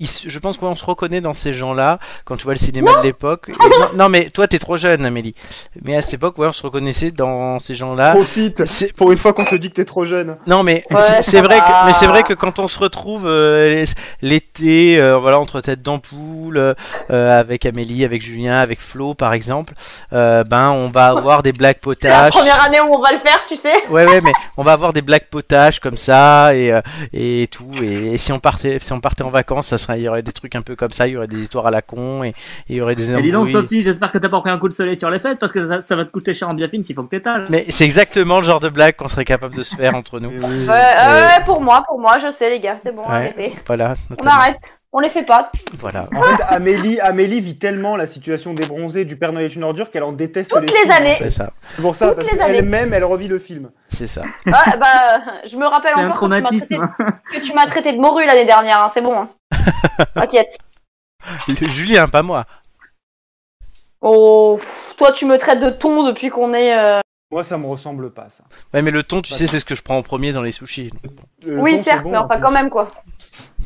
A: il se- je pense qu'on se reconnaît dans ces gens-là quand tu vois le cinéma de l'époque. Et Non, non, mais toi, t'es trop jeune, Amélie. Mais à cette époque, ouais, on se reconnaissait dans ces
C: Ah.
A: gens-là.
C: Profite
A: C'est-
C: Pour une fois qu'on te dit que t'es trop jeune.
A: Non mais
D: Ouais,
A: c'est- c'est
D: ça
A: vrai
D: va.
A: que mais c'est vrai que quand on se retrouve euh, les- l'été euh, voilà entre tête d'ampoule euh, euh, avec Amélie avec Julien avec Flo par exemple euh, ben on va avoir des blagues
D: [laughs] C'est la
A: potaches
D: première année où on va le faire, tu sais.
C: Euh,
A: ouais ouais mais on va avoir des blagues potaches comme ça et euh, et tout et, et si on partait si on partait en vacances ça serait il y aurait des trucs un peu comme ça il y aurait des histoires à la con et et il y aurait des
B: Et dis donc,
A: embrouilles.
B: Sophie, j'espère que t'as pas pris un coup de soleil sur les fesses parce que ça, ça va te coûter cher en biafine s'il faut que t'étales.
A: mais c'est exactement le genre de blague qu'on serait capable de se faire entre
C: [laughs]
A: nous
D: Ouais, euh, ouais, pour moi, pour moi, je sais, les gars, c'est bon,
A: Ouais.
D: arrêtez.
A: voilà
D: On
A: notamment.
D: arrête. On les fait pas.
A: voilà
C: En fait, Amélie, Amélie vit tellement la situation des bronzés du Père Noël est une ordure qu'elle en déteste
D: Toutes les
C: films.
D: années.
A: c'est ça
C: C'est pour ça,
D: Toutes
C: parce
D: les années.
C: qu'elle-même, elle revit le film.
A: c'est ça
C: [laughs]
D: Ah, bah, euh, je me rappelle
B: C'est un
D: encore que tu m'as
B: traumatisme. hein.
D: traité, que tu m'as traité de morue l'année dernière, hein, c'est bon.
C: [laughs]
D: hein. T'inquiète.
A: Le- Julien pas moi
D: Oh, pff, toi, tu me traites de ton depuis qu'on est. euh,
C: Moi, ça me ressemble pas, ça.
A: Ouais, mais le thon, tu
C: Ouais.
A: sais, c'est ce que je prends en premier dans les sushis.
C: Euh,
D: Oui,
C: bon, c'est
D: certes,
C: bon,
D: mais
C: en
D: enfin,
C: plus.
D: quand même, quoi.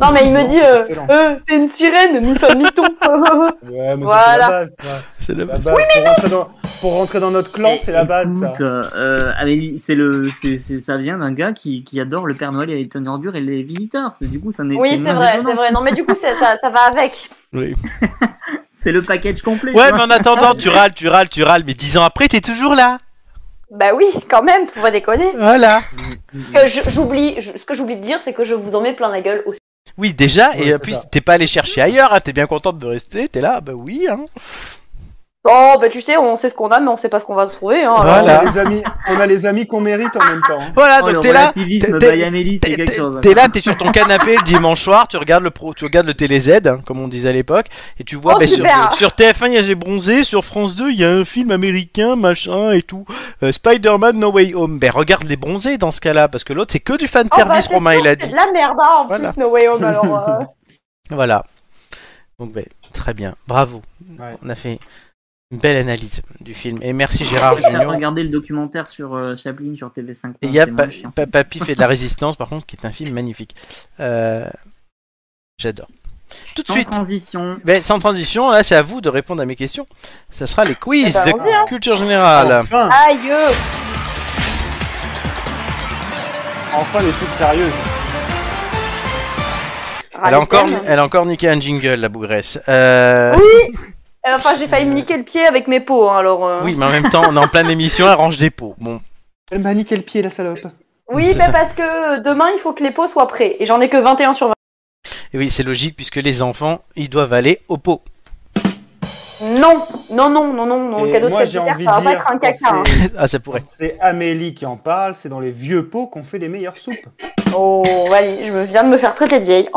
D: Non, mais il me
C: Non,
D: dit,
C: c'est
D: euh,
C: excellent.
D: euh, t'es une sirène, mi-femme,
C: [laughs]
D: mi-ton.
C: Ouais, mais c'est
D: Voilà.
C: la base, ça.
A: C'est la
C: La base, pour, rentrer dans, pour rentrer dans notre clan,
B: Et-
C: c'est la base, ça.
B: écoute, euh, euh, Amélie, c'est le, c'est, c'est- ça vient d'un gars qui, qui adore le Père Noël et les ordure et les visiteurs. C'est, du coup, ça n'est
D: Oui, c'est
B: moins
D: vrai,
B: étonnant.
D: c'est vrai. Non, mais du coup, c'est- ça, ça va avec.
A: Oui.
B: C'est le package complet.
A: Ouais,
B: tu
A: mais
B: vois.
A: en attendant, tu râles, tu râles, tu râles, mais dix ans après, t'es toujours là.
D: Bah oui, quand même, faut pas déconner.
A: Voilà. Mm.
D: Ce que Euh, je- j'oublie, je- ce que j'oublie de dire, c'est que je vous en mets plein la gueule aussi.
A: Oui, déjà,
C: Ouais,
A: et en
C: c'est
A: plus,
C: ça.
A: t'es pas allé chercher ailleurs, hein, t'es bien contente de rester, t'es là, bah oui, hein.
D: Oh, bah tu sais, on sait ce qu'on a, mais on sait pas ce qu'on va se trouver. Hein,
A: Voilà.
D: Alors,
C: On a les amis, on a les amis qu'on mérite en même temps. hein.
A: Voilà,
B: Oh, le
A: donc t'es là.
B: relativisme
A: t'es-
B: by Amélie, c'est
A: T'es
B: quelque
A: t'es-
B: chose. hein.
A: t'es là, t'es sur ton canapé le dimanche soir, tu regardes le pro, tu regardes le télé Z, hein, comme on disait à l'époque, et tu vois
D: Oh,
A: bah, sur,
D: super.
A: sur TF1 il y a des bronzés, sur France 2 il y a un film américain machin et tout, Euh, Spider-Man No Way Home. Ben regarde les bronzés dans ce cas-là, parce que l'autre c'est que du fan
D: Oh, bah,
A: service,
D: c'est
A: Romain
D: sûr,
A: il a
D: c'est
A: dit.
D: de la merde, hein, en
A: Voilà.
D: plus, No Way Home, alors.
A: [laughs]
D: euh,
A: Voilà. Donc, ben, très bien. Bravo.
C: Ouais.
A: On a fait une belle analyse du film. Et merci Gérard
B: J'ai
A: Junior.
B: regardé le documentaire sur euh, Chaplin sur TV5.
D: hein,
A: Et il y a
B: hein, c'est
A: Pa-
B: moins chiant.
A: Pa- Papy fait de la résistance, par contre, qui est un film magnifique. Euh, J'adore. Tout de
B: Sans
A: suite.
B: transition.
A: Ben, sans transition, là, c'est à vous de répondre à mes questions. Ça sera les quiz
D: Eh ben, on
A: de culture générale.
C: Enfin,
D: Aïe euh.
C: enfin les trucs sérieux.
A: Elle a, encore,
D: Rallycam.
A: elle a encore niqué un jingle, la bougresse. Euh,
D: Oui Euh, Enfin, j'ai failli me niquer le pied avec mes pots, hein, alors. euh.
A: Mm. oui, mais en même temps, on est en pleine émission, elle range des pots. Bon,
C: Elle m'a niqué le pied, la salope.
D: Oui,
A: C'est
D: bah,
A: ça.
D: parce que demain, il faut que les pots soient prêts. Et j'en ai que 21 sur 20.
A: et oui, c'est logique, puisque les enfants, ils doivent aller au pot. [laughs]
D: Non, non, non, non, non, non. Le
C: Et
D: cadeau de
C: moi, j'ai
D: capillaire,
C: envie
D: ça va
C: de
D: pas être
C: dire
D: un
C: que
D: caca. hein.
C: c'est-
A: Ah, ça pourrait.
C: c'est Amélie qui en parle, c'est dans les vieux pots qu'on fait les meilleures soupes.
D: Oh, vas-y, je me- viens de me faire traiter de vieille.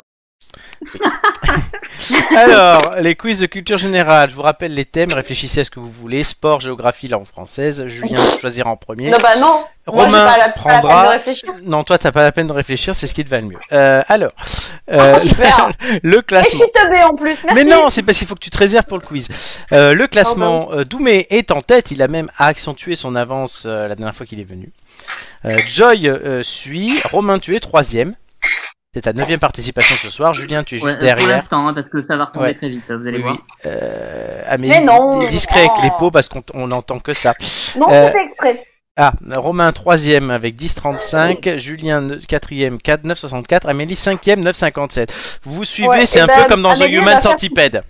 A: Alors, les quiz de culture générale. Je vous rappelle les thèmes. Réfléchissez à ce que vous voulez. Sport, géographie, langue française. Julien
D: [laughs]
A: choisira en premier.
D: Non, bah non. Moi, j'ai
A: Romain
D: pas la, pas la peine
A: prendra.
D: de réfléchir.
A: Non, toi, t'as pas la peine de réfléchir. C'est ce qui te va le mieux. Euh, alors, euh,
D: Super.
A: [laughs] le
D: Et je
A: classement.
D: suis teubée en plus. Oh, [laughs] Merci.
A: Mais non, c'est parce qu'il faut que tu te réserves pour le quiz. Euh, le classement, euh, Doumé est en tête. Il a même accentué son avance euh, la dernière fois qu'il est venu. Euh, Joy euh, suit. Romain, tu es troisième. C'est ta neuvième participation ce soir. Julien, tu es juste
B: Ouais, euh, pour
A: derrière.
B: l'instant, hein, parce que ça va retomber
A: Ouais.
B: très vite, hein, vous allez
A: Oui,
B: voir.
A: oui. Euh, Amélie
D: Mais non,
A: est discret
D: non.
A: avec les pots parce qu'on on n'entend que ça.
D: Non,
A: Euh,
D: c'était exprès.
A: Ah, Romain 3ème avec 10,35, Julien 4ème 4, 9,64, Amélie 5ème 9,57. Vous vous suivez,
D: Ouais,
A: c'est
D: eh
A: un
D: ben,
A: peu comme dans The
D: Amélie, elle
A: Human
D: va faire-
A: Centipede.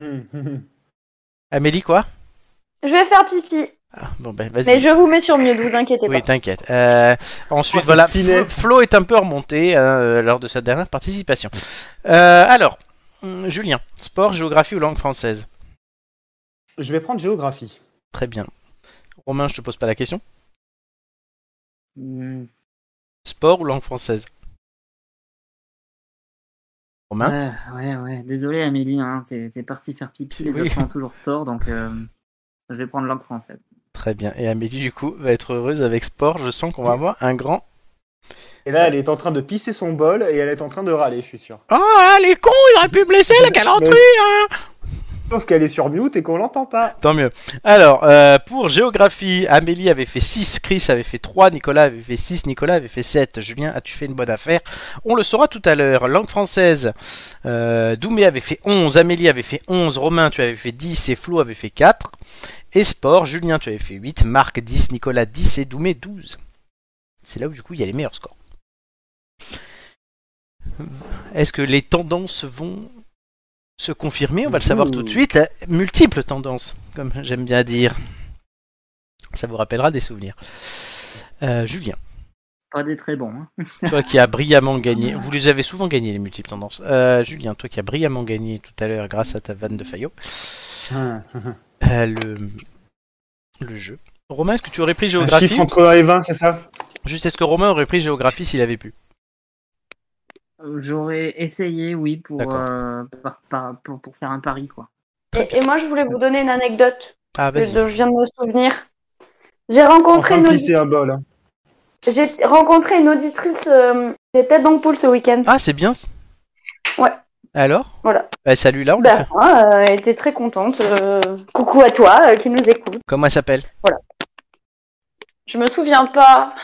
C: Hum, hum, hum.
A: Amélie, quoi
D: Je vais faire pipi.
A: Ah, Bon, ben
D: Mais
A: vas-y.
D: je vous mets sur mieux, ne vous inquiétez
A: Oui,
D: pas.
A: t'inquiète. Euh, ensuite,
C: Oh,
A: voilà,
C: cette
A: Flo,
C: finesse.
A: Flo est un peu remonté hein, euh, lors de sa dernière participation. Euh, alors, hum, Julien, sport, géographie ou langue française
C: Je vais prendre géographie.
A: Très bien. Romain, je te pose pas la question.
B: Hmm,
A: Sport ou langue française Romain
C: Hein
B: ouais, ouais, ouais. Désolé, Amélie, hein, t'es t'es parti faire pipi,
A: C'est-
B: les
A: oui.
B: autres ont toujours tort, donc euh, je vais prendre langue française.
A: Très bien. Et Amélie, du coup, va être heureuse avec sport. Je sens qu'on va avoir un grand.
C: Et là, elle est en train de pisser son
A: Oh,
C: bol et elle est en train de râler, je suis sûr.
A: Ah, les cons, il aurait pu blesser la galanterie, hein
C: Sauf qu'elle est sur mute et qu'on l'entend pas.
A: Tant mieux. Alors, euh, pour géographie, Amélie avait fait 6, Chris avait fait 3, Nicolas avait fait 6, Nicolas avait fait 7. Julien, as-tu fait une bonne affaire On le saura tout à l'heure. Langue française, euh, Doumé avait fait 11, Amélie avait fait 11, Romain, tu avais fait 10 et Flo avait fait 4. Et sport, Julien, tu avais fait 8, Marc 10, Nicolas 10 et Doumé 12. C'est là où du coup il y a les meilleurs scores. Est-ce que les tendances vont se confirmer, on va le savoir
C: Ouh.
A: tout de suite. euh, Multiples tendances, comme j'aime bien dire. Ça vous rappellera des souvenirs. Euh, Julien,
B: Pas des très bons. hein.
A: toi qui as brillamment gagné, vous les avez souvent gagnés les multiples tendances. Euh, Julien, toi qui as brillamment gagné tout à l'heure grâce à ta vanne de Fayot, euh, le, le jeu. Romain, est-ce que tu aurais pris
C: Un
A: géographie
C: chiffre entre 1 et 20, c'est ça
A: Juste, est-ce que Romain aurait pris géographie s'il avait pu
B: Euh, J'aurais essayé, oui, pour,
A: D'accord.
B: euh, par- par- pour, pour faire un pari, quoi.
D: Et, et moi, je voulais vous donner une anecdote
A: Ah,
D: que
A: vas-y.
D: je viens de me souvenir. J'ai
C: En
D: rencontré
C: train
D: une
C: de
D: audi-
C: pisser un bol. hein.
D: J'ai rencontré une auditrice euh, des Têtes d'Ampoule ce week-end.
A: Ah, c'est bien.
D: Ouais.
A: Alors
D: Voilà.
A: Bah, Salut-là, on le
D: Bah,
A: fait.
D: euh, elle était très contente. euh, coucou à toi euh, qui nous écoute.
A: Comment elle s'appelle
D: Je me souviens pas.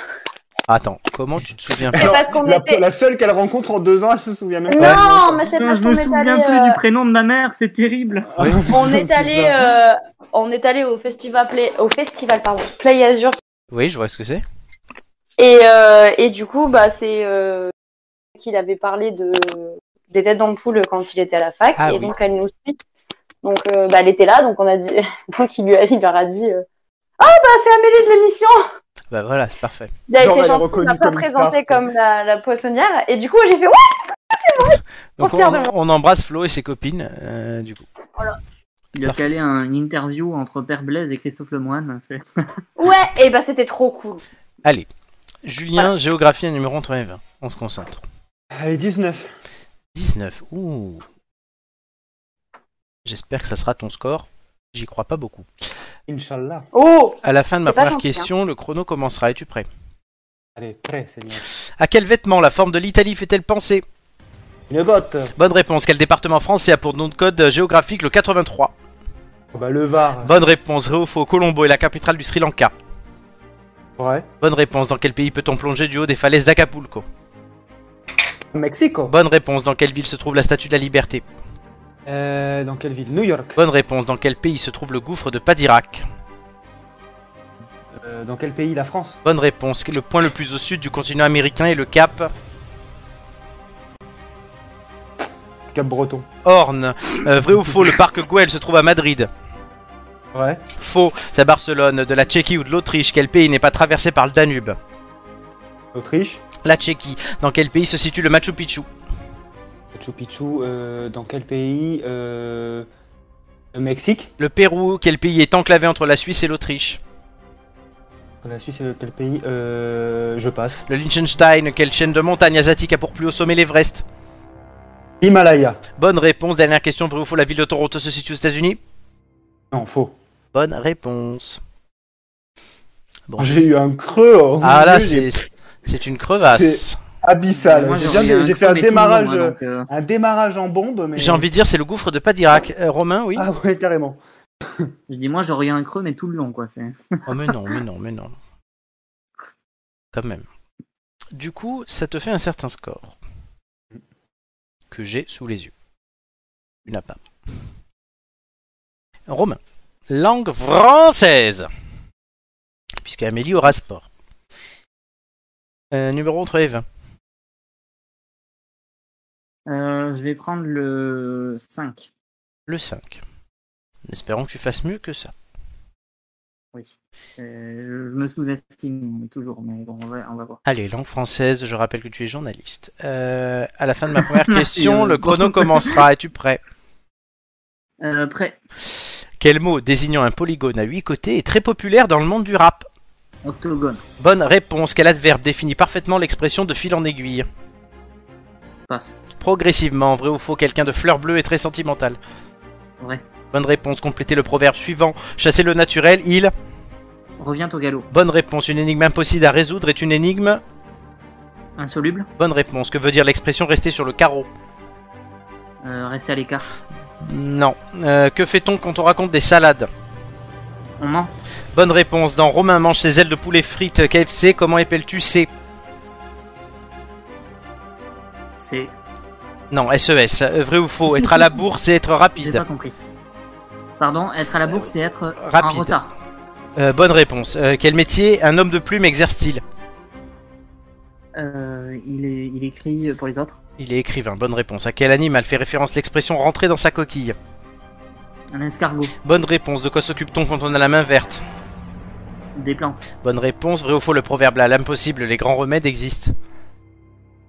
A: Attends, comment tu te souviens
D: C'est
A: pas
D: parce qu'on
C: La,
D: était.
C: la seule qu'elle rencontre en deux ans, elle se souvient même pas.
D: Non, mais c'est
B: Putain,
D: parce
B: je me
D: qu'on est
B: souviens
D: allé.
B: plus
D: euh,
B: du prénom de ma mère, c'est terrible.
D: On est
C: C'est
D: allé,
C: ça.
D: euh, on est allé au festival, Play, au festival pardon, Play Azur.
A: Oui, je vois ce que c'est.
D: Et, euh, et du coup, bah, c'est euh, qu'il avait parlé de, des têtes d'ampoule quand il était à la fac.
A: Ah
D: et
A: oui.
D: donc, elle nous suit. Donc, euh, bah, elle était là. Donc, on a dit, [laughs] donc il, lui a, il leur a dit euh, Ah, bah, c'est Amélie de l'émission
A: Bah voilà, c'est parfait.
D: Il a
C: Genre, elle
D: été
C: est
D: gentil, il
C: reconnue
D: m'a pas
C: comme une
D: présenté
C: star.
D: comme la, la poissonnière. Et du coup, j'ai fait Ouais
A: Donc on,
D: Au fier de moi.
A: on embrasse Flo et ses copines, euh, du coup.
B: Il a calé un- une interview entre Père Blaise et Christophe Lemoine. c'est-
D: Ouais Et bah, c'était trop cool.
A: Julien, géographie numéro entre 1 et 20. On se concentre.
C: Allez, 19.
A: 19. Ouh. J'espère que ça sera ton score. J'y crois pas beaucoup.
C: Inch'Allah.
D: Oh
A: À la fin de ma
D: C'est pas
A: première
D: gentil, hein.
A: question, le chrono commencera. Es-tu prêt
C: Allez, très, c'est bien.
A: À quel vêtement la forme de l'Italie fait-elle penser
C: Une botte.
A: Bonne réponse. Quel département français a pour nom de code géographique le 83
C: Oh, bah, le Var.
A: Bonne réponse. Réofo Colombo est la capitale du Sri Lanka.
C: Ouais.
A: Bonne réponse. Dans quel pays peut-on plonger du haut des falaises d'Acapulco
C: Mexico.
A: Bonne réponse. Dans quelle ville se trouve la Statue de la Liberté
C: Euh, dans quelle ville New York.
A: Bonne réponse. Dans quel pays se trouve le gouffre de Padirac
C: Euh, dans quel pays La France.
A: Bonne réponse. Le point le plus au sud du continent américain est le cap
C: Cap Breton.
A: Horn. Euh, vrai ou faux, le parc Güell se trouve à Madrid.
C: Ouais.
A: Faux, c'est à Barcelone, de la Tchéquie ou de l'Autriche. Quel pays n'est pas traversé par le Danube
C: Autriche.
A: La Tchéquie. Dans quel pays se situe le Machu Picchu
C: Machu Picchu. euh, dans quel pays euh, Le Mexique.
A: Le Pérou. Quel pays est enclavé entre la Suisse et l'Autriche
C: La Suisse, c'est quel pays Euh, Je passe.
A: Le Liechtenstein. Quelle chaîne de montagne asiatique a pour plus haut sommet l'Everest
C: Himalaya.
A: Bonne réponse. Dernière question, vrai ou faux, la ville de Toronto se situe aux États-Unis
C: Non, faux.
A: Bonne réponse. Bon.
C: J'ai eu un creux. au
A: Ah là,
C: milieu, j'ai-
A: c'est c'est une crevasse.
B: [laughs]
C: abyssal.
B: Moi,
C: J'ai
B: j'aurais
C: bien- J'ai fait un
B: creux, mais tout le
C: démarrage,
B: monde, moi,
C: euh,
B: donc, euh,
C: un démarrage en bombe, mais.
A: J'ai envie de dire, c'est le gouffre de Padirac. Euh, Romain, oui
C: Ah ouais, carrément.
B: Je dis, moi, j'aurais eu un creux, mais tout le long, quoi. c'est-
A: Oh mais non, mais non, mais non. Quand même. Du coup, ça te fait un certain score. Que j'ai sous les yeux. Tu n'as pas. Romain. Langue française. Puisque Amélie aura sport. Euh, numéro entre les 20.
B: Euh, je vais prendre le 5.
A: Le 5. Espérons que tu fasses mieux que ça.
B: Oui. Euh, je me sous-estime toujours, mais bon, on va, on va voir.
A: Allez, langue française, je rappelle que tu es journaliste. Euh, à la fin de ma première question, le chrono commencera. Es-tu prêt
B: Euh, prêt.
A: Quel mot désignant un polygone à huit côtés est très populaire dans le monde du rap
B: Octogone.
A: Bonne réponse. Quel adverbe définit parfaitement l'expression de fil en aiguille
B: Passe.
A: Progressivement, vrai ou faux, quelqu'un de fleur bleue est très sentimental.
B: Vrai.
A: Bonne réponse. Complétez le proverbe suivant. Chasser le naturel, il.
B: Reviens au galop.
A: Bonne réponse. Une énigme impossible à résoudre est une énigme.
B: Insoluble.
A: Bonne réponse. Que veut dire l'expression rester sur le carreau
B: Euh, rester à l'écart.
A: Non. Euh, que fait-on quand on raconte des salades
B: On ment.
A: Bonne réponse. Dans Romain mange ses ailes de poulet frites KFC, comment épelles-tu C
B: C'est.
A: Non, SES. Euh, Vrai ou faux Être à la bourre, c'est être
B: J'ai
A: rapide.
B: pas compris. Pardon, être à la bourse, c'est être en
A: rapide.
B: retard.
A: Euh, bonne réponse. Euh, quel métier un homme de plume exerce-t-il
B: Euh, il, est, il écrit pour les autres.
A: Il est écrivain. Bonne réponse. À quel animal fait référence l'expression rentrer dans sa coquille
B: Un escargot.
A: Bonne réponse. De quoi s'occupe-t-on quand on a la main verte
B: Des plantes.
A: Bonne réponse. Vrai ou faux Le proverbe à l'âme possible, les grands remèdes existent.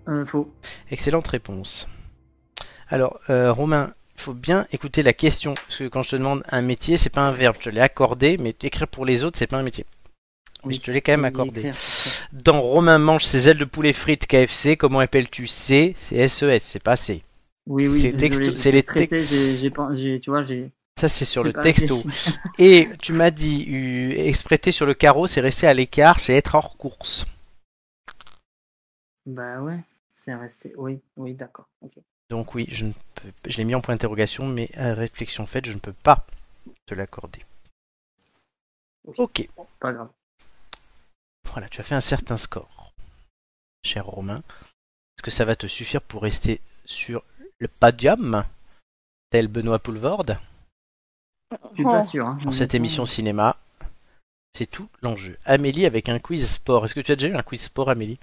B: Euh, faux.
A: Excellente réponse. Alors, euh, Romain, il faut bien écouter la question. Parce que quand je te demande un métier, c'est pas un verbe. Je te l'ai accordé, mais écrire pour les autres, c'est pas un métier. Mais
B: Oui,
A: je te l'ai quand même
B: Et
A: accordé.
B: écrire.
A: Dans Romain mange ses ailes de poulet frites KFC, comment appelles-tu C C'est SES, c'est pas C.
B: Oui, oui.
A: C'est
B: désolé,
A: texto-
B: j'étais
A: c'est les
B: stressé, j'ai- j'ai pas- j'ai- Tu vois, j'ai.
A: Ça, c'est sur
B: j'ai
A: le
B: pas
A: texto.
B: réfléchi.
A: [laughs]
B: [laughs]
A: Et tu m'as dit, euh, exprêter sur le carreau, c'est rester à l'écart, c'est être hors course.
B: Bah ouais, c'est resté. Oui, oui, d'accord. ok.
A: Donc oui, je, ne peux- je l'ai mis en point d'interrogation, mais à réflexion faite, je ne peux pas te l'accorder.
B: Ok.
A: Ok.
B: Pas grave.
A: Voilà, tu as fait un certain score, cher Romain. Est-ce que ça va te suffire pour rester sur le podium, tel Benoît Poulvorde,
B: Je suis
D: Oh.
B: pas sûr. hein,
A: pour cette
B: honnêtement.
A: émission cinéma C'est tout l'enjeu. Amélie avec un quiz sport. Est-ce que tu as déjà eu un quiz sport, Amélie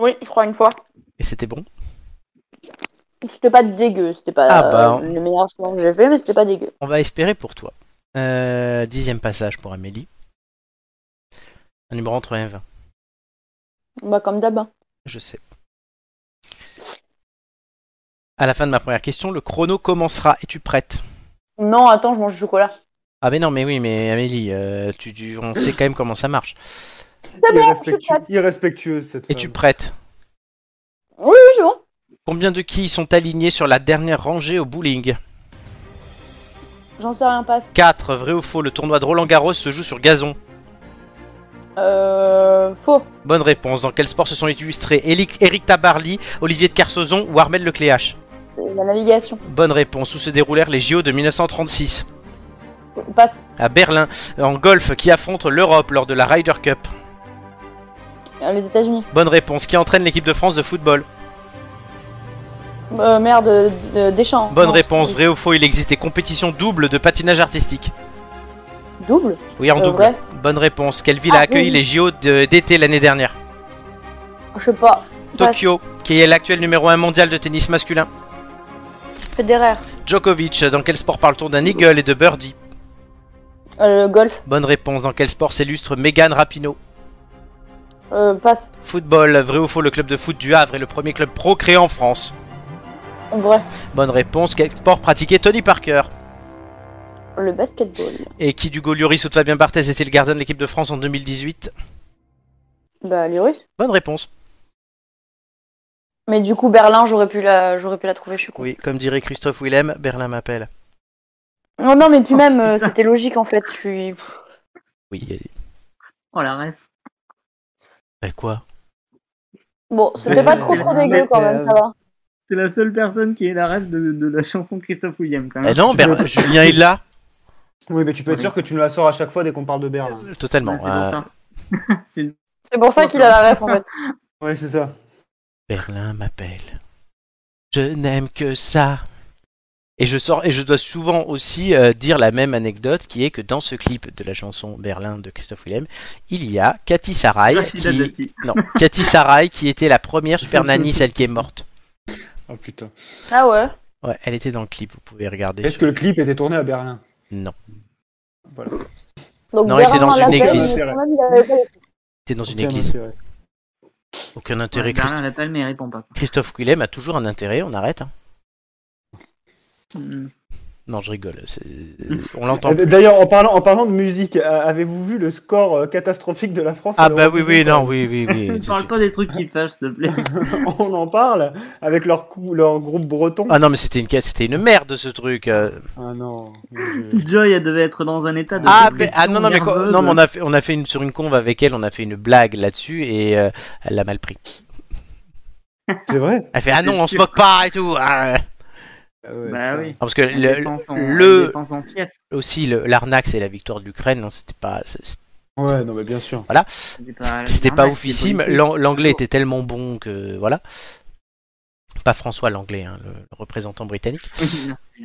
D: Oui, je crois une fois.
A: Et c'était bon
D: C'était pas dégueu, c'était pas
A: Ah bah.
D: euh, le meilleur son que j'ai fait, mais c'était pas dégueu.
A: On va espérer pour toi. Euh, dixième passage pour Amélie. Un numéro entre 1 et 20.
D: Bah comme d'hab. hein.
A: Je sais. À la fin de ma première question, le chrono commencera. Es-tu prête
D: Non, attends, je mange du chocolat.
A: Ah mais non, mais oui, mais Amélie, euh, tu, tu- on sait quand même comment ça marche.
D: je
C: Irrespectu- Irrespectueuse cette
A: Et
C: femme.
A: tu prêtes
D: Oui, oui, c'est bon.
A: Combien de quilles sont alignés sur la dernière rangée au bowling
D: J'en sais rien, passe.
A: 4. Vrai ou faux Le tournoi de Roland Garros se joue sur gazon.
D: Euh, faux.
A: Bonne réponse. Dans quel sport se sont illustrés Élic- Éric Tabarly, Olivier de Carsozon ou Armel Lecléache
D: C'est La navigation.
A: Bonne réponse. Où se déroulèrent les JO de 1936
D: Passe.
A: À Berlin. En golf, qui affronte l'Europe lors de la Ryder Cup
D: Euh, Les États-Unis.
A: Bonne réponse. Qui entraîne l'équipe de France de football
D: Euh, merde, de, Deschamps.
A: Bonne
D: Non.
A: réponse. Vrai ou faux Il existe des compétitions doubles de patinage artistique
D: Double.
A: Oui, en
D: Euh,
A: double.
D: vrai.
A: Bonne réponse. Quelle ville
D: Ah,
A: a accueilli
D: oui.
A: les JO de- d'été l'année dernière
D: Je sais pas. Passe.
A: Tokyo, qui est l'actuel numéro 1 mondial de tennis masculin.
D: Federer.
A: Djokovic, dans quel sport parle-t-on d'un eagle et de birdie
D: Euh, le golf.
A: Bonne réponse. Dans quel sport s'illustre Megan Rapinoe
D: Euh, passe.
A: Football, vrai ou faux, le club de foot du Havre est le premier club pro créé en France.
D: Vrai.
A: Bonne réponse. Quel sport pratiquait Tony Parker
D: Le basketball.
A: Et qui du Lloris ou de Fabien Barthez était le gardien de l'équipe de France en 2018
D: Bah, les Russes.
A: Bonne réponse.
D: Mais du coup, Berlin, j'aurais pu la, j'aurais pu la trouver, je suis con.
A: Oui, comme dirait Christophe Willem, Berlin m'appelle.
D: Non, non, mais puis
B: Oh,
D: même, euh,
B: putain.
D: c'était logique en fait. Je suis.
A: Oui, et-
B: Oh la ref.
A: ben quoi
D: Bon, c'était pas trop trop dégueu quand même, ça va.
B: C'est la seule personne qui est la ref de, de la chanson de Christophe William quand
A: Eh
B: même.
A: non, Ber- Julien est là
C: Oui, mais tu peux être sûr que tu nous la sors à chaque fois dès qu'on parle de Berlin.
A: Totalement.
B: Ouais, Ah, c'est
A: euh,
B: pour ça. [laughs] C'est-
D: C'est pour ça qu'il a la ref en fait.
C: Ouais, c'est ça.
A: Berlin m'appelle. Je n'aime que ça. Et je sors et je dois souvent aussi euh, dire la même anecdote qui est que dans ce clip de la chanson Berlin de Christophe Willem, il Ah, y a Cathy Sarai
B: Rachida
A: qui
B: Dati.
A: non, Cathy Sarai qui était la première super nanny celle qui est morte.
C: Oh putain.
D: Ah ouais.
A: Ouais, elle était dans le clip, vous pouvez regarder.
C: Est-ce
A: sur-
C: que le clip était tourné à Berlin
A: Non,
C: Voilà.
D: Donc,
A: Non, il était dans
D: à
A: une
D: l'appel,
A: église.
D: mais quand même, il avait pas les-
A: c'était dans une
C: Aucun
A: église.
C: intérêt.
A: Aucun intérêt.
B: Ouais, ben.
A: Christ-
B: Berlin l'appelle mais il répond pas.
A: Christophe Willem a toujours un intérêt, on arrête. hein.
B: quoi.
C: Hmm.
B: Mm.
A: Non, je rigole. c'est-
C: [laughs]
A: On l'entend.
C: Euh, D'ailleurs, en parlant, en parlant de musique, euh, avez-vous vu le score euh, catastrophique de la France à
A: Ah bah oui,
C: l'Eurovision,
A: oui,
C: quoi
A: non, oui, oui,
B: [laughs]
A: oui.
B: Ne parle pas des trucs qui fâchent, s'il te
C: [laughs]
B: plaît.
C: On en parle avec leur, cou- leur groupe breton.
A: Ah non, mais c'était une, c'était une merde ce truc. euh.
C: Ah non. je-
B: Joy, elle devait être dans un état de.
A: Ah, mais-
B: dépression
A: ah non, non, mais, quoi-
B: nerveuse.
A: non, mais on, a fait, on a fait une, sur une conve avec elle, on a fait une blague là-dessus et euh, elle l'a mal pris.
C: C'est vrai.
A: Elle fait Ah non, on se
B: sûr.
A: moque pas et tout. ah.
C: Ah ouais,
B: bah
C: putain.
B: oui.
A: parce que
B: On
A: le-
B: dépense en-
A: le-
B: on dépense en fief.
A: aussi le- l'arnaque c'est la victoire de l'Ukraine, non, c'était pas c'est- c'est-
C: Ouais, non, mais bien sûr.
B: C'était
A: c'était pas
B: normal,
A: oufissime.
B: [laughs] politique.
A: L'an- L'anglais était tellement bon que voilà. Pas François l'anglais, hein, le- le représentant britannique.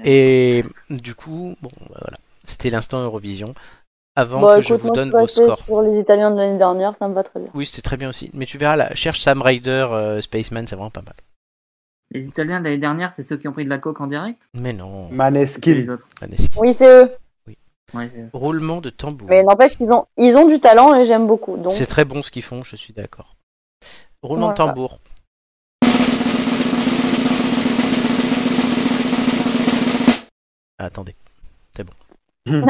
A: Et du coup, bon, bah, voilà, c'était l'instant Eurovision. Avant que
D: Bon, Bah, écoute,
A: je vous
D: moi,
A: donne
D: suis
A: vos
D: restée
A: scores.
D: Sur les Italiens de l'année dernière, ça me va très bien.
A: Oui, c'était très bien aussi. Mais tu verras, là, cherche Sam Ryder, euh, Spaceman, c'est vraiment pas mal.
B: Les Italiens de l'année dernière, c'est ceux qui ont pris de la coke en direct
A: Mais non,
B: C'est les
C: Maneskin.
B: autres.
A: Maneskin.
D: Oui, c'est eux.
B: Ouais, c'est-
A: Roulement de tambour.
D: Mais n'empêche qu'ils ont, ils ont du talent et j'aime beaucoup. Donc,
A: C'est très bon ce qu'ils font, je suis d'accord. Roulement de
D: Voilà.
A: tambour. Ah, attendez,
D: [laughs]
A: il manquait,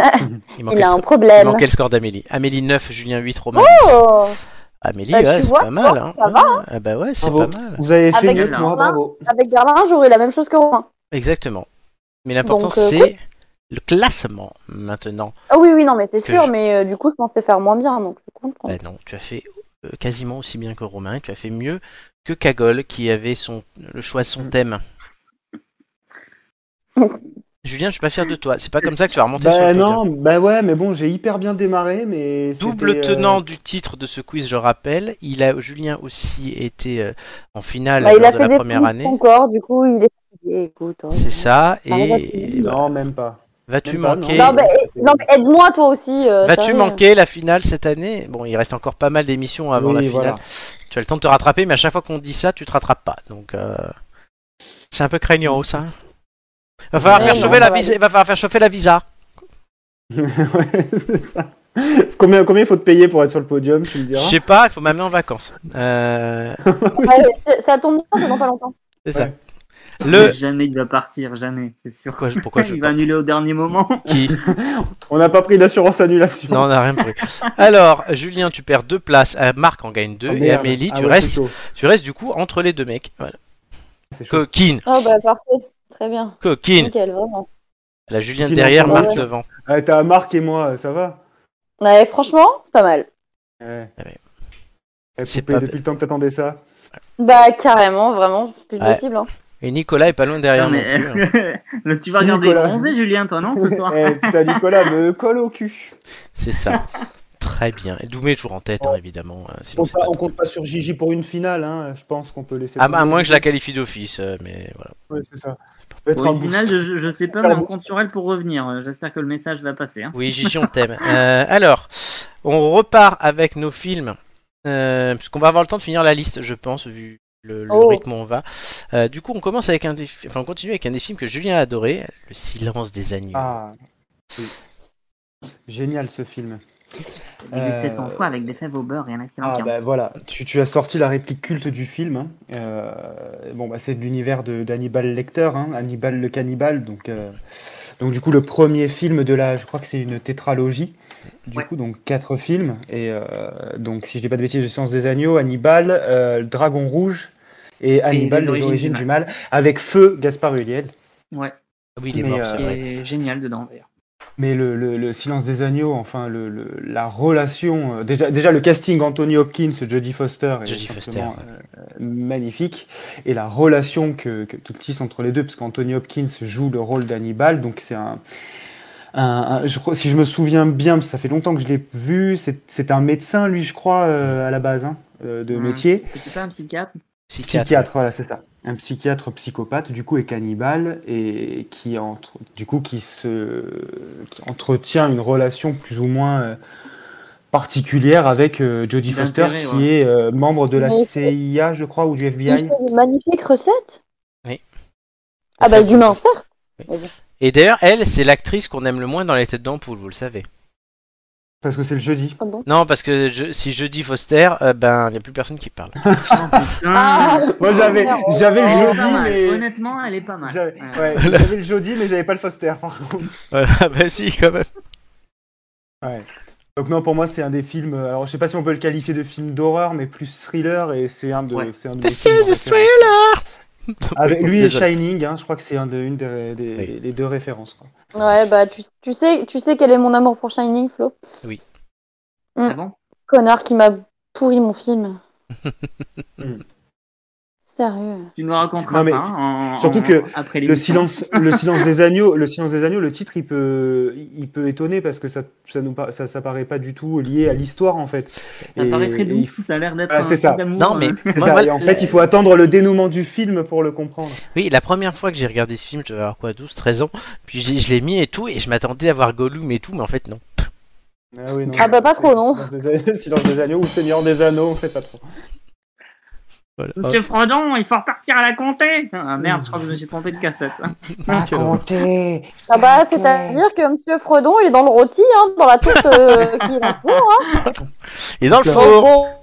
D: il a
A: le,
D: un
A: score. il
D: problème.
A: manquait le score d'Amélie. Amélie 9, Julien 8, Romain 10.
D: Oh
A: Amélie,
D: Bah, tu
A: ouais, c'est
D: vois,
A: pas mal. Hein.
D: ça va,
A: Ouais, Ah bah ouais, c'est pas
C: Bravo.
A: mal.
C: Vous avez fait
D: Avec
C: mieux que
B: la-
C: moi, bravo.
D: Avec Berlin, j'aurais la même chose que Romain.
A: Exactement. Mais l'important,
D: Donc, euh,
A: c'est le classement maintenant.
D: Ah oui, oui, non, mais c'est
A: Que
D: sûr,
A: je-
D: mais euh, du coup, je pensais faire moins bien, donc je comprends.
A: Ben non, tu as fait euh, quasiment aussi bien que Romain, tu as fait mieux que Cagole qui avait son, le choix de
D: Mm.
A: son
D: [laughs]
A: thème. Julien, je suis pas fier de toi. C'est pas comme ça que tu vas remonter sur
C: Bah
A: le podium.
C: non, bah ouais, mais bon, j'ai hyper bien démarré, mais.
A: Double
C: c'était, euh,
A: tenant du titre de ce quiz, je rappelle. Il a, Julien aussi été euh, en finale
D: Bah, il
A: lors
D: a
A: de
D: fait
A: la
D: des
A: première
D: petits
A: année.
D: encore, du coup, il est fatigué, écoute. hein.
A: C'est ça.
D: Ah,
A: Et,
D: bah, c'est-
A: voilà.
C: euh, Non, même pas.
A: vas-tu
C: Même pas,
A: manquer
D: Non, mais- Non, mais aide-moi, toi aussi. euh,
A: Vas-tu
D: sérieux.
A: manquer la finale cette année Bon, il reste encore pas mal d'émissions avant
C: Oui,
A: la finale.
C: voilà.
A: Tu as le temps de te rattraper, mais à chaque fois qu'on dit ça, tu te rattrapes pas. Donc, euh, c'est un peu craignant, ça. Va falloir,
D: Oui,
A: faire
D: non,
A: chauffer
D: ça
A: la
D: va
A: visa... va falloir faire chauffer la visa.
C: [laughs] Ouais, c'est ça. Combien, combien il faut te payer pour être sur le podium, tu me
A: Je
C: diras
A: sais pas, il faut m'amener en vacances. Euh,
D: Ah Ouais, c'est- ça tombe bien, c'est dans pas longtemps.
A: c'est ça.
C: Ouais.
A: Le.
B: Mais Jamais il va partir, jamais, c'est sûr.
A: Pourquoi, je-
B: [laughs]
A: pourquoi je.
B: il va annuler au dernier moment.
A: Qui
C: On n'a pas pris d'assurance annulation.
A: Non, on n'a rien pris. Alors, Julien, tu perds deux places. Euh, Marc en gagne deux.
C: Ah,
A: et
C: merde.
A: Amélie,
C: Ah
A: tu,
C: ouais, c'est
A: restes,
C: chaud.
A: tu restes du coup entre les deux mecs. Voilà.
C: C'est chaud.
A: Coquine.
D: Oh, bah, parfait. Très bien.
A: Coquine.
D: Nickel, vraiment.
A: La Julien
C: Coquine,
A: derrière,
C: on
A: Marc
D: s'en va.
A: devant.
C: Ah, T'as Marc et moi, ça va
D: Ouais, franchement, c'est pas mal.
C: Ouais.
A: Ah ouais.
C: Eh,
A: C'est
C: poupée,
A: pas-
C: depuis le temps que t'attendais ça.
D: Bah, carrément, vraiment, c'est plus
A: Ouais.
D: possible. hein.
A: Et Nicolas est pas loin derrière.
B: Non, mais-
A: non plus, hein.
B: [laughs] Mais tu vas regarder
C: Nicolas.
B: bronzé, Julien, toi,
C: [laughs]
B: non, [laughs] ce soir
C: Eh, putain, Nicolas me colle au cul.
A: C'est ça. Très bien. Et Doumé est toujours en tête, hein, évidemment. hein, sinon,
C: Oh. On,
A: c'est pas
C: on
A: drôle.
C: compte pas sur Gigi pour une finale, hein. je pense qu'on peut laisser.
A: Ah, bah, à
C: tomber.
A: moins que je la qualifie d'office, euh, mais voilà.
C: Ouais, c'est ça. Ça peut être
B: Bon,
C: un
B: Au final,
C: boost.
B: je, je sais pas, mais on compte sur elle pour revenir. Euh, J'espère que le message va passer. hein.
A: Oui, [laughs] Gigi, on t'aime. Euh, alors, on repart avec nos films, euh, puisqu'on va avoir le temps de finir la liste, je pense, vu le, le
D: Oh.
A: rythme où on va. Euh, du coup, on commence avec un des, fi- enfin, on continue avec un des films que Julien a adoré, Le Silence des agneaux.
C: Ah, oui. Génial ce film.
B: Dégusté
C: Euh,
B: 100 fois avec des fèves au beurre et un excellent
C: Ah
B: carnet.
C: bah voilà, tu, tu as sorti la réplique culte du film. hein. Euh, bon bah c'est de l'univers de- d'Hannibal Lecter, hein, Hannibal le cannibale. Donc, euh, donc du coup le premier film de la, je crois que c'est une tétralogie. Du
B: Ouais.
C: coup donc quatre films et euh, donc si je dis pas de bêtises, le sens des agneaux, Hannibal, euh, le Dragon rouge et Hannibal les, origines, du, mal. avec feu Gaspard Ulliel.
B: Ouais,
A: oui, il est
C: mais,
A: mort,
C: bah. euh,
A: c'est
B: qui
A: vrai.
B: est génial dedans d'ailleurs.
C: Mais le, le- le silence des agneaux, enfin le, le- la relation, euh, déjà, déjà le casting Anthony Hopkins, Jodie Foster est
A: Jodie
C: simplement,
A: Foster,
C: euh, euh, magnifique, et la relation que, que, qu'ils tissent entre les deux, parce qu'Anthony Hopkins joue le rôle d'Hannibal, donc c'est un, un- un- je crois, si je me souviens bien, parce que ça fait longtemps que je l'ai vu, c'est, c'est un médecin lui, je crois, euh, à la base, hein, euh, de
B: Hum,
C: métier
B: C'était pas un [laughs] psychiatre
A: Psychiatre.
C: psychiatre, voilà, c'est ça. Un psychiatre psychopathe, du coup, est cannibale et qui entre, du coup, qui se, qui entretient une relation plus ou moins euh, particulière avec euh, Jodie Foster,
B: D'intérêt,
C: qui
B: ouais.
C: est euh, membre de la
D: Mais-
C: CIA, je crois, ou du
D: Il
C: FBI.
D: fait une magnifique recette.
A: Oui.
D: Ah, bah, du mince, certes.
A: Et d'ailleurs, elle, c'est l'actrice qu'on aime le moins dans Les Têtes d'Ampoule, vous le savez.
C: Parce que c'est le jeudi.
D: Pardon.
A: Non, parce que je- si je dis Foster, euh, ben, il n'y a plus personne qui [laughs] parle.
B: Ah,
C: Moi, j'avais,
D: merde.
C: j'avais le
B: elle est
C: jeudi,
B: oh, pas mal.
C: mais.
B: Honnêtement, elle est pas mal.
C: J'avais,
A: [laughs]
B: Ouais.
C: ouais, j'avais le jeudi, mais j'avais pas le Foster, par contre.
A: Voilà, [laughs] bah si, quand même.
C: Ouais. Donc non, pour moi, c'est un des films. euh, Alors, je sais pas si on peut le qualifier de film d'horreur, mais plus thriller, et c'est un de.
B: Ouais.
C: C'est un de mes
A: This
C: films
A: is a
C: préférés.
A: thriller [laughs]
C: Avec Ah, lui et
A: Désolé.
C: Shining, hein, je crois que c'est un de- une des, des-
A: Oui.
C: les deux références. quoi.
D: Ouais, bah, tu, tu sais, tu sais quel est mon amour pour Shining, Flo
B: Ah bon
D: Connard qui m'a pourri mon film. Sérieux.
B: Tu nous raconteras
C: Non, mais
B: ça hein, en-
C: surtout
B: en-
C: que
B: après
C: Le
B: l'émission.
C: silence, le silence des agneaux, le silence des agneaux, le titre, il peut, il peut étonner parce que ça, ça nous, par- ça, ça paraît pas du tout lié à l'histoire en fait.
B: Ça
C: Et-
B: paraît très
C: et
B: doux.
C: il faut-
B: Ça a l'air d'être
C: Ah,
B: un
C: c'est
B: truc
C: ça.
B: d'amour,
A: Non, mais
B: euh.
C: c'est
A: moi,
C: ça.
A: moi,
C: Et en fait, il faut attendre le dénouement du film pour le comprendre.
A: Oui, la première fois que j'ai regardé ce film, je devais avoir quoi, 12, 13 ans. Puis j'ai- je l'ai mis et tout, et je m'attendais à voir Gollum et tout, mais en fait, non.
C: Ah, oui, non,
D: Ah bah, pas
C: c'est-
D: trop, non.
C: Silence des- Le silence des agneaux ou Seigneur des anneaux, on sait pas trop.
A: Voilà.
B: Monsieur Frodon, il faut repartir à la comté Ah merde, je crois que je me suis trompé de cassette.
A: Ah, quelle horreur.
D: Ah bah, c'est-à-dire que Monsieur Fredon, il est dans le rôti, hein, dans la tête euh, qui est dans le four.
A: et dans le
C: Ça-
A: four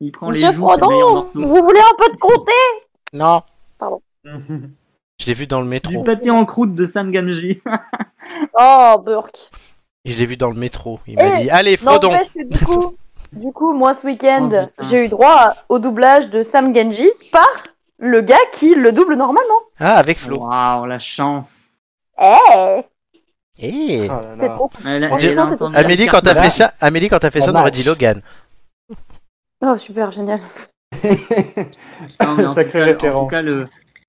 B: Il prend
D: hein.
B: les
D: Monsieur
B: joues, c'est le meilleur
D: Fredon,
B: morceau.
D: vous voulez un peu de comté
A: Non
C: Mhm.
A: Je l'ai vu dans le
B: Du
A: métro.
B: pâté en croûte de Sam Gamji.
D: Oh, Burke.
A: Et je l'ai vu dans le métro. Il m'a
D: Eh,
A: dit Allez, Frodon
D: N'empêche que du coup, du coup, moi ce week-end,
B: Oh, putain.
D: j'ai eu droit au doublage de Sam Genji par le gars qui le double normalement.
A: Ah, avec Flo.
B: Waouh, la chance.
D: Eh,
A: Eh.
C: Ah là là.
D: c'est trop.
A: On
B: Elle- Euh, elle
A: dirait-
B: a entendu la
A: Amélie, quand
B: carte
A: t'as
B: blanche.
A: fait ça, Amélie, quand t'as fait ça,
C: Ça
A: on aurait dit
C: marche.
A: Logan.
D: Oh, super génial.
B: Non, mais en tout
C: Sacrée
B: cas- en tout
C: référence.
B: cas, le,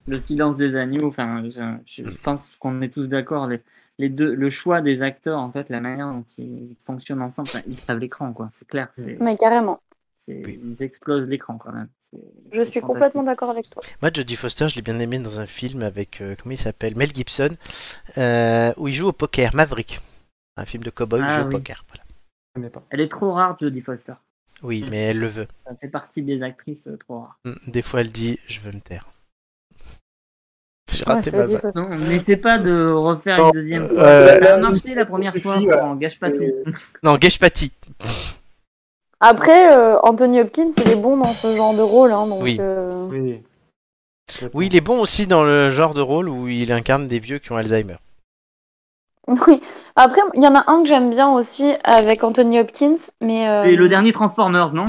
B: le silence des agneaux, enfin, je, je pense qu'on est tous d'accord. Les, les deux, le choix des acteurs, en fait, la manière dont ils fonctionnent ensemble, enfin, ils savent l'écran, quoi. C'est clair. c'est-
D: Mais carrément,
B: c'est- ils explosent l'écran quand même. C'est-
D: je
B: c'est
D: suis
B: fantastique.
D: complètement d'accord avec toi.
A: Moi, Jodie Foster, je l'ai bien aimé dans un film avec, euh, comment il s'appelle Mel Gibson, euh, où il joue au poker, Maverick. Un film de cowboy où il
B: Ah
A: joue
B: oui.
A: au poker. voilà.
C: Je connais pas.
B: Elle est trop rare, Jodie Foster.
A: Oui,
B: Mm.
A: mais elle le veut.
B: Ça fait partie des actrices euh, trop rares.
A: Mm, Des fois, elle dit Je veux me taire. [laughs] J'ai
D: Ouais,
A: raté
D: je
A: ma
D: dis
A: vanne.
D: ça.
B: Non, on n'essaie pas de refaire
C: Non,
B: une deuxième fois.
C: euh,
B: ça a
C: là,
B: marché la première
C: c'est
B: fois,
C: fini,
B: on gâche pas tout.
C: Et-
A: Non, Gage Patty.
D: Après, euh, Anthony Hopkins, il est bon dans ce genre de rôle. Hein, donc,
A: Oui.
D: euh, [laughs]
C: oui.
A: Oui, il est bon aussi dans le genre de rôle où il incarne des vieux qui ont Alzheimer.
D: oui. Après, il y en a un que j'aime bien aussi avec Anthony Hopkins, mais euh,
B: C'est le dernier Transformers, non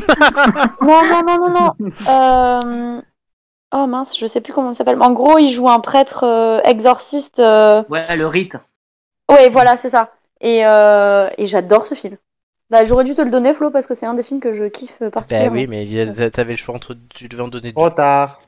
D: Non, non, non, non, non.
A: [laughs]
D: Euh, Oh mince, je sais plus comment il s'appelle. mais En gros, il joue un prêtre euh, exorciste. euh,
B: Ouais, le rite.
D: Ouais, voilà, c'est ça. Et, euh, et j'adore ce film. Bah, j'aurais dû te le donner, Flo, parce que c'est un des films que je kiffe euh,
A: Bah
D: particulièrement.
A: oui, mais il y a- t'avais le choix entre. Tu devais en donner deux.
C: Trop tard.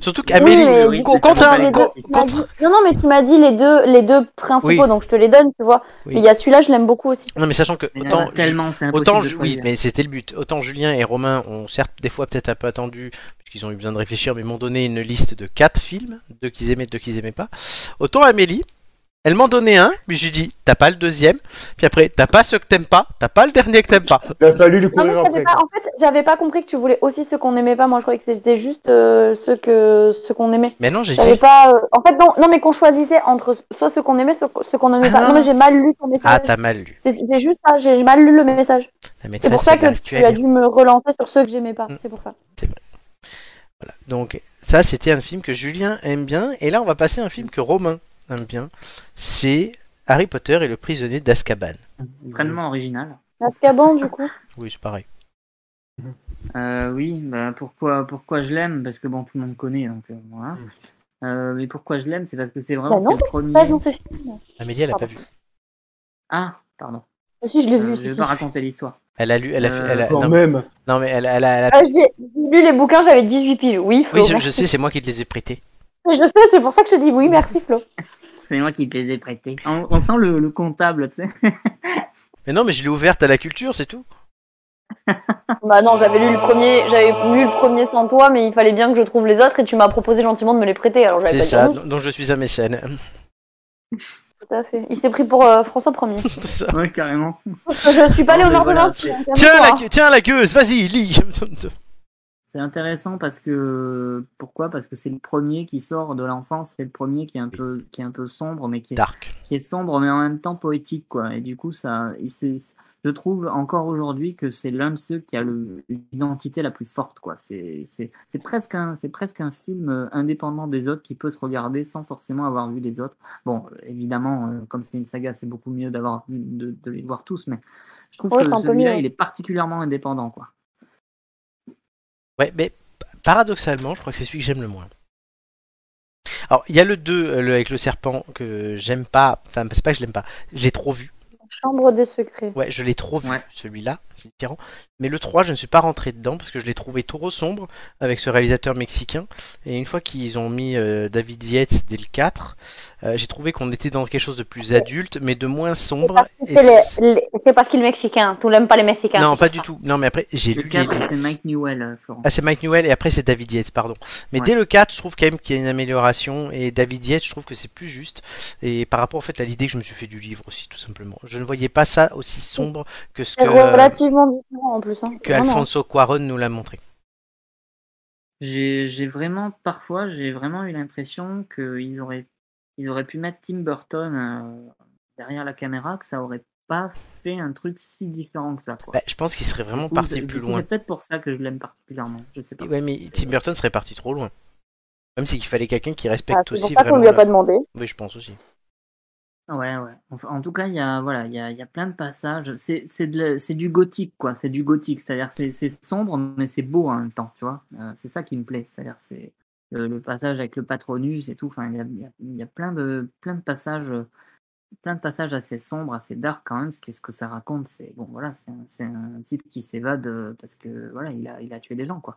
A: Surtout
D: Oui,
A: qu'Amélie. euh,
D: mais-
B: Oui,
A: Quand-
B: c'est
A: quand
B: ça,
A: t'as-
B: on
D: les
B: va
A: quand-
D: deux,
B: les
D: tu m'as
A: quand-
D: dit- Non, non, mais tu m'as dit les deux, les deux principaux,
A: Oui.
D: donc je te les donne, tu vois.
A: Oui.
D: Mais il y a celui-là, je l'aime beaucoup aussi.
A: Non, mais sachant que.
B: Il y en a
A: Autant,
B: tellement, c'est impossible.
A: Autant,
B: de
A: Ju- oui,
B: choisir.
A: mais c'était le but. Autant Julien et Romain ont certes des fois peut-être un peu attendu, puisqu'ils ont eu besoin de réfléchir, mais m'ont donné une liste de quatre films, deux qu'ils aimaient, deux qu'ils aimaient pas. Autant Amélie, elle m'en donnait un, puis j'ai dit t'as pas le deuxième, puis après t'as pas ce que t'aimes pas, t'as pas le dernier que t'aimes pas.
C: Il a fallu lui
D: Non, mais
C: courir
D: j'avais
C: après.
D: pas, en fait, j'avais pas compris que tu voulais aussi ceux qu'on n'aimait pas. Moi, je croyais que c'était juste euh, ceux que ceux qu'on aimait.
A: Mais non, j'ai
D: J'avais
A: dit
D: pas. euh, En fait, non, non mais qu'on choisissait entre soit ceux qu'on aimait, soit ceux qu'on aimait
A: Ah.
D: pas. Non, mais j'ai mal lu ton
A: ah
D: message.
A: t'as mal lu.
D: C'est c'est juste ça, j'ai j'ai mal lu le message.
A: La
D: C'est
A: maîtresse
D: pour ça
A: elle
D: que
A: arrive
D: tu
A: plus à
D: as
A: lire.
D: dû me relancer sur ceux que j'aimais pas.
A: Mm.
D: C'est pour ça.
A: Voilà. Donc ça c'était un film que Julien aime bien, et là on va passer à un film que Romain aime bien. C'est Harry Potter et le prisonnier d'Azkaban.
B: Extrêmement original.
D: Azkaban, du coup.
A: Oui, c'est pareil.
B: Euh, oui, bah, pourquoi, pourquoi je l'aime Parce que bon, tout le monde connaît, donc euh, voilà. Euh, mais pourquoi je l'aime C'est parce que c'est vraiment
D: Bah non,
B: c'est le premier.
D: Pas dans ce film.
A: Amélie, elle a pas
D: Pardon.
A: vu.
B: Ah, pardon.
D: Ah, Si, je l'ai
B: Euh,
D: vu.
B: je
D: si,
B: vais
D: si.
B: pas raconter l'histoire.
A: Elle a lu, elle a, fait-
B: Euh,
A: elle a-
C: Quand
A: non,
C: même.
A: Non, mais elle, elle a. elle a-
D: Ah, J'ai j'ai lu les bouquins, j'avais 18 piges. Oui, Flo.
A: Oui, je, je
D: merci.
A: sais, c'est moi qui te les ai prêtés.
D: Mais Je sais, c'est pour ça que je te dis oui, merci, Flo.
B: C'est moi qui te les ai prêtés. On, on sent le, le comptable, tu sais. [laughs]
A: Mais non, mais je l'ai ouverte à la culture, c'est tout.
D: Bah non, j'avais lu le premier, j'avais lu le premier sans toi, mais il fallait bien que je trouve les autres et tu m'as proposé gentiment de me les prêter. Alors j'avais
A: C'est
D: pas
A: ça,
D: dit non,
A: don- donc je suis un mécène. [laughs]
D: tout à fait. Il s'est pris pour euh,
A: [laughs]
D: François 1er.
A: C'est ça.
B: Ouais, carrément.
D: je suis pas
B: Non, mais
D: Léonard de
B: voilà,
D: Vinci,
B: c'est-
D: hein, calme-toi,
A: Tiens la,
D: hein.
A: gue- tiens, la gueuse, vas-y, lis
B: C'est intéressant parce que pourquoi Parce que c'est le premier qui sort de l'enfance, c'est le premier qui est un peu qui est un peu sombre, mais qui est,
A: Dark.
B: qui est sombre mais en même temps poétique quoi. Et du coup ça, il s'est- je trouve encore aujourd'hui que c'est l'un de ceux qui a le- l'identité la plus forte quoi. C'est c'est c'est presque un c'est presque un film euh, indépendant des autres qui peut se regarder sans forcément avoir vu les autres. Bon euh, évidemment euh, comme c'est une saga c'est beaucoup mieux d'avoir vu- de, de les voir tous, mais je trouve
D: Ouais, c'est
B: que
D: un peu
B: celui-là
D: mieux.
B: il est particulièrement indépendant quoi.
A: Ouais, mais p- paradoxalement, je crois que c'est celui que j'aime le moins. Alors, il y a le 2 euh, le- avec le serpent que j'aime pas. Enfin, c'est pas que je l'aime pas, je l'ai trop vu.
D: Chambre des secrets.
A: Ouais, je l'ai trop vu,
B: Ouais.
A: celui-là, c'est différent. Mais le 3, je ne suis pas rentré dedans parce que je l'ai trouvé trop sombre avec ce réalisateur mexicain. Et une fois qu'ils ont mis euh, David Yates dès le 4, euh, j'ai trouvé qu'on était dans quelque chose de plus adulte, mais de moins
D: C'est
A: sombre.
D: parce que
A: Et
D: c'est
A: c'est-
D: les- les- c'est parce qu'il est mexicain. Tout l'aime pas les mexicains.
A: Non, pas du tout. Non, mais après, j'ai
B: Le
A: lu.
B: 4,
A: les-
B: c'est Mike Newell, euh, Florent.
A: Ah, c'est Mike Newell et après c'est David Yates, pardon. Mais
B: Ouais.
A: dès le 4, je trouve quand même qu'il y a une amélioration et David Yates, je trouve que c'est plus juste. Et par rapport en fait à l'idée que je me suis fait du livre aussi, tout simplement. Je ne voyais pas ça aussi sombre que ce
D: C'est
A: que,
D: relativement différent en plus. Hein.
A: que
D: Vraiment.
A: Alfonso Cuaron nous l'a montré.
B: J'ai j'ai vraiment, parfois, j'ai vraiment eu l'impression qu'ils auraient, ils auraient pu mettre Tim Burton euh, derrière la caméra, que ça aurait pas fait un truc si différent que ça. Quoi.
A: Bah, je pense qu'il serait vraiment
B: Du coup,
A: parti
B: c'est-
A: plus
B: du coup,
A: loin.
B: C'est peut-être pour ça que je l'aime particulièrement. Je sais pas.
A: Ouais, mais Tim Burton serait parti trop loin. Même c'est qu'il fallait quelqu'un qui respecte
D: Ah, c'est pour
A: aussi
D: ça qu'on
A: vraiment.
D: lui a
A: la-
D: pas demandé.
A: Oui, je pense aussi.
B: Ouais, ouais. Enfin, en tout cas, il y a, voilà, il y a, il y a plein de passages. C'est, c'est, de la- c'est du gothique, quoi. C'est du gothique. C'est-à-dire, c'est, c'est sombre, mais c'est beau en même temps, tu vois. Euh, c'est ça qui me plaît. C'est-à-dire, c'est le, le passage avec le patronus et tout. Enfin, il y a, il y a- il y a plein de, plein de passages, euh, plein de passages assez sombres, assez dark quand même. Ce que, ce que ça raconte, c'est bon, voilà, c'est un, c'est un type qui s'évade euh, parce que voilà, il a, il a tué des gens, quoi.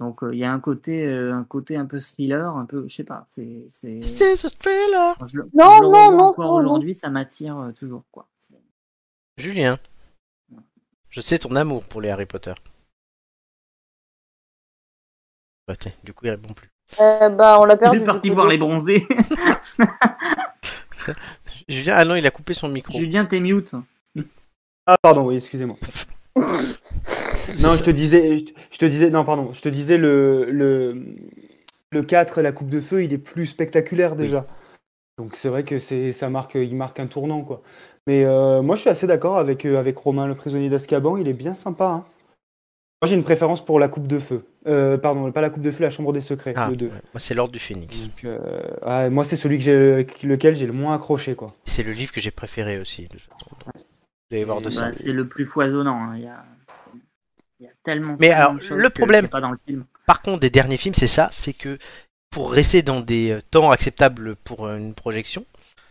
B: Donc, euh, il y a un côté, euh, un côté un peu thriller, un peu, je sais pas. C'est,
D: Mm.
B: c'est...
A: C'est ce trailer
B: Quand je le-
D: Non,
B: quand je le
D: non,
B: revois
D: non,
B: encore
D: non, non.
B: Aujourd'hui, ça m'attire euh, toujours. Quoi. C'est-
A: Julien, je sais ton amour pour les Harry Potter. Bah, tiens, du coup, il répond plus.
D: Euh, bah, on l'a perdu.
B: Il est parti
D: du coup,
B: voir
D: du-
A: [laughs]
B: les bronzés. [laughs]
A: Julien, ah non, il a coupé son micro.
B: Julien, t'es mute.
C: Ah pardon, oui, [laughs] excusez-moi. non,
A: ça.
C: je te disais, je te disais, non, pardon, je te disais le le le 4, la coupe de feu, il est plus spectaculaire déjà. Donc c'est vrai que c'est ça marque, il marque un tournant quoi. Mais euh, moi je suis assez d'accord avec euh, avec Romain, le prisonnier d'Azkaban, il est bien sympa. hein. Moi j'ai une préférence pour la coupe de feu. Euh, pardon, pas la coupe de feu, la chambre des secrets,
A: Ah,
C: le 2.
A: ouais. Moi, c'est l'ordre du phénix.
D: Mm.
C: Donc, euh, ouais, moi c'est celui que j'ai, avec lequel j'ai le moins accroché quoi.
A: C'est le livre que j'ai préféré aussi. de toute façon. Donc, Vous allez voir de
C: Et
A: ça.
B: Bah, c'est le plus foisonnant. hein. Il y, a... il y a tellement.
A: Mais
B: tellement
A: alors,
B: de choses
A: le
B: que-
A: problème-
B: qu'il y a pas dans le film.
A: Par contre, des derniers films, c'est ça, c'est que pour rester dans des euh, temps acceptables pour euh, une projection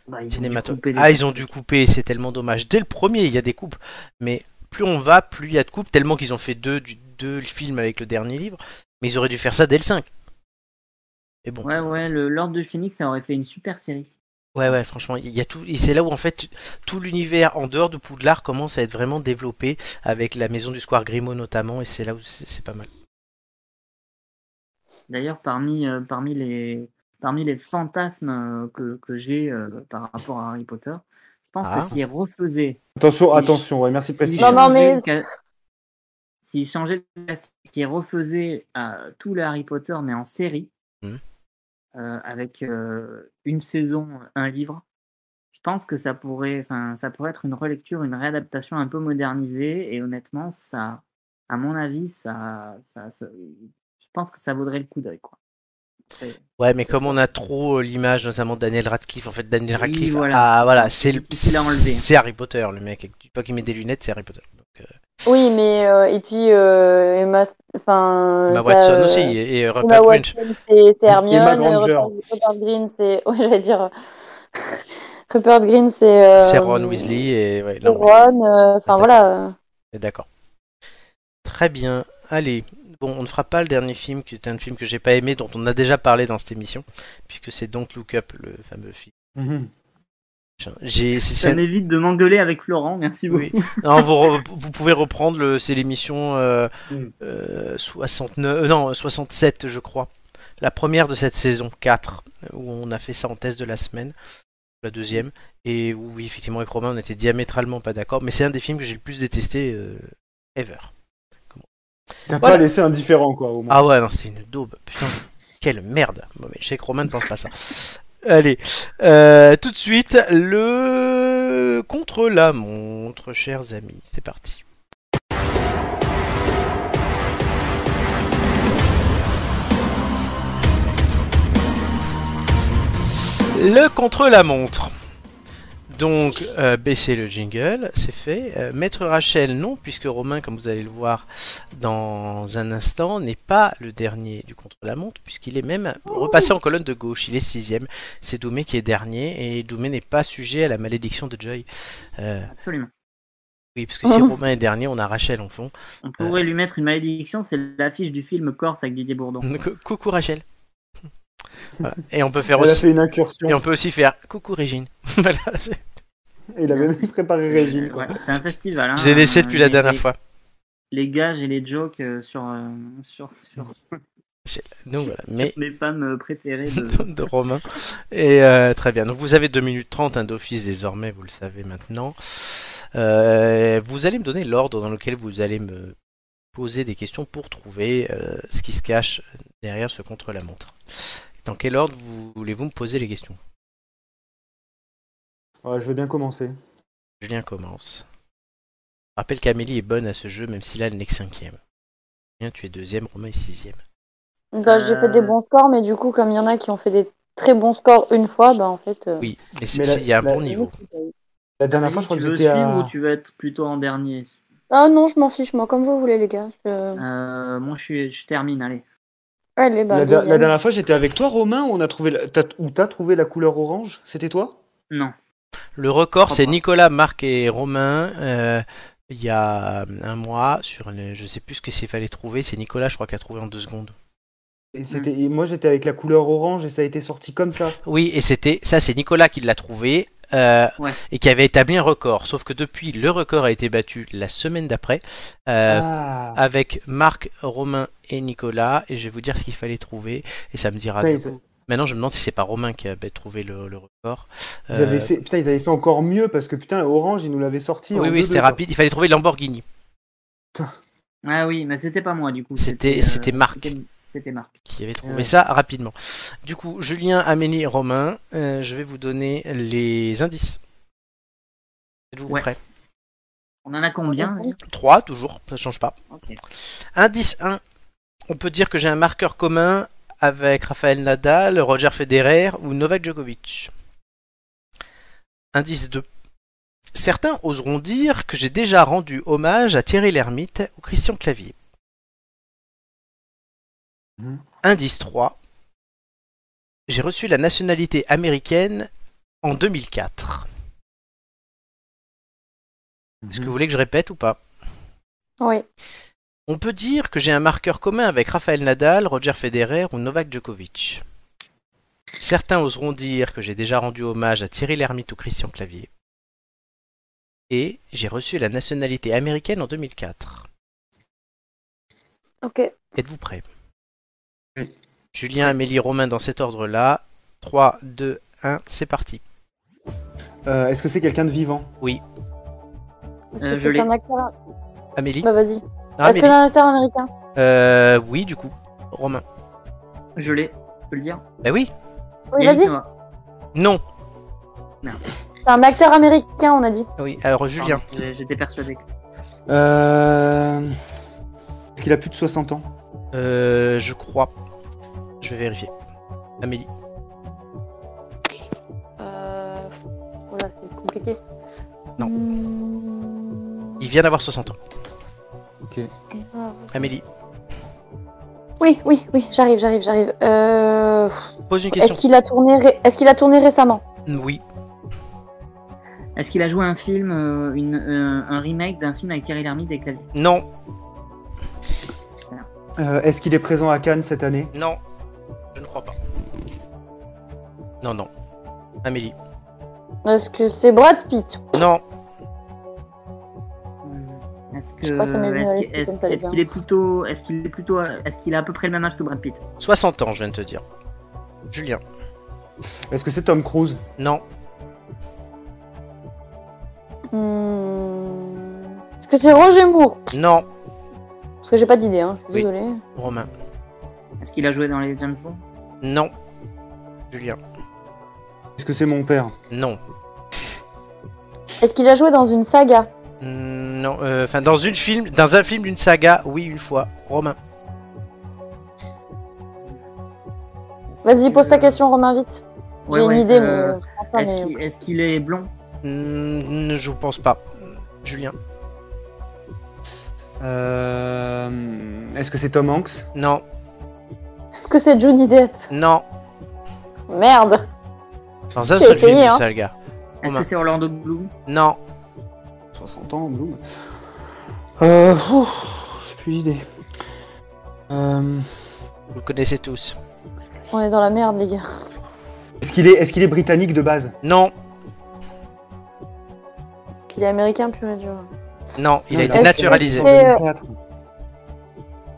B: Bah, ils ont dû couper
A: cinématographique,
B: des
A: ah, ils
B: choses.
A: ont dû couper, c'est tellement dommage. Dès le premier, il y a des coupes, mais plus on va, plus il y a de coupes, tellement qu'ils ont fait deux, du, deux films avec le dernier livre, mais ils auraient dû faire ça dès le 5. Et bon,
B: Ouais, ouais, le- l'ordre du Phoenix, ça aurait fait une super série.
A: Ouais, ouais, franchement, il y a tout, et c'est là où en fait tout l'univers en dehors de Poudlard commence à être vraiment développé avec la maison du Square Grimaud notamment, et c'est là où c'est c'est pas mal.
B: D'ailleurs, parmi, euh, parmi, les, parmi les fantasmes euh, que, que j'ai euh, par rapport à Harry Potter, je pense
A: Ah.
B: que s'ils refaisaient
C: Attention,
B: Si-
C: attention, ouais, merci de
B: S'il
C: préciser.
D: Non, non,
B: changeait
D: mais-
B: le ca- S'il changeait le casting qui refaisait euh, tout le Harry Potter, mais en série,
A: Mhm.
B: euh, avec euh, une saison, un livre, je pense que ça pourrait, enfin, ça pourrait être une relecture, une réadaptation un peu modernisée. Et honnêtement, ça, à mon avis, ça, ça, ça- je pense que ça vaudrait le coup d'œil. quoi. Après,
A: Ouais, mais comme on a trop euh, l'image notamment de Daniel Radcliffe, en fait, Daniel
B: Oui,
A: Radcliffe,
B: voilà.
A: ah, voilà, c'est le-
B: Il l'a enlevé.
A: c'est Harry Potter, le mec. avec- Tu vois qu'il met des lunettes, c'est Harry Potter. Donc, euh,
D: Oui, mais euh, et puis euh, Emma, enfin.
A: Emma Bah,
D: ça,
A: Watson
D: euh,
A: aussi, et, et Rupert Grint.
D: Emma Watson, c'est c'est Hermione.
C: Emma
D: euh,
C: Granger.
D: Rupert Rupert Green, c'est. [laughs] Ouais, j'allais dire. Rupert Green, c'est. euh,
A: C'est Ron Weasley, et ouais,
D: c'est
A: là, on
D: Ron, euh, enfin
A: D'accord.
D: voilà.
A: est d'accord. Très bien, allez. Bon, on ne fera pas le dernier film, qui est un film que j'ai pas aimé, dont on a déjà parlé dans cette émission, puisque c'est Don't Look Up, le fameux film.
C: Mhm.
A: J'ai, c'est-
B: Ça
A: c'est-
B: m'évite de m'engueuler avec Florent, merci beaucoup.
A: Oui. Non, vous, re- vous pouvez reprendre, le- c'est l'émission euh,
C: Mm.
A: euh, 69, euh, non, 67, je crois. La première de cette saison 4, où on a fait ça en test de la semaine, la deuxième, et où, oui, effectivement, avec Romain, on était diamétralement pas d'accord, mais c'est un des films que j'ai le plus détesté euh, ever.
C: T'as
A: Voilà.
C: pas laissé indifférent quoi au moins.
A: Ah ouais, non, c'était une daube. Putain, quelle merde. Bon, mais je sais que Romain ne pense pas ça. Allez, euh, tout de suite, le contre la montre, chers amis. C'est parti. Le contre la montre. Donc, euh, baisser le jingle, c'est fait. Euh, Maître Rachel, non, puisque Romain, comme vous allez le voir dans un instant, n'est pas le dernier du contre-la-montre, puisqu'il est même repassé en colonne de gauche. Il est sixième. C'est Doumé qui est dernier, et Doumé n'est pas sujet à la malédiction de Joy. Euh,
B: Absolument.
A: oui, parce
C: Ah.
A: que si
D: Oh.
A: Romain est dernier, on a Rachel en fond. [laughs]
B: On pourrait lui mettre une malédiction, c'est l'affiche du film Corse avec Didier Bourdon.
A: Donc, euh, coucou
C: [laughs]
A: Rachel. Voilà. Et on peut faire
C: Elle a
A: aussi.
C: fait une incursion.
A: Et on peut aussi faire coucou Régine. [laughs] Voilà, c'est-
C: Et il avait même préparé Régine. quoi.
B: Ouais, c'est un festival. Hein,
A: je l'ai laissé depuis la
B: Les-
A: dernière
B: les-
A: fois.
B: Les gages et les jokes euh, sur, euh, sur, sur,
A: Donc voilà.
B: sur
A: Mais
B: mes femmes euh, préférées
A: [laughs]
B: de,
A: de Romain. Et euh, très bien. Donc vous avez 2 minutes 30 hein, d'office désormais, vous le savez maintenant. Euh, vous allez me donner l'ordre dans lequel vous allez me poser des questions pour trouver euh, ce qui se cache derrière ce contre-la-montre. Dans quel ordre vous- voulez-vous me poser les questions
C: Ouais, je vais bien commencer.
A: Julien commence. Je rappelle qu'Amélie est bonne à ce jeu, même si là elle n'est que cinquième. Julien, tu es deuxième, Romain est sixième.
D: Bah, j'ai
C: Ah.
D: fait des bons scores, mais du coup, comme il y en a qui ont fait des très bons scores une fois, bah en fait. euh,
A: Oui, mais c'est-
C: Mais
A: c'est-
C: la-
A: il y a un
C: la-
A: bon niveau.
C: La dernière fois, je crois
B: tu
C: que
B: veux
C: j'étais
B: suivre
C: à...
B: ou tu veux être plutôt en dernier
D: Ah non, je m'en fiche, moi, comme vous voulez, les gars.
C: Ah.
D: Je-
B: Euh, Moi, je, suis, je termine, allez.
D: Allez, bah,
C: la, da- la
D: deuxième.
C: dernière fois, j'étais avec toi, Romain, où on a trouvé la... t'as... où t'as trouvé la couleur orange. C'était toi
B: Non.
A: Le record, c'est
B: Sympa.
A: Nicolas, Marc et Romain. euh, il y a euh, un mois, sur le, je sais plus ce qu'il fallait trouver. C'est Nicolas, je crois, qui a trouvé en deux secondes.
C: et, c'était...
B: Mm.
C: et moi, j'étais avec la couleur orange et ça a été sorti comme ça.
A: Oui, et c'était ça, c'est Nicolas qui l'a trouvé euh,
B: Ouais.
A: et qui avait établi un record. Sauf que depuis, le record a été battu la semaine d'après euh,
C: ah.
A: avec Marc, Romain et Nicolas. Et je vais vous dire ce qu'il fallait trouver et ça me dira.
C: Putain,
A: du
C: ils-
A: coup. Maintenant, je me demande si c'est pas Romain qui avait trouvé le, le record.
C: ils,
A: Euh,
C: avaient fait... putain, ils avaient fait encore mieux parce que putain, orange, ils nous l'avaient sorti. en
A: Oui, oui,
C: deux-deux,
A: c'était
C: quoi.
A: rapide. Il fallait trouver Lamborghini.
B: Ah oui, mais c'était pas moi, du coup.
C: euh,
A: C'était- c'était Marc.
B: c'était- C'était Marc.
A: qui avait trouvé
B: Ouais.
A: ça rapidement. Du coup, Julien, Amélie, Romain, euh, je vais vous donner les indices. Êtes-vous
B: Ouais.
A: prêts
B: On en a combien
D: Ouais.
A: 3 toujours, ça change pas.
B: Ok.
A: Indice 1. On peut dire que j'ai un marqueur commun avec Raphaël Nadal, Roger Federer ou Novak Djokovic. Indice 2. Certains oseront dire que j'ai déjà rendu hommage à Thierry Lhermitte ou Christian Clavier.
C: Mhm.
A: Indice 3. J'ai reçu la nationalité américaine en 2004. Est-ce que
C: Hmm.
A: vous voulez que je répète ou pas
D: Oui.
A: on peut dire que j'ai un marqueur commun avec Rafael Nadal, Roger Federer ou Novak Djokovic. Certains oseront dire que j'ai déjà rendu hommage à Thierry Lhermitte ou Christian Clavier. Et j'ai reçu la nationalité américaine en 2004.
D: Ok.
A: Êtes-vous prêts
C: Oui.
A: Julien, Amélie, Romain dans cet ordre-là. 3, 2, 1, c'est parti.
C: Euh, Est-ce que c'est quelqu'un de vivant
D: Est-ce
B: Euh,
D: que
B: je l'ai.
D: c'est un acteur
A: Amélie
D: Bah, vas-y.
A: Non,
D: Est-ce que c'est
A: Amélie.
D: un acteur américain
A: Euh, oui, du coup. Romain.
B: Je l'ai. Je peux le dire
A: Bah oui.
D: Oui,
B: Yannick
D: vas-y.
B: Noah.
A: Non.
D: C'est un acteur américain, on a dit.
A: Oui, alors Julien.
B: Pardon, j'ai- J'étais persuadé. que-
C: Euh, Est-ce qu'il a plus de 60 ans
A: Euh, je crois. Je vais vérifier. Amélie.
D: Euh... Voilà, c'est compliqué.
A: Non.
D: Hmm.
A: Il vient d'avoir 60 ans.
C: Ok.
A: Amélie,
D: Oui, oui, oui, j'arrive, j'arrive, j'arrive. Euh...
A: pose une
D: Est-ce
A: question.
D: qu'il a tourné, ré- est-ce qu'il a tourné récemment
A: Oui,
B: Est-ce qu'il a joué un film, euh, une, euh, un remake d'un film avec Thierry Lhermitte et Clavier
A: non,
C: Euh, Est-ce qu'il est présent à Cannes cette année
A: non, je ne crois pas. Non, non. Amélie,
D: Est-ce que c'est Brad Pitt
A: non,
B: Hum, Est-ce que
D: Je sais pas, ça m'est venu à
B: est-ce qu'il-
D: l'esprit comme
B: est-ce-
D: ça, les
B: est-ce
D: gars.
B: qu'il est plutôt est-ce qu'il est plutôt est-ce qu'il a à peu près le même âge que Brad Pitt
A: 60 ans, je viens de te dire. Julien,
C: Est-ce que c'est Tom Cruise
A: non,
D: Hmm. Est-ce que c'est Roger Moore
A: non.
D: Parce que j'ai pas d'idée, hein. je suis
A: Oui.
D: désolée.
A: Romain,
B: Est-ce qu'il a joué dans les James Bond
A: non. Julien,
C: Est-ce que c'est mon père
A: non.
D: Est-ce qu'il a joué dans une saga
A: Mm, Non, euh, enfin dans une film, dans un film d'une saga, oui une fois. Romain,
B: Est-ce
D: Vas-y, pose ta
B: que-
D: question, Romain, vite. J'ai
B: Ouais,
D: une
B: ouais,
D: idée,
B: euh,
D: mais. franchement,
A: euh,
B: Est-ce
D: mais-
B: qu'il est, qu'il est blond
A: Hmm, je pense pas. Julien
C: Euh, Est-ce que c'est Tom Hanks
A: Non,
D: Est-ce que c'est Johnny Depp
A: non.
D: Merde.
A: Dans un
D: J'ai
A: seul film,
D: essayé, hein.
A: ça, le gars.
B: Est-ce
A: Romain.
B: que c'est Orlando Bloom
A: Non,
C: 60 ans, Bloom. Euh, ouf, j'ai plus d'idée. Euh,
A: vous le connaissez tous.
D: On est dans la merde, les gars.
C: Est-ce qu'il est, est, qu'il est britannique de base
A: Non,
D: Il est américain, pur et dur.
A: non, il a
C: Non,
A: été
D: est-ce
A: naturalisé.
D: que-
C: En 2004.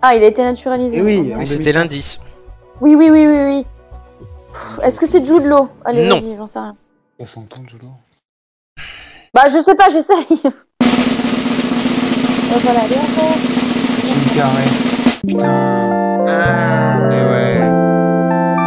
D: Ah, il a été naturalisé.
C: Eh oui,
D: pardon.
A: Oui, c'était l'indice.
D: oui, oui, oui, oui, oui. Pff, Est-ce que c'est Jude Law Allez,
A: Non.
D: vas-y, j'en sais rien.
C: 60 ans, Julo.
D: Bah, je sais pas, j'essaye. [laughs] Et Euh, voilà, allez, encore.
C: Jim Carrey. Putain.
D: Euh,
B: Ah,
C: Eh ouais.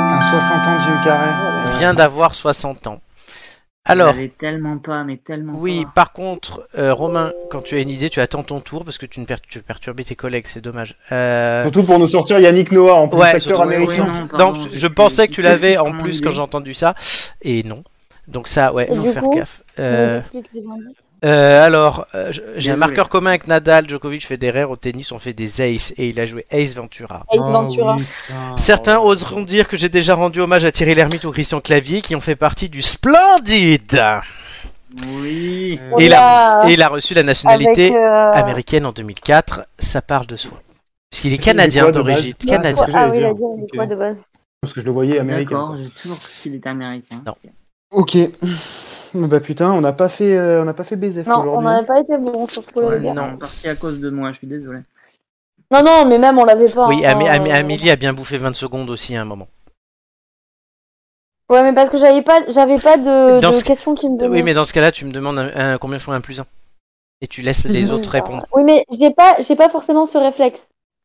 C: Putain, 60 ans de Jim Carrey.
A: Il
C: Eh ouais.
A: vient d'avoir 60 ans.
B: je
A: Alors,
B: l'avais tellement pas, mais tellement
A: oui,
B: pas.
A: par contre, euh, Romain, quand tu as une idée, tu attends ton tour parce que tu ne per- tu perturbes tes collègues, c'est dommage. Euh,
C: Surtout pour nous sortir Yannick Noah en plus,
A: Ouais,
C: acteur
A: surtout-
B: oui,
C: américain.
B: oui, non, pardon,
A: Donc, je-
B: j'ai
A: je
B: plus-
A: pensais que
B: j'ai
A: tu
B: plus
A: l'avais en
B: vraiment
A: plus
B: l'idée.
A: quand j'ai entendu ça, et non. Donc ça, ouais,
D: Et
A: faut
D: du
A: faire
D: coup,
A: gaffe. Euh,
D: Je clique les indices.
A: euh, alors, euh, je- j'ai un
B: Désolé.
A: marqueur commun avec Nadal, Djokovic, Federer. Au tennis, on fait des aces, et il a joué Ace Ventura.
D: Ace
C: Ah
D: Ventura.
C: oui, putain.
A: Certains oseront dire que j'ai déjà rendu hommage à Thierry Lhermitte ou Christian Clavier, qui ont fait partie du Splendide.
B: Oui.
C: Euh,
A: Et il, a,
D: Oula.
A: et il a reçu la nationalité
D: Avec, euh,
A: américaine en 2004. Ça parle de soi. Parce qu'il est
C: Est-ce qu'il est
A: canadien
C: quoi de
A: d'origine.
C: base
A: Canadien.
C: que
D: Ah
C: j'allais
D: oui, il
C: dire.
D: a dit il est quoi
A: euh,
C: Ok.
D: de base
C: Parce que je le voyais américain.
B: D'accord,
C: quoi.
B: j'ai toujours cru qu'il était américain.
A: Non.
C: Ok. Bah putain, on n'a pas fait, euh, on n'a pas fait baiser
D: Non, on
C: aujourd'hui.
D: n'avait pas été bon sur ce
B: Ouais,
D: les
B: ils
D: gars.
A: non.
B: sont partis à cause de moi, je suis désolé.
D: Non, non, mais même on l'avait pas.
A: Oui,
D: hein.
A: Ami- Ami- Amélie a bien bouffé 20 secondes aussi à un moment.
D: Ouais, mais parce que j'avais pas, j'avais pas de,
A: Dans
D: de
A: ce-
D: questions qui me donnaient.
A: Oui, mais dans ce cas-là, tu me demandes un- un- combien font un plus un. Et tu laisses les
D: [laughs] Oui,
A: autres
D: bah.
A: répondre.
D: Oui, mais j'ai pas, j'ai pas forcément ce réflexe.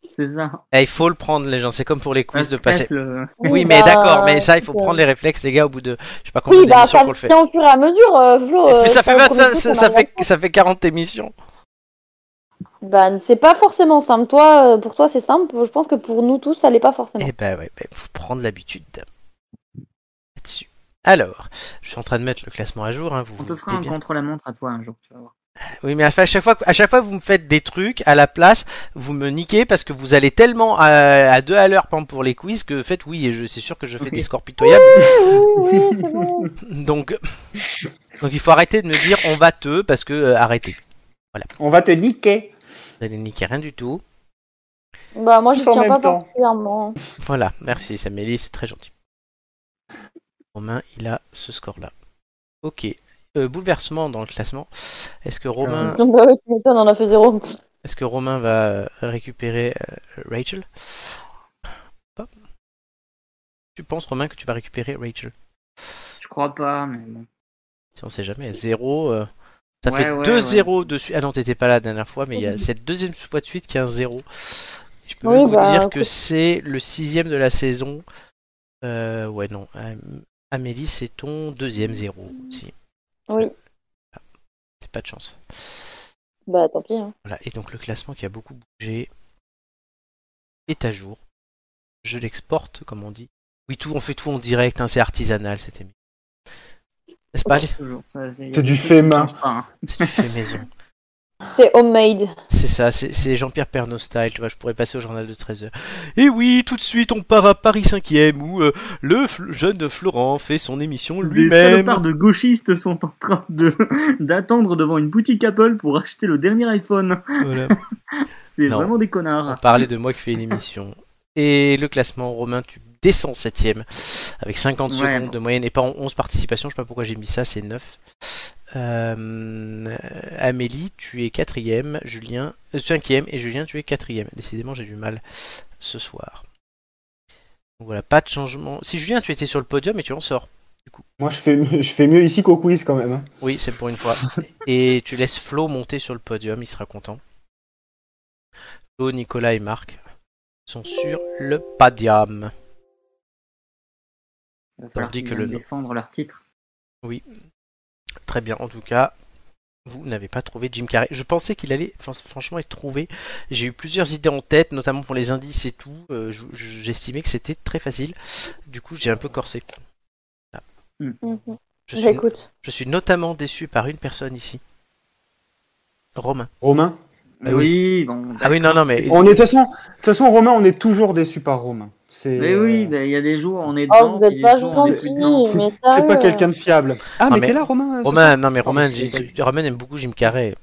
B: C'est ça.
A: Eh, il faut le prendre, les gens. C'est comme pour les quiz
B: Un
A: de
B: stress,
A: passer.
B: le-
A: Oui, mais
D: bah,
A: d'accord, mais ça, il faut
D: euh,
A: prendre les réflexes, les gars, au bout de. Je sais pas combien
D: Oui, bah,
A: d'émissions
D: ça
A: qu'on le fait.
D: vient au fur et à mesure, euh, Flo. euh,
A: ça, fait
D: c'est pas le
A: 20
D: premier
A: ça,
D: truc
A: ça-
D: qu'on
A: ça
D: a
A: fait, ça fait 40 émissions.
D: Bah, c'est pas forcément simple. Toi, euh, pour toi, c'est simple. Je pense que pour nous tous, ça l'est pas forcément.
A: Eh ben ouais, ben, faut prendre l'habitude. Là-dessus. Alors, je suis en train de mettre le classement à jour. hein, vous
B: On
A: vous
B: te fera
A: doutez
B: un
A: bien.
B: contre-la-montre à toi un jour, tu vas voir.
A: Oui, mais à fa- à chaque fois, que- à chaque fois que vous me faites des trucs à la place, vous me niquez parce que vous allez tellement à, à deux à l'heure par exemple, pour les quiz que faites oui et je c'est sûr que je fais
B: Oui.
A: des scores pitoyables.
D: [laughs] Oui, oui, c'est bon.
A: Donc donc il faut arrêter de me dire on va te parce que euh, arrêtez.
C: On va te niquer.
A: Vous allez niquer rien du tout.
D: Bah, moi, je
C: Tous en
D: tiens
C: même
D: pas
C: temps.
D: particulièrement. hein.
A: Voilà, merci Samélie, c'est très gentil. Romain, il a ce score là. OK. Euh, bouleversement dans le classement. Est-ce que Romain
D: Donc, bah, ouais, tu m'étonnes, on a fait zéro.
A: Est-ce que Romain va euh, récupérer euh, Rachel Hop. Tu penses, Romain, que tu vas récupérer Rachel
B: Je crois pas, mais bon.
A: Si on sait jamais, 0. euh, ça
B: Ouais,
A: fait
B: ouais,
A: 2-0 dessus. Ah non, t'étais pas là la dernière fois, mais il y a cette deuxième fois de suite qui a un 0. Je peux
D: Oui,
A: même vous
D: bah,
A: dire
D: écoute.
A: que c'est le sixième de la saison. Euh, ouais, non. Am- Amélie, c'est ton deuxième 0 aussi.
D: Oui.
A: Ah, C'est pas de chance.
D: Bah, tant pis. hein.
A: Voilà, et donc le classement qui a beaucoup bougé est à jour. Je l'exporte, comme on dit. Oui, tout, on fait tout en direct, hein, c'est artisanal, c'était mieux. N'est-ce pas les-
B: Toujours, ça, c'est
C: C'est du
B: y a des
C: fait
B: choses qui
C: main.
B: changent pas, hein.
A: C'est du fait maison.
D: C'est homemade.
A: C'est ça, c'est c'est Jean-Pierre Pernaut style, tu vois, je pourrais passer au journal de 13h. Et oui, tout de suite, on part à Paris 5ème où euh, le fl- jeune Florent fait son émission
B: Des
A: lui-même.
B: salopards de gauchistes sont en train de [laughs] d'attendre devant une boutique Apple pour acheter le dernier iPhone.
A: Voilà.
B: C'est
A: Non.
B: vraiment des
A: On
B: connards.
A: parlait de moi qui fais une émission. Et le classement, Romain, tu descends 7ème avec 50
B: Ouais,
A: secondes
B: bon.
A: de moyenne et pas en 11 participations. Je sais pas pourquoi j'ai mis ça, c'est 9. Amélie, tu es 4ème, Julien, 5ème et Julien, tu es 4ème. Décidément, j'ai du mal ce soir. Donc Voilà, pas de changement. Si Julien, tu étais sur le podium et tu en sors.
C: Moi, je fais, mieux- je fais mieux ici qu'au quiz quand même. hein.
A: Oui, c'est pour une fois. Et tu laisses Flo monter sur le podium, il sera content. Flo, Nicolas et Marc sont sur le podium.
B: Il va falloir
A: tandis
B: qu'ils
A: que
B: viennent
A: le-
B: défendre leur titre.
A: Très bien, en tout cas, vous n'avez pas trouvé Jim Carrey. Je pensais qu'il allait fran- franchement être trouvé. J'ai eu plusieurs idées en tête, notamment pour les indices et tout. Euh, je- je- J'estimais que c'était très facile. Du coup, j'ai un peu corsé.
D: Mhm.
A: Je suis,
D: J'écoute.
A: je suis notamment déçu par une personne ici. Romain.
C: Romain
A: Ah
B: oui, bon. bah,
A: Ah oui, non, non, mais
C: on est, de, toute façon, de toute façon, Romain, on est toujours déçu par Romain. C'est,
B: Mais
C: euh,
B: oui, ben, il y a des jours, on est
D: Oh,
B: dedans.
D: vous
B: il
D: êtes
B: y a
D: pas
B: des jours, on est plus
D: gentil,
B: dedans.
D: mais euh,
C: c'est pas
D: sérieux.
C: quelqu'un de fiable. Ah,
A: Non,
C: mais,
A: mais-
C: t'es là, Romain euh, ce soir
A: Romain, non mais Romain,
C: je
A: Ah j'ai-
C: l'ai pas vu.
A: Romain aime beaucoup Jim Carrey.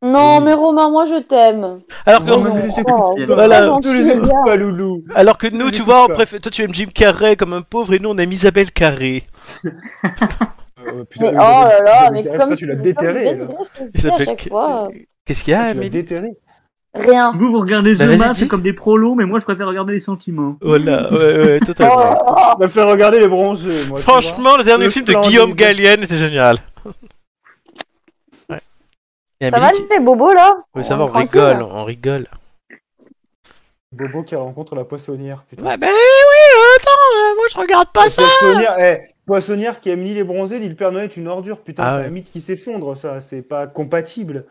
D: Non, mais Romain, moi je t'aime.
A: Alors que,
C: Romain, ne les écoute
D: Oh,
B: c'est-
C: pas.
A: voilà.
C: Ne les écoute pas, Loulou.
A: alors que nous,
C: Je
A: tu
C: l'écoute
A: vois, on
C: pas.
A: préfère- toi tu aimes Jim Carrey comme un pauvre et nous on aime Isabelle Carré.
C: Euh, putain, Isabelle-
D: Mais oh là là,
C: Isabelle Carré,
D: mais comme
C: Ah, toi, tu l'as déterré.
A: Ah,
C: là.
D: Il s'appelle
A: euh, Qu'est-ce qu'il y a,
C: Tu l'as
A: Amélie
C: déterré.
D: euh, Rien.
B: Vous, vous regardez
A: Bah,
B: The
A: vas-y,
B: Mask
A: dis.
B: comme des prolos, mais moi, je préfère regarder les sentiments.
A: Voilà, Oh ouais, [laughs] ouais, totalement.
D: Oh,
C: Je m'a fait regarder les bronzés, moi. tu vois.
A: Franchement, le dernier
C: Le
A: film de
C: splendide.
A: Guillaume Gallienne était génial. Ouais. Et
D: ça va
A: Amélie, qui-
D: les bobos là
A: Ouais, ça va, on
D: Tranquille.
A: rigole, on rigole.
C: Bobo qui rencontre la poissonnière. Putain.
A: Ouais, ben oui, attends, euh, moi je regarde pas
D: Bah,
C: La
A: ça.
C: Poissonnière, eh, poissonnière qui aime ni les bronzés, ni le Père Noël est une ordure. Putain,
A: Ah
C: c'est
A: ouais.
C: un mythe qui s'effondre, ça. C'est pas compatible.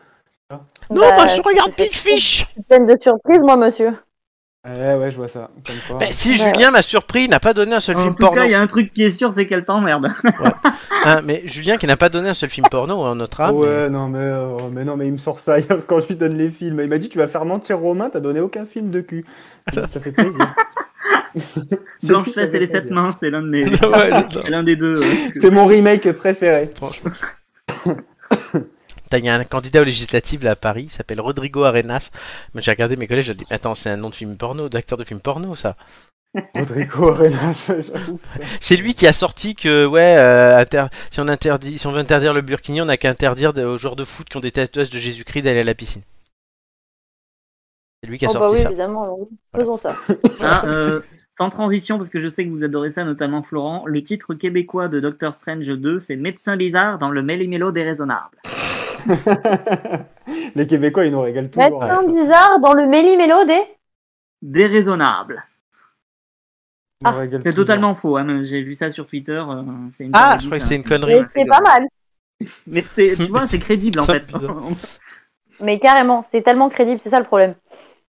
A: Non,
D: Bah,
A: moi je regarde
D: c'est-
A: Big Fish.
D: Je suis pleine de surprise, moi, monsieur.
C: Ouais, Eh ouais, je vois ça. Comme quoi.
A: Ben, si
D: Ouais.
A: Julien m'a surpris, il n'a pas donné un seul
B: En
A: film
B: tout
A: porno.
B: cas, il y a un truc qui est sûr, c'est qu'elle t'emmerde. [laughs]
A: Hein, mais Julien qui n'a pas donné un seul film porno, hein, notre âme.
C: ouais, non mais, euh, mais non, mais il me sort ça [laughs] hier quand je lui donne les films. Il m'a dit Tu vas faire mentir Romain, t'as donné aucun film de cul. J'ai dit, ça fait plaisir. [laughs]
B: Blanche
C: Ça
B: Fesse
C: fait
B: et les
C: plaisir.
B: sept mains, c'est l'un
A: [laughs]
B: de mes...
A: [laughs] Ouais, j'adore.
B: c'est l'un des deux. euh, que-
C: C'est mon remake préféré.
A: Franchement. Putain, Il y a un candidat aux législatives là à Paris, il s'appelle Rodrigo Arenas. Mais j'ai regardé mes collègues, je dis Attends, c'est un nom de film porno, d'acteur de film porno ça.
C: Rodrigo Arenas, [laughs] j'avoue.
A: C'est lui qui a sorti que, ouais, euh, inter- si, on interdit, si on veut interdire le burkini, on n'a qu'à interdire de- aux joueurs de foot qui ont des tatouages de Jésus-Christ d'aller à la piscine. C'est lui qui a
D: Oh, bah
A: sorti
D: oui,
A: ça.
D: évidemment. oui. Faisons ça.
B: Ah, euh, sans transition, parce que je sais que vous adorez ça, notamment Florent, le titre québécois de Doctor Strange 2, c'est Médecin bizarre dans le méli-mélo déraisonnable.
C: Les Québécois, ils nous régalent toujours. hein.
D: Médecin bizarre dans le méli-mélo des.
B: Déraisonnable.
C: Ils nous régalent
B: C'est
C: toujours.
B: totalement faux, hein, mais j'ai vu ça sur Twitter. euh, c'est une
A: Ah,
B: parodie,
A: je crois que
B: ça.
A: c'est une connerie.
D: Mais c'est pas mal.
B: Mais c'est, tu vois,
A: [laughs]
B: c'est crédible en
A: Ça,
B: fait.
A: bizarre.
D: Mais carrément, c'est tellement crédible, c'est ça le problème.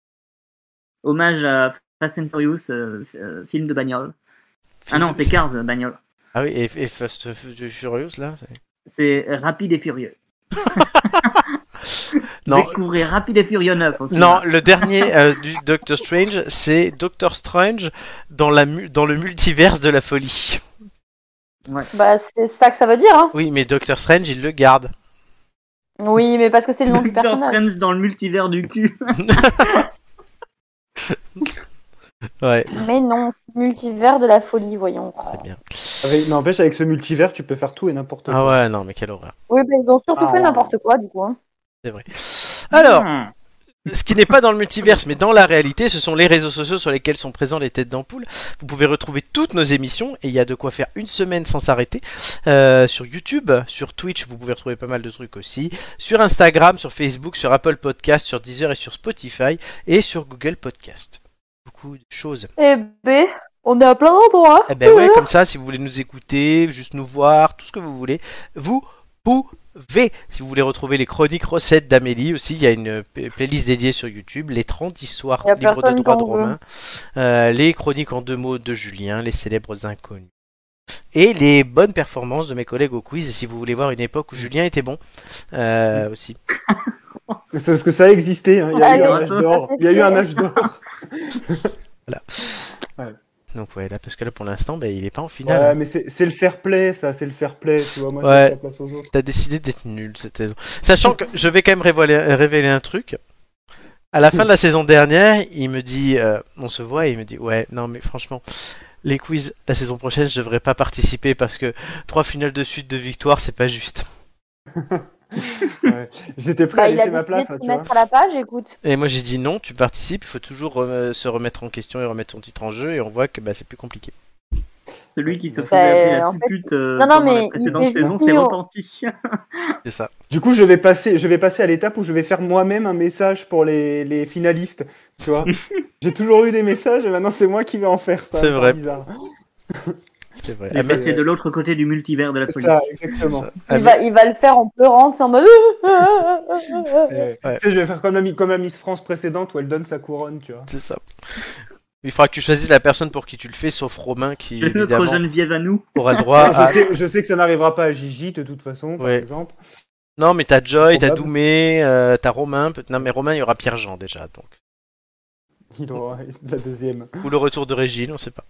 B: [laughs] Hommage à Fast and Furious, euh, euh, film de bagnole. Ah non, c'est Cars, euh, bagnole.
A: Ah oui, et, et Fast and Furious là c'est-
B: C'est Rapide et Furieux.
A: Non,
B: Découvrez Rapide et Furieux 9 aussi.
A: non le dernier euh, du Doctor Strange, c'est Doctor Strange dans, la mu- dans le multiverse de la folie.
D: Bah, c'est ça que ça veut dire, hein.
A: Oui, mais Doctor Strange, il le garde.
D: Oui, mais parce que c'est le nom du
B: Doctor
D: personnage.
B: Strange dans le multivers du cul.
A: Ouais,
D: Mais non, multivers de la folie, voyons.
A: très bien.
C: Avec- N'empêche, avec ce multivers, tu peux faire tout et n'importe quoi.
A: Ah ouais, non, mais quelle horreur.
D: Oui, mais ils ont surtout
C: Ah.
D: fait n'importe quoi, du coup. hein.
A: C'est vrai. [laughs] Alors,
B: Hmm.
A: ce qui n'est pas dans le multiverse, mais dans la réalité, ce sont les réseaux sociaux sur lesquels sont présents les têtes d'ampoule. Vous pouvez retrouver toutes nos émissions et il y a de quoi faire une semaine sans s'arrêter. Euh, sur YouTube, sur Twitch, vous pouvez retrouver pas mal de trucs aussi. Sur Instagram, sur Facebook, sur Apple Podcast, sur Deezer et sur Spotify et sur Google Podcast. Beaucoup de choses.
D: Eh ben, on est à plein d'endroits.
A: Eh ben ouais, comme ça, si vous voulez nous écouter, juste nous voir, tout ce que vous voulez, vous pouvez. Si vous voulez retrouver les chroniques recettes d'Amélie aussi, il y a une p- playlist dédiée sur YouTube, les 30 histoires
D: Il y a
A: libres de
D: personne
A: droit de
D: qu'on veut.
A: Romain, euh, les chroniques en deux mots de Julien, les célèbres inconnus. Et les bonnes performances de mes collègues au quiz, et si vous voulez voir une
D: Mm.
A: époque où Julien était bon, euh, aussi.
C: C'est parce que ça a existé. hein. Il y a eu un
D: Allez,
C: match
B: on peut
C: d'or.
D: passer
C: Il y a eu un
D: sur-
C: match d'or.
A: Donc ouais, là, parce que là, pour l'instant, ben, il est pas en finale.
C: Ouais,
A: hein.
C: mais c'est c'est le fair play, ça. C'est le fair play. Tu vois, moi, je
A: Ouais.
C: laisse la place aux autres.
A: T'as décidé d'être nul cette saison. Sachant que je vais quand même révéler, révéler un truc. À la fin de la saison dernière, il me dit, euh, on se voit, et il me dit, ouais, non mais franchement, les quiz la saison prochaine, je devrais pas participer parce que trois finales de suite de victoire, c'est pas juste.
C: Ouais. J'étais prêt
D: Bah,
C: à
D: il a
C: laisser
D: décidé
C: ma place,
D: de
C: hein,
D: se
C: tu vois.
D: mettre à la page, écoute.
A: Et moi j'ai dit non, tu participes, il faut toujours euh, se remettre en question et remettre son titre en jeu, et on voit que bah, c'est plus compliqué.
B: Celui qui se faisait
D: Bah,
B: appeler la
D: en fait,
B: pupute euh,
D: non, non,
B: pendant
D: mais
B: la
D: il
B: précédente
D: était
B: saison
D: gentil,
B: s'est
D: on-
B: repenti.
A: Eh
B: [laughs]
A: C'est ça.
C: Du coup, je vais passer, je vais passer à l'étape où je vais faire moi-même un message pour les, les finalistes. Tu vois, j'ai toujours eu des messages et maintenant c'est moi qui vais en faire. ça,
A: C'est
C: c'est
A: vrai.
C: bizarre.
A: C'est vrai.
B: Il est
A: Amé-
B: passé de l'autre côté du multivers de la
C: C'est
B: folie.
C: ça,
A: ben, c'est
C: exactement.
A: ça. Ah,
D: Il,
A: Amé-
D: va, il va le faire en pleurant, c'est
C: [laughs]
D: en mode.
C: Euh,
A: Ouais.
C: tu sais, je vais faire comme la, mi- comme la Miss France précédente où elle donne sa couronne, tu vois.
A: c'est ça. Il faudra que tu choisisses la personne pour qui tu le fais, sauf Romain qui
B: C'est notre
A: évidemment
B: Geneviève à nous.
A: aura le droit
C: Ah,
A: à...
C: je, sais, je sais que ça n'arrivera pas à Gigi de toute façon, par
A: Ouais.
C: exemple.
A: Non mais t'as Joy, t'as
C: Probable.
A: Doumé, euh, t'as Romain. peut- Non mais Romain il y aura Pierre-Jean déjà donc.
C: Il aura la deuxième.
A: Ou le retour de Régine, on sait pas.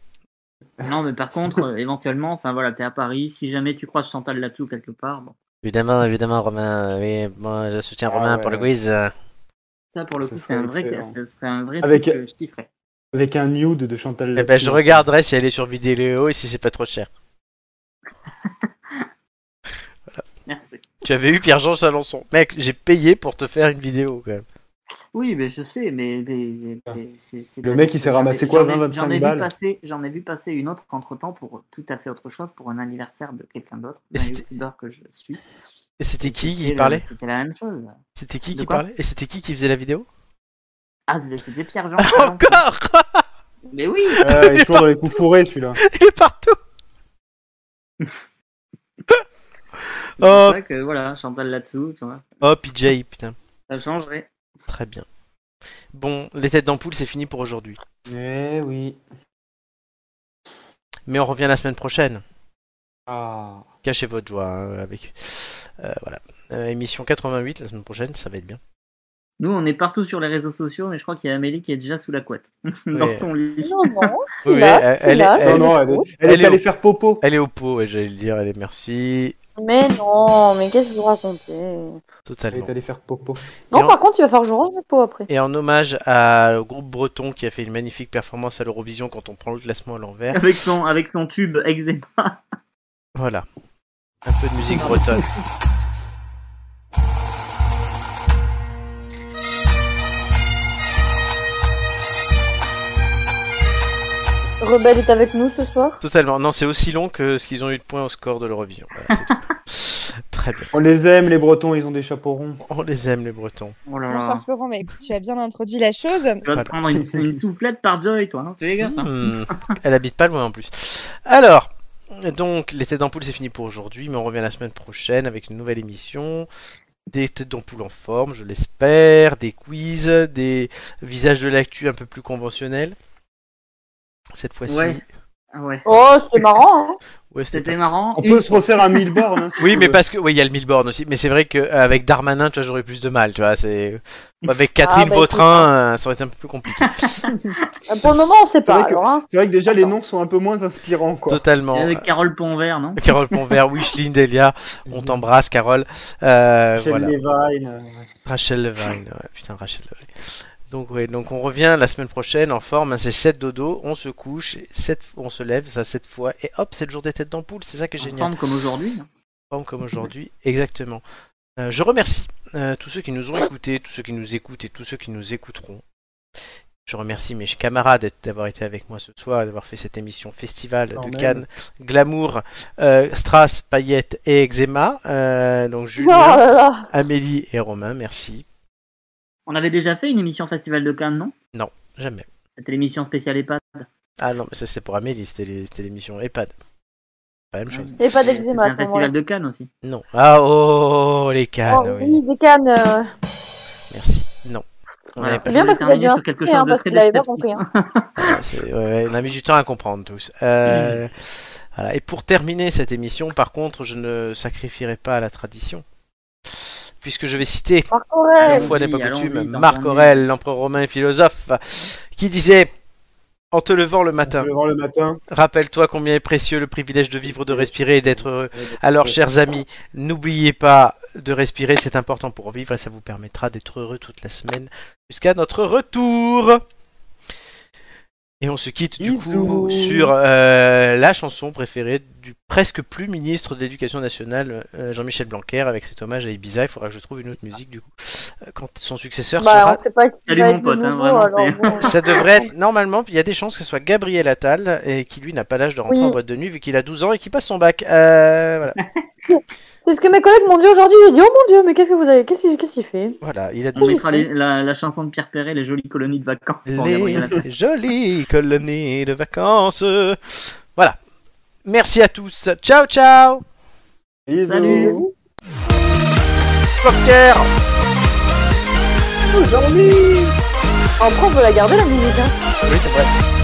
B: Non, mais par contre, euh, éventuellement, enfin voilà, t'es à Paris. Si jamais tu croises Chantal là-dessous quelque part, bon.
A: Évidemment, évidemment Romain. Oui, moi je soutiens
C: Ah
A: Romain pour
C: ouais.
A: le quiz.
B: ça pour le
C: Ce
B: coup, c'est
C: serait
B: un vrai,
C: excellent.
B: ce serait un vrai
C: Avec-
B: truc que je kifferais.
C: Avec un nude de Chantal.
A: Eh ben
C: Latsou.
A: je regarderai si elle est sur vidéo et si c'est pas trop cher.
B: Merci.
A: Tu avais eu Pierre-Jean Chalençon. Mec, j'ai payé pour te faire une vidéo quand même.
B: Oui, mais je sais, mais, mais- mais c'est- c'est-
C: Ah. Le mec, il s'est
B: j'en ai-
C: ramassé quoi,
B: j'en ai-
C: 20, 25
B: J'en ai vu
C: balles
B: passer, j'en ai vu passer une autre entre temps pour tout à fait autre chose, pour un anniversaire de quelqu'un d'autre,
A: Et
B: d'un
A: c'était-
B: youtubeur que je suis.
A: Et c'était qui
B: Et
A: qui
B: le-
A: parlait
B: C'était la même chose.
A: C'était qui
B: De
A: qui
B: quoi
A: parlait Et c'était qui qui faisait la vidéo
B: Ah, c'était
A: [laughs]
B: c'était Pierre-Jean.
A: Encore
B: Mais oui,
C: Ouais, il est toujours dans les coups fourrés celui-là.
A: Il est partout
B: c'est pour
A: Oh.
B: ça que voilà, Chantal là-dessous, tu vois,
A: Oh, PJ, putain.
B: ça changerait.
A: Très bien. Bon, les têtes d'ampoule, c'est fini pour aujourd'hui.
C: Eh oui.
A: Mais on revient la semaine prochaine.
C: Ah.
A: Cachez votre joie hein, avec. euh, voilà. Euh, émission 88 la semaine prochaine, ça va être bien.
B: Nous, on est partout sur les réseaux sociaux, mais je crois qu'il y a Amélie qui est déjà sous la couette, [laughs] dans
A: Ouais.
B: son lit.
D: Non, non.
A: Oui, oui,
D: là,
A: elle,
D: c'est
A: elle
D: là,
A: est,
D: c'est
C: Non,
A: elle-
D: là.
C: non, elle est, elle
A: Elle
C: est
A: est
C: allée
A: où
C: faire popo.
A: elle est au pot, ouais, j'allais le dire, elle est merci.
D: Mais non, mais qu'est-ce que vous racontez
C: Elle
A: Totalement.
C: est allée faire popo.
A: Et
D: Non,
A: en-
D: par contre, il va falloir que je range le pot après.
A: Et en hommage à- au groupe breton qui a fait une magnifique performance à l'Eurovision quand on prend le classement à l'envers.
B: Avec son, avec son tube eczéma.
A: Voilà. Un peu de musique bretonne.
D: Rebelle est avec nous ce soir.
A: Totalement. Non, c'est aussi long que ce qu'ils ont eu de points au score de l'Eurovision. Voilà, c'est tout. [laughs] Très bien.
C: On les aime, les Bretons, ils ont des chapeaux ronds.
A: On les aime, les Bretons.
B: Oh là là.
G: Bonsoir Florent, mais écoute, tu as bien introduit la chose.
B: Tu vas
A: Voilà.
B: te prendre une, une soufflette par Joy, toi, hein, tu les gars.
A: Hmm, Elle habite pas loin en plus. Alors, donc, les têtes d'ampoule, c'est fini pour aujourd'hui, mais on revient la semaine prochaine avec une nouvelle émission. Des têtes d'ampoule en forme, je l'espère, des quiz, des visages de l'actu un peu plus conventionnels. Cette fois-ci.
B: Ouais. Ah ouais.
D: Oh, c'est marrant, hein
A: Ouais, c'était
B: C'était marrant.
C: On
B: Une-
C: peut se refaire un mille bornes. hein, si
A: Oui,
C: tu
A: mais
C: veux.
A: parce que oui, il y a le Milborn aussi. Mais c'est vrai qu'avec Darmanin, tu vois, j'aurais plus de mal, tu vois. C'est avec Catherine
D: Ah, bah,
A: Vautrin, euh, ça aurait été un peu plus compliqué.
D: Euh, Pour le moment, on sait pas,
C: vrai que-
D: alors, hein.
C: C'est vrai que déjà les noms sont un peu moins inspirants quoi.
A: Totalement.
B: Avec Carole Pontvert, non
A: Euh, Carole Ponvert, Wishline Delia, on t'embrasse, Carole. Euh,
C: Michel
A: voilà.
C: Levine, euh,
A: Rachel Levine, ouais, putain, Rachel Levine. Donc ouais, donc on revient la semaine prochaine en forme. hein, C'est 7 dodo, on se couche, 7, on se lève, ça 7 fois, et hop, c'est le jour des têtes d'ampoule. C'est ça qui est
B: En
A: génial.
B: forme comme aujourd'hui. hein.
A: forme comme aujourd'hui, exactement. Euh, je remercie euh, tous ceux qui nous ont écoutés, tous ceux qui nous écoutent et tous ceux qui nous écouteront. Je remercie mes camarades d'être- d'avoir été avec moi ce soir, d'avoir fait cette émission festival
C: Quand
A: de
C: même.
A: Cannes, Glamour, euh, Strass, Payette et Eczéma. Euh, donc
D: Oh là
A: Julien,
D: là.
A: Amélie et Romain, merci.
B: On avait déjà fait une émission Festival de Cannes, non
A: Jamais.
B: C'était l'émission spéciale EHPAD.
A: Ah non, mais ça c'est pour Amélie, c'était les- c'était l'émission EHPAD. Pas la même chose.
D: Il y a pas
B: C'était
D: d'eczéma,
B: un
D: attends, ouais.
B: Festival de Cannes aussi.
A: Non. Ah oh, les
B: Ah,
A: Cannes,
D: Oh,
A: oui.
D: oui, des cannes. euh,
A: Merci. Non. On
B: Voilà.
A: n'avait pas
D: Bien
B: Je vais
D: parce qu'il a
B: terminer
D: bien
B: sur quelque
D: compris, hein,
B: chose de
D: parce
B: très
D: qu'il avait pas
B: déceptif.
D: compris. hein.
A: Ah, C'est- ouais, ouais, on a mis du temps à comprendre tous. Euh, voilà. Et pour terminer cette émission, par contre, je ne sacrifierai pas à la tradition. Puisque je vais citer,
D: Marc Aurèle.
A: une fois n'est pas
B: Ah, allons-y,
A: coutume,
B: dans
A: Marc
B: ton
A: Aurèle, l'empereur romain et philosophe, qui disait En te levant le
C: je
A: matin,
C: le vends le matin.
A: rappelle-toi combien est précieux le privilège de vivre, de respirer et d'être heureux. Alors, chers amis, n'oubliez pas de respirer, c'est important pour vivre et ça vous permettra d'être heureux toute la semaine jusqu'à notre retour. Et on se quitte du coup
C: Bisous.
A: sur euh, la chanson préférée du presque plus ministre de l'Éducation nationale, euh, Jean-Michel Blanquer, avec cet hommage à Ibiza. Il faudra que je trouve une autre musique du coup euh, quand son successeur
D: Bah,
A: sera.
D: on sait pas qui
B: Salut
D: va
B: mon
D: être
B: pote,
D: le
B: hein,
D: nouveau,
B: vraiment,
D: alors,
B: c'est-
A: [laughs]
D: bon.
A: Ça devrait être normalement. Il y a des chances que ce soit Gabriel Attal et qui lui n'a pas l'âge de rentrer
D: Oui.
A: en boîte de nuit vu qu'il a 12 ans et qu'il passe son bac. Euh,
D: [laughs]
A: voilà.
D: C'est ce que mes collègues m'ont dit aujourd'hui. J'ai dit, oh mon dieu, mais qu'est-ce que vous avez Qu'est-ce qu'il qu'est-ce qu'il fait
A: voilà,
D: hein.
A: il a 12
B: On
D: [laughs]
B: mettra les- la, la chanson de Pierre Perret, les jolies colonies de vacances pour Gabriel Attal.
A: Les jolies colonies de vacances. Voilà. Merci à tous. Ciao, ciao.
C: Bisous.
B: Salut.
A: Poker.
D: Aujourd'hui Après, on peut la garder la musique. hein.
A: Oui, c'est vrai.